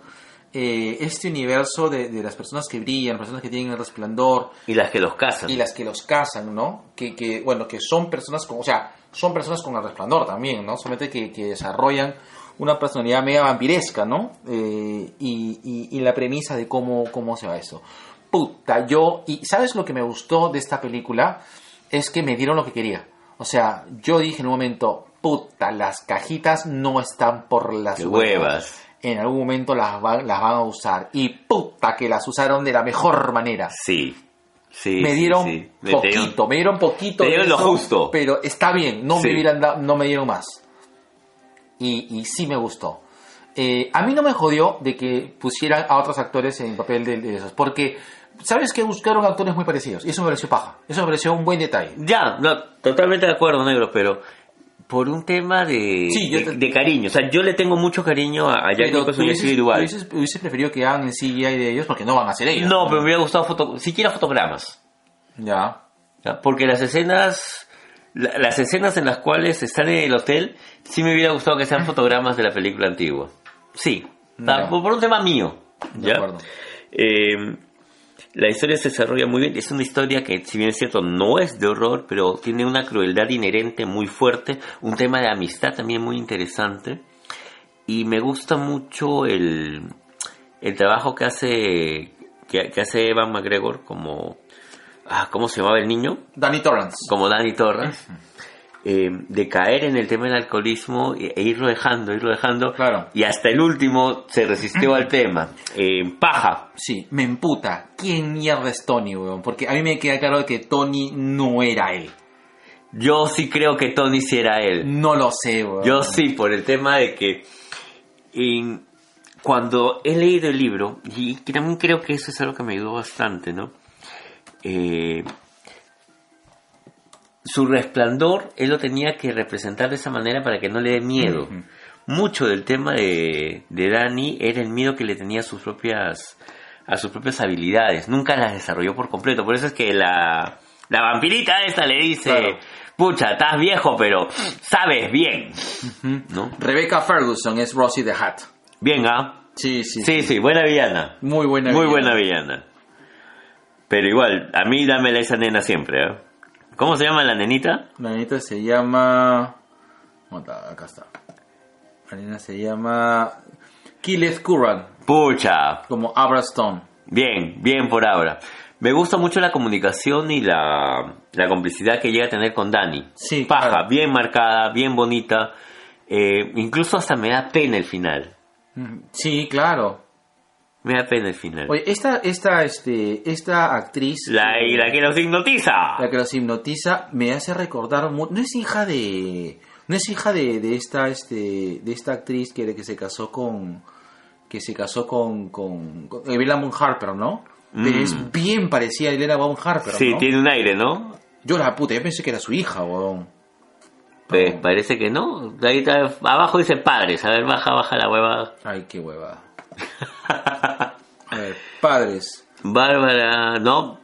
[SPEAKER 1] eh, este universo de, de las personas que brillan, personas que tienen el resplandor,
[SPEAKER 2] Y las que los cazan.
[SPEAKER 1] y las que los casan, ¿no? Que, que, bueno, que son personas con, o sea, son personas con el resplandor también, ¿no? Solamente que, que desarrollan una personalidad media vampiresca, ¿no? Eh, y, y- y la premisa de cómo, cómo se va eso. Puta, yo, y ¿sabes lo que me gustó de esta película? Es que me dieron lo que quería. O sea, yo dije en un momento, puta, las cajitas no están por las
[SPEAKER 2] Qué huevas.
[SPEAKER 1] En algún momento las van, las van a usar. Y puta que las usaron de la mejor manera.
[SPEAKER 2] Sí. Sí.
[SPEAKER 1] Me
[SPEAKER 2] sí,
[SPEAKER 1] dieron
[SPEAKER 2] sí. Me- te
[SPEAKER 1] poquito,
[SPEAKER 2] dieron-
[SPEAKER 1] me dieron poquito.
[SPEAKER 2] te
[SPEAKER 1] de
[SPEAKER 2] dieron lo justo.
[SPEAKER 1] Pero está bien, no,
[SPEAKER 2] Sí.
[SPEAKER 1] me, hubieran dado- no me dieron más. Y, y sí me gustó. Eh, a mí no me jodió de que pusieran a otros actores en papel de, de esos, porque sabes que buscaron actores muy parecidos, y eso me pareció paja, eso me pareció un buen detalle.
[SPEAKER 2] Ya, no, totalmente de acuerdo, negro, pero por un tema de,
[SPEAKER 1] Sí, yo
[SPEAKER 2] de,
[SPEAKER 1] te-
[SPEAKER 2] de cariño. O sea, yo le tengo mucho cariño a, a Jack
[SPEAKER 1] Pero
[SPEAKER 2] Nicholson y a
[SPEAKER 1] hubieses,
[SPEAKER 2] Steve Duval.
[SPEAKER 1] hubieses- hubieses preferido que hagan el CGI de ellos, porque no van a ser ellos.
[SPEAKER 2] No, pero me hubiera gustado foto, siquiera fotogramas.
[SPEAKER 1] Ya.
[SPEAKER 2] ¿ya? Porque las escenas, la- las escenas en las cuales están en el hotel, sí me hubiera gustado
[SPEAKER 1] <laughs>
[SPEAKER 2] que sean fotogramas de la película antigua. Sí,
[SPEAKER 1] Ya.
[SPEAKER 2] por, por un tema mío.
[SPEAKER 1] De
[SPEAKER 2] ¿ya?
[SPEAKER 1] acuerdo.
[SPEAKER 2] Eh, la historia se desarrolla muy bien. Es una historia que, si bien es cierto, no es de horror, pero tiene una crueldad inherente muy fuerte, un tema de amistad también muy interesante. Y me gusta mucho el, el trabajo que hace, que, que hace Evan McGregor como... Ah, ¿Cómo se llamaba el niño?
[SPEAKER 1] Danny Torrance.
[SPEAKER 2] como Dani Torres, eh, de caer en el tema del alcoholismo e, e irlo dejando, irlo dejando.
[SPEAKER 1] Claro.
[SPEAKER 2] Y hasta el último se resistió al tema. Eh, paja.
[SPEAKER 1] Sí, me emputa. ¿Quién mierda es Tony, weón? Porque a mí me queda claro que Tony no era él.
[SPEAKER 2] Yo sí creo que Tony sí era él.
[SPEAKER 1] No lo sé, weón.
[SPEAKER 2] Yo sí, por el tema de que en- cuando he leído el libro, y que también creo que eso es algo que me ayudó bastante, ¿no? Eh, su resplandor él lo tenía que representar de esa manera para que no le dé miedo. Mucho del tema de, de Dani era el miedo que le tenía a sus propias a sus propias habilidades. Nunca las desarrolló por completo. Por eso es que la, la vampirita esta le dice,
[SPEAKER 1] Claro.
[SPEAKER 2] pucha, estás viejo, pero sabes bien. ¿No?
[SPEAKER 1] Rebecca Ferguson es Rosie the Hat.
[SPEAKER 2] Bien, ¿ah?
[SPEAKER 1] Sí, sí.
[SPEAKER 2] Sí, sí, buena villana.
[SPEAKER 1] Muy buena.
[SPEAKER 2] Muy
[SPEAKER 1] villana.
[SPEAKER 2] buena villana. Pero igual, a mí dámela esa nena siempre, ¿ah? ¿Cómo se llama la nenita?
[SPEAKER 1] La nenita se llama. Mota, acá está. La nena se llama. Killeth Curran,
[SPEAKER 2] Pucha,
[SPEAKER 1] como Abra Stone.
[SPEAKER 2] bien, bien por ahora. Me gusta mucho la comunicación y la, la complicidad que llega a tener con Dani.
[SPEAKER 1] Sí,
[SPEAKER 2] Paja,
[SPEAKER 1] claro.
[SPEAKER 2] bien marcada, bien bonita. Eh, incluso hasta me da pena el final.
[SPEAKER 1] Mm, Sí, claro.
[SPEAKER 2] Me da pena el final.
[SPEAKER 1] Oye, esta, esta, este, esta actriz.
[SPEAKER 2] la, y la que los hipnotiza.
[SPEAKER 1] la que los hipnotiza me hace recordar mu- no es hija de no es hija de, de esta este de esta actriz que, que se casó con que se casó con con, con Evelyn Von Harper no pero
[SPEAKER 2] Mm.
[SPEAKER 1] es bien parecida a Elena Von Harper
[SPEAKER 2] sí,
[SPEAKER 1] ¿no?
[SPEAKER 2] tiene un aire, ¿no?
[SPEAKER 1] yo la puta yo pensé que era su hija weón.
[SPEAKER 2] Pues parece que no. Ahí está, abajo dice padres. A ver, baja, baja la hueva.
[SPEAKER 1] ay qué
[SPEAKER 2] <laughs>
[SPEAKER 1] huevada a ver padres
[SPEAKER 2] Bárbara, no.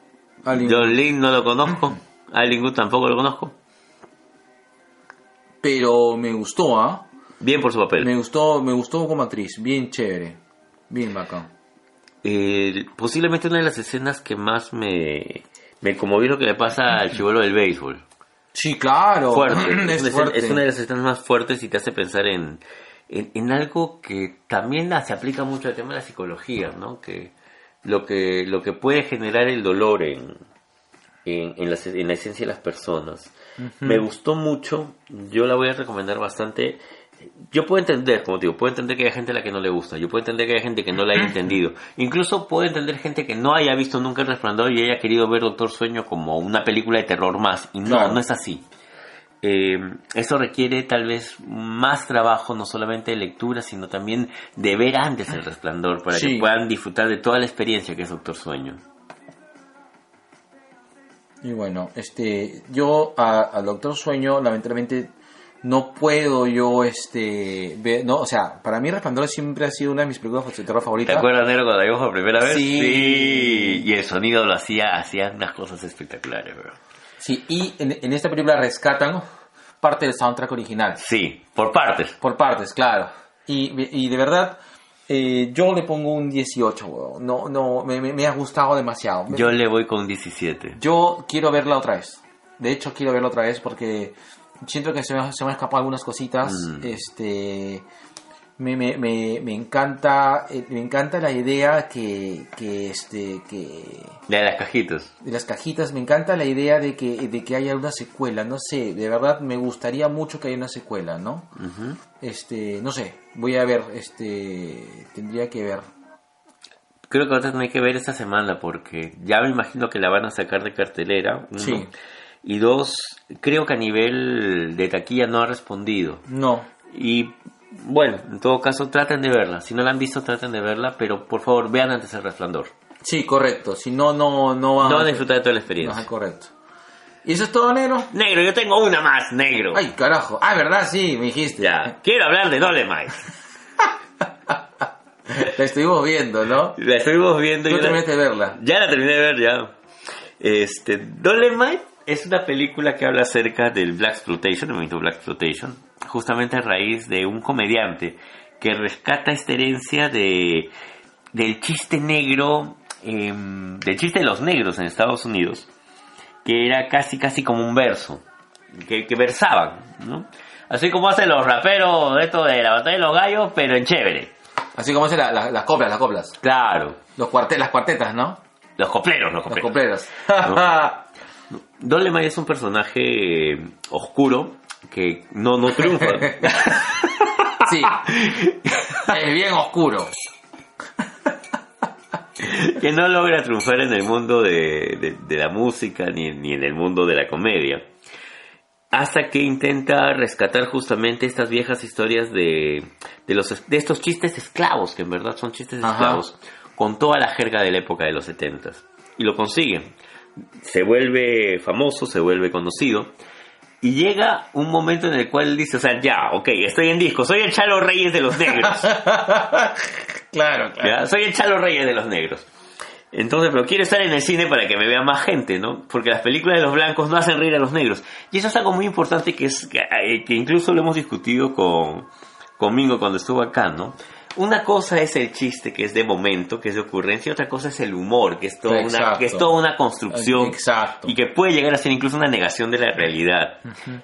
[SPEAKER 1] Alin-
[SPEAKER 2] John Lynn no
[SPEAKER 1] <clears throat>
[SPEAKER 2] lo conozco. Alin Good tampoco lo conozco.
[SPEAKER 1] pero me gustó ah
[SPEAKER 2] Bien por su papel.
[SPEAKER 1] me gustó me gustó como actriz bien chévere bien bacán
[SPEAKER 2] Eh, posiblemente una de las escenas que más me, me conmovió es lo que le pasa al chivolo del béisbol.
[SPEAKER 1] Sí, claro. <clears throat>
[SPEAKER 2] fuerte.
[SPEAKER 1] Es
[SPEAKER 2] Es, una-
[SPEAKER 1] fuerte.
[SPEAKER 2] es una de las escenas más fuertes y te hace pensar en, en, en algo que también se aplica mucho al tema de la psicología, ¿no? Que lo que, lo que puede generar el dolor en, en, en la, es- en la esencia de las personas. Me gustó mucho, yo la voy a recomendar bastante. Yo puedo entender, como te digo, puedo entender que hay gente a la que no le gusta, yo puedo entender que hay gente que no la haya entendido, incluso puedo entender gente que no haya visto nunca El Resplandor y haya querido ver Doctor Sueño como una película de terror más, y no,
[SPEAKER 1] Claro.
[SPEAKER 2] no es así. Eh, eso requiere tal vez más trabajo, no solamente de lectura, sino también de ver antes El Resplandor, para
[SPEAKER 1] Ah, Sí.
[SPEAKER 2] que puedan disfrutar de toda la experiencia que es Doctor Sueño.
[SPEAKER 1] Y bueno, este, yo a- al Doctor Sueño, lamentablemente, no puedo yo, este, ver, no, o sea, para mí Resplandor siempre ha sido una de mis películas de terror
[SPEAKER 2] ¿Te
[SPEAKER 1] favoritas.
[SPEAKER 2] acuerdas, Nero, cuando la vimos por primera vez?
[SPEAKER 1] Sí.
[SPEAKER 2] Y el sonido lo hacía, hacía unas cosas espectaculares, bro.
[SPEAKER 1] Sí, y en, en esta película rescatan parte del soundtrack original.
[SPEAKER 2] Sí, por partes.
[SPEAKER 1] Por partes, claro. Y, y de verdad, eh, yo le pongo un 18, weón. No, no, me, me- me ha gustado demasiado.
[SPEAKER 2] Yo le voy con 17.
[SPEAKER 1] Yo quiero verla otra vez. De hecho, quiero verla otra vez porque siento que se me, se me han escapado algunas cositas.
[SPEAKER 2] Mm.
[SPEAKER 1] Este. Me, me, me, me encanta eh, me encanta la idea que, que este que
[SPEAKER 2] La de las cajitas.
[SPEAKER 1] de las cajitas me encanta la idea de que de que haya una secuela no sé de verdad me gustaría mucho que haya una secuela no
[SPEAKER 2] Ujú.
[SPEAKER 1] este, no sé, voy a ver, este, tendría que ver.
[SPEAKER 2] Creo que vas a tener que ver esta semana porque ya me imagino que la van a sacar de cartelera. uno.
[SPEAKER 1] Sí.
[SPEAKER 2] Y dos, creo que a nivel de taquilla no ha respondido.
[SPEAKER 1] No,
[SPEAKER 2] Y bueno, en todo caso, traten de verla. Si no la han visto, traten de verla, pero por favor, vean antes el resplandor.
[SPEAKER 1] sí, correcto, si no, no, no van
[SPEAKER 2] No van a disfrutar de toda la experiencia.
[SPEAKER 1] Ajá, correcto. ¿Y eso es todo, negro?
[SPEAKER 2] Negro, yo tengo una más, negro.
[SPEAKER 1] Ay, carajo, ah, verdad, sí, me dijiste. <laughs>
[SPEAKER 2] Ya, quiero hablar de Dolemite.
[SPEAKER 1] La estuvimos viendo, ¿no?
[SPEAKER 2] <laughs> La estuvimos viendo y
[SPEAKER 1] Tú
[SPEAKER 2] yo
[SPEAKER 1] terminaste
[SPEAKER 2] la,
[SPEAKER 1] de verla.
[SPEAKER 2] ya la terminé de ver, ya. Este, Dolemite es una película que habla acerca del Black Exploitation, el movimiento Black Exploitation, justamente a raíz de un comediante que rescata esta herencia de, del chiste negro, em, del chiste de los negros en Estados Unidos, que era casi casi como un verso, que, que versaban, ¿no? Así como hacen los raperos, esto de la batalla de los gallos, pero en chévere.
[SPEAKER 1] Así como hacen la- la- las coplas, las coplas.
[SPEAKER 2] Claro.
[SPEAKER 1] Los cuartetas, las cuartetas, ¿no?
[SPEAKER 2] Los copleros, los
[SPEAKER 1] Los
[SPEAKER 2] copleros.
[SPEAKER 1] copleros.
[SPEAKER 2] <laughs> Dolemite es un personaje eh, oscuro que no, no triunfa.
[SPEAKER 1] sí. Es bien oscuro.
[SPEAKER 2] <laughs> que no logra triunfar en el mundo de, de- de la música ni, ni en el mundo de la comedia. Hasta que intenta rescatar justamente estas viejas historias de, de, los, es- de estos chistes esclavos, que en verdad son chistes
[SPEAKER 1] Ajá.
[SPEAKER 2] esclavos, con toda la jerga de la época de los 70 Y lo consigue. Se vuelve famoso, se vuelve conocido. Y llega un momento en el cual dice, o sea, ya, ok, estoy en disco, soy el Chalo Reyes de los negros.
[SPEAKER 1] Claro, claro.
[SPEAKER 2] ¿Ya? Soy el Chalo Reyes de los negros. Entonces, pero quiero estar en el cine para que me vea más gente, ¿no? Porque las películas de los blancos no hacen reír a los negros. Y eso es algo muy importante que es que, eh, que incluso lo hemos discutido con conmigo cuando estuvo acá, ¿no? Una cosa es el chiste que es de momento, que es de ocurrencia, y otra cosa es el humor, que es toda una,
[SPEAKER 1] Exacto.
[SPEAKER 2] que es toda una construcción
[SPEAKER 1] Exacto.
[SPEAKER 2] y que puede llegar a ser incluso una negación de la realidad.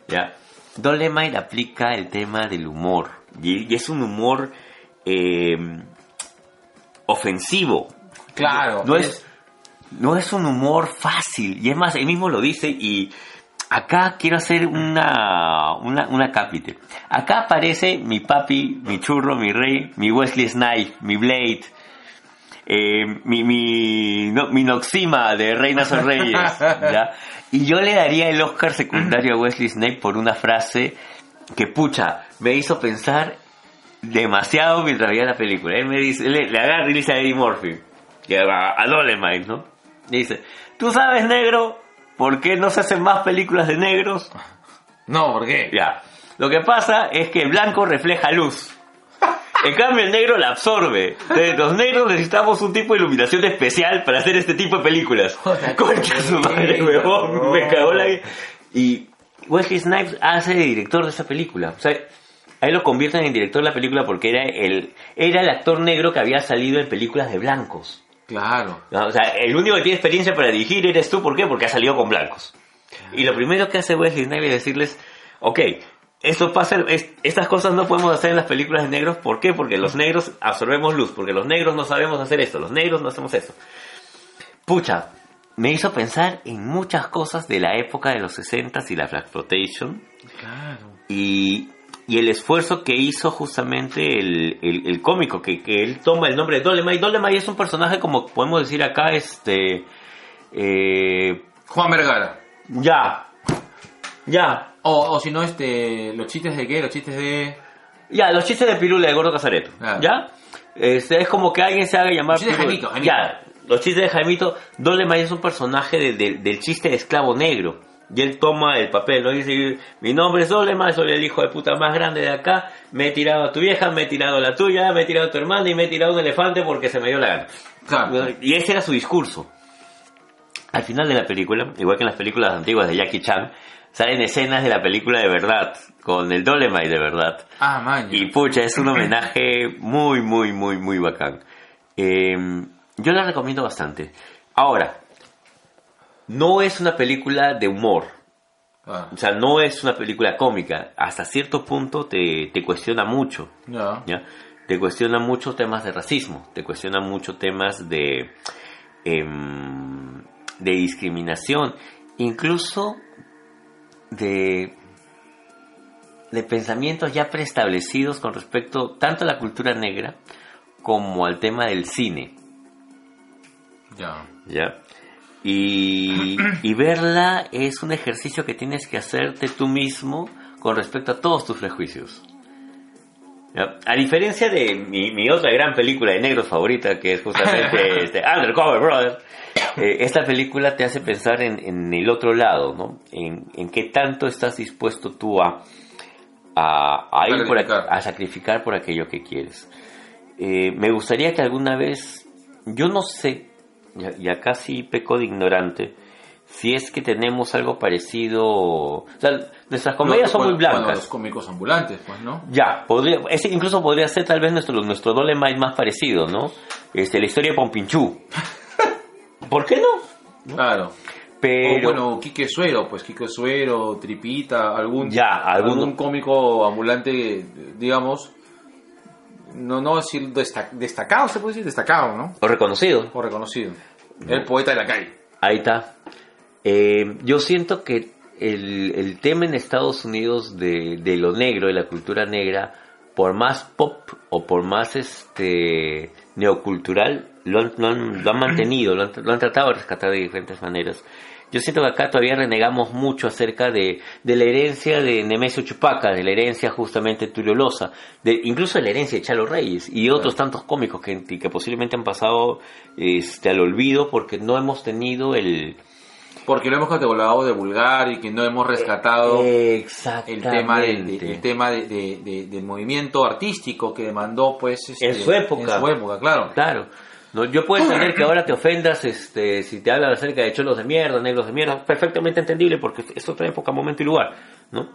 [SPEAKER 2] ¿ya? Dolemite aplica el tema del humor y, y es un humor eh, ofensivo.
[SPEAKER 1] Claro.
[SPEAKER 2] No es, no es un humor fácil y es más, él mismo lo dice y acá quiero hacer una, una, una cápite. Acá aparece mi papi, mi churro, mi rey, mi Wesley Snipe, mi Blade. eh, mi, mi, no- mi Noxima de Reinas o Reyes. ¿ya? Y yo le daría el Oscar secundario a Wesley Snape por una frase que, pucha, me hizo pensar demasiado mientras veía la película. Él me dice, le, le agarra y le dice a Eddie Murphy, que a, a Dolemite, ¿no? Le dice, ¿tú sabes, negro, por qué no se hacen más películas de negros?
[SPEAKER 1] No, ¿por qué?
[SPEAKER 2] Ya. Lo que pasa es que el blanco refleja luz. En cambio, el negro la absorbe. Entonces, los negros necesitamos un tipo de iluminación especial para hacer este tipo
[SPEAKER 1] <laughs>
[SPEAKER 2] de películas.
[SPEAKER 1] Joder,
[SPEAKER 2] Concha
[SPEAKER 1] qué
[SPEAKER 2] su madre,
[SPEAKER 1] bonito,
[SPEAKER 2] huevón.
[SPEAKER 1] no.
[SPEAKER 2] Me cagó la vida. Y Wesley Snipes hace de director de esa película. O sea, ahí lo convierten en director de la película porque era el, era el actor negro que había salido en películas de blancos.
[SPEAKER 1] Claro.
[SPEAKER 2] ¿no? O sea, el único que tiene experiencia para dirigir eres tú. ¿Por qué? Porque ha salido con blancos. Y lo primero que hace Wesley Snipes es decirles, ok, esto pasa, es- estas cosas no podemos hacer en las películas de negros, ¿por qué? Porque los negros absorbemos luz, porque los negros no sabemos hacer esto, los negros no hacemos esto. Pucha, me hizo pensar en muchas cosas de la época de los 60s y la Black Exploitation
[SPEAKER 1] Claro.
[SPEAKER 2] y, y el esfuerzo que hizo justamente el, el- el cómico, que, que él toma el nombre de Dolemite. Dolemite es un personaje, como podemos decir acá, este... eh,
[SPEAKER 1] Juan Vergara.
[SPEAKER 2] ya, ya,
[SPEAKER 1] O, o si no, este, los chistes de qué, los chistes de...
[SPEAKER 2] Ya, los chistes de pirula de Gordo Casareto.
[SPEAKER 1] Claro.
[SPEAKER 2] ¿Ya? Este, es como que alguien se haga
[SPEAKER 1] Ah.
[SPEAKER 2] llamar.
[SPEAKER 1] Los chistes de
[SPEAKER 2] pirula.
[SPEAKER 1] Jaimito, Jaimito.
[SPEAKER 2] Ya, los chistes de Jaimito. Dolemay es un personaje de- de- del chiste de esclavo negro. Y él toma el papel, ¿no? Y dice: Mi nombre es Dolemay, soy el hijo de puta más grande de acá. Me he tirado a tu vieja, me he tirado a la tuya, me he tirado a tu hermana y me he tirado a un elefante porque se me dio la gana.
[SPEAKER 1] Claro.
[SPEAKER 2] Y ese era su discurso. Al final de la película, igual que en las películas antiguas de Jackie Chan, salen escenas de la película de verdad, con el Dolemite de verdad.
[SPEAKER 1] Ah, man.
[SPEAKER 2] Y pucha, es un homenaje muy, muy, muy, muy bacán. Eh, yo la recomiendo bastante. Ahora, no es una película de humor.
[SPEAKER 1] Ah,
[SPEAKER 2] O sea, no es una película cómica. Hasta cierto punto te, te cuestiona mucho.
[SPEAKER 1] ya.
[SPEAKER 2] ¿ya? Te cuestiona mucho temas de racismo, te cuestiona mucho temas de, em, de discriminación, incluso de, de pensamientos ya preestablecidos con respecto tanto a la cultura negra como al tema del cine.
[SPEAKER 1] Ya.
[SPEAKER 2] ¿ya? Y, y verla es un ejercicio que tienes que hacerte tú mismo con respecto a todos tus prejuicios. ¿Ya? A diferencia de mi, mi otra gran película de negros favorita, que es
[SPEAKER 1] <laughs>
[SPEAKER 2] justamente este, Undercover Brother, eh, esta película te hace pensar en, en el otro lado, ¿no? En, en qué tanto estás dispuesto tú a, a, a ir por aqu-
[SPEAKER 1] Sacrificar.
[SPEAKER 2] a sacrificar por aquello que quieres. Eh, me gustaría que alguna vez, yo no sé, y- y acá sí peco de ignorante, si es que tenemos algo parecido, o sea, nuestras comedias son
[SPEAKER 1] Cuando-
[SPEAKER 2] muy
[SPEAKER 1] cuando
[SPEAKER 2] blancas.
[SPEAKER 1] los cómicos ambulantes, pues, ¿no?
[SPEAKER 2] Ya, podría, ese incluso podría ser tal vez nuestro, nuestro Dolemite más parecido, ¿no? Este, la historia de Pompinchú. ¿Por qué no?
[SPEAKER 1] Claro.
[SPEAKER 2] Pero,
[SPEAKER 1] O Oh, bueno, Quique Suero, pues Quique Suero, Tripita, algún,
[SPEAKER 2] Ya,
[SPEAKER 1] algún,
[SPEAKER 2] algún-
[SPEAKER 1] cómico ambulante, digamos, no, no decir destac- destacado, se puede decir destacado, ¿no?
[SPEAKER 2] o reconocido.
[SPEAKER 1] O reconocido.
[SPEAKER 2] Mm.
[SPEAKER 1] El poeta de la calle.
[SPEAKER 2] Ahí está. Eh, yo siento que el, el tema en Estados Unidos de, de lo negro, de la cultura negra, por más pop o por más este neocultural, lo han, lo han- lo han mantenido, lo han, lo han tratado de rescatar de diferentes maneras. Yo siento que acá todavía renegamos mucho acerca de, de la herencia de Nemesio Chupaca, de la herencia justamente Tulio Loza, de, incluso de la herencia de Chalo Reyes y otros tantos cómicos que, que posiblemente han pasado este, al olvido porque no hemos tenido el...
[SPEAKER 1] Porque lo hemos catalogado de vulgar y que no hemos rescatado
[SPEAKER 2] Eh,
[SPEAKER 1] el
[SPEAKER 2] Exactamente.
[SPEAKER 1] tema, de- de- el tema de- de- de- del movimiento artístico que demandó, pues... este,
[SPEAKER 2] En su época.
[SPEAKER 1] En su época, claro.
[SPEAKER 2] Claro. No, yo puedo entender que ahora te ofendas este, si te hablan acerca de cholos de mierda, negros de mierda, perfectamente entendible porque es otra época, momento y lugar, ¿no?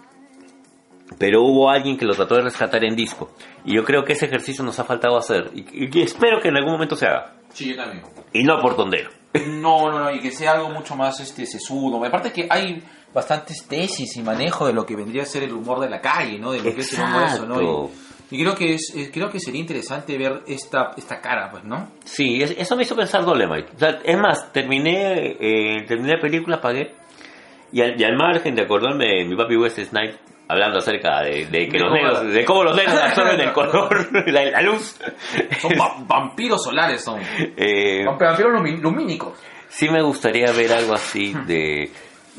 [SPEAKER 2] Pero hubo alguien que lo trató de rescatar en disco. Y yo creo que ese ejercicio nos ha faltado hacer. Y, y espero que en algún momento se haga.
[SPEAKER 1] Sí, yo también.
[SPEAKER 2] Y no por tondero.
[SPEAKER 1] No, no, no, y que sea algo mucho más este sesudo. Aparte que hay bastantes tesis y manejo de lo que vendría a ser el humor de la calle, ¿no? De lo que es el humor eso, ¿no?
[SPEAKER 2] Exacto.
[SPEAKER 1] Y, y creo que es, es- creo que sería interesante ver esta esta cara, pues, ¿no?
[SPEAKER 2] Sí, es- eso me hizo pensar Dolemite. O sea, es más, terminé, eh, terminé la película, pagué. Y al, y al margen de acordarme de mi papi West Snipe hablando acerca de, de que
[SPEAKER 1] De
[SPEAKER 2] los
[SPEAKER 1] cómo-
[SPEAKER 2] negros, de cómo los negros absorben el color, <laughs> la,
[SPEAKER 1] <laughs>
[SPEAKER 2] la luz.
[SPEAKER 1] Son
[SPEAKER 2] <laughs>
[SPEAKER 1] va- vampiros solares, son.
[SPEAKER 2] Eh,
[SPEAKER 1] Vamp- Vampiros lumi- lumínicos.
[SPEAKER 2] sí me gustaría ver algo así de,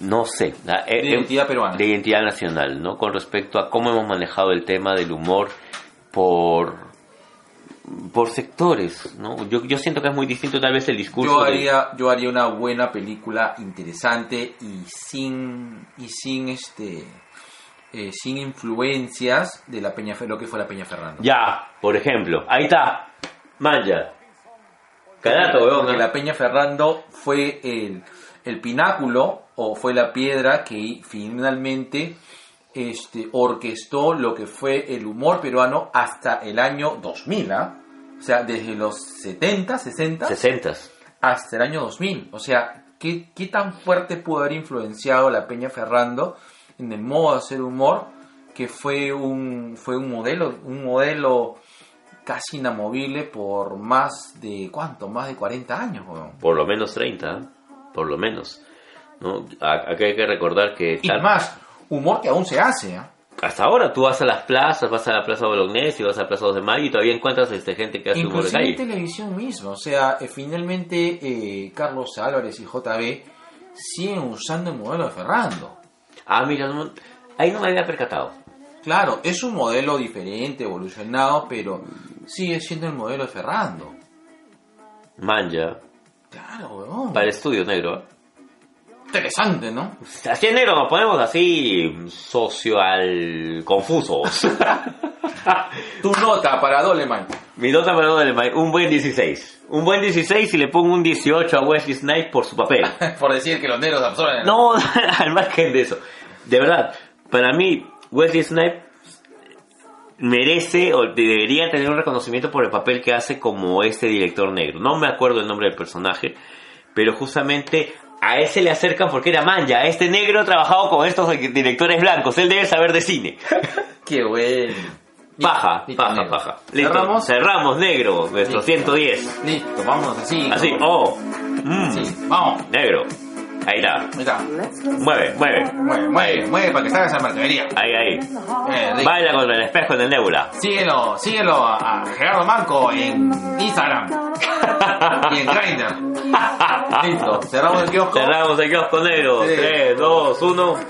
[SPEAKER 2] no sé, la-
[SPEAKER 1] Hmm.
[SPEAKER 2] eh,
[SPEAKER 1] De
[SPEAKER 2] eh,
[SPEAKER 1] identidad peruana.
[SPEAKER 2] de identidad nacional, ¿no? Con respecto a cómo hemos manejado el tema del humor por por sectores, ¿no? Yo, yo siento que es muy distinto tal vez el discurso.
[SPEAKER 1] Yo
[SPEAKER 2] de-
[SPEAKER 1] haría, yo haría una buena película interesante y sin y sin este eh, sin influencias de la Peña Fe- lo que fue la Peña Fernando.
[SPEAKER 2] Ya, por ejemplo, ahí está. Manja. Canato, weón.
[SPEAKER 1] Porque
[SPEAKER 2] ¿no?
[SPEAKER 1] la Peña Ferrando fue el, el pináculo o fue la piedra que finalmente este, orquestó lo que fue el humor peruano hasta el año 2000, ¿ah? O sea, desde los 70, 60
[SPEAKER 2] 60s.
[SPEAKER 1] hasta el año 2000. O sea, qué, qué tan fuerte pudo haber influenciado la Peña Ferrando en el modo de hacer humor, que fue un, fue un modelo, un modelo casi inamovible por más de, ¿cuánto? Más de 40 años, weón.
[SPEAKER 2] Por lo menos 30, ¿eh? por lo menos. ¿no? A- Acá hay que recordar que
[SPEAKER 1] Y
[SPEAKER 2] tan-
[SPEAKER 1] más, humor que aún se hace, ¿ah?
[SPEAKER 2] hasta ahora tú vas a las plazas, vas a la Plaza Bolognesi, vas a la Plaza 2 de Mayo y todavía encuentras este, gente que hace humor de
[SPEAKER 1] Inclusive en
[SPEAKER 2] calle.
[SPEAKER 1] televisión mismo, o sea, eh, finalmente eh, Carlos Álvarez y JB siguen usando el modelo de Ferrando.
[SPEAKER 2] Ah, mira, no- ahí no me había percatado.
[SPEAKER 1] Claro, es un modelo diferente, evolucionado, pero sigue siendo el modelo de Ferrando.
[SPEAKER 2] Manja,
[SPEAKER 1] Claro, weón.
[SPEAKER 2] para el estudio negro. ¿eh?
[SPEAKER 1] Interesante, ¿no?
[SPEAKER 2] Así en negro nos ponemos así social
[SPEAKER 1] <laughs>
[SPEAKER 2] confusos.
[SPEAKER 1] Tu nota para Dolemite.
[SPEAKER 2] Mi nota para Donald May, un buen 16. Un buen 16 y le pongo un 18 a Wesley Snipes por su papel.
[SPEAKER 1] <laughs> Por decir que los negros absorben.
[SPEAKER 2] No, <laughs> al margen de eso. De verdad, para mí, Wesley Snipes merece o debería tener un reconocimiento por el papel que hace como este director negro. No me acuerdo el nombre del personaje, pero justamente a ese le acercan porque era manja. A este negro ha trabajado con estos directores blancos. Él debe saber
[SPEAKER 1] <laughs>
[SPEAKER 2] de cine.
[SPEAKER 1] Qué bueno.
[SPEAKER 2] Paja,
[SPEAKER 1] Listo,
[SPEAKER 2] paja,
[SPEAKER 1] negro.
[SPEAKER 2] paja. Listo,
[SPEAKER 1] Cerramos.
[SPEAKER 2] cerramos negro, nuestro
[SPEAKER 1] Listo.
[SPEAKER 2] 110.
[SPEAKER 1] Listo, vámonos así.
[SPEAKER 2] Así,
[SPEAKER 1] como-
[SPEAKER 2] oh, mm,
[SPEAKER 1] Sí, vamos.
[SPEAKER 2] negro. Ahí está.
[SPEAKER 1] Ahí está.
[SPEAKER 2] Mueve, mueve.
[SPEAKER 1] Mueve, mueve, mueve para que salga esa mercadería.
[SPEAKER 2] Ahí, ahí.
[SPEAKER 1] Eh, rico.
[SPEAKER 2] Baila contra el espejo en el nebula.
[SPEAKER 1] Síguelo, síguelo a, a Gerardo Marco en Instagram y en Grindr. Listo, cerramos el kiosco.
[SPEAKER 2] Cerramos el kiosco negro.
[SPEAKER 1] Sí.
[SPEAKER 2] 3, 2, 1.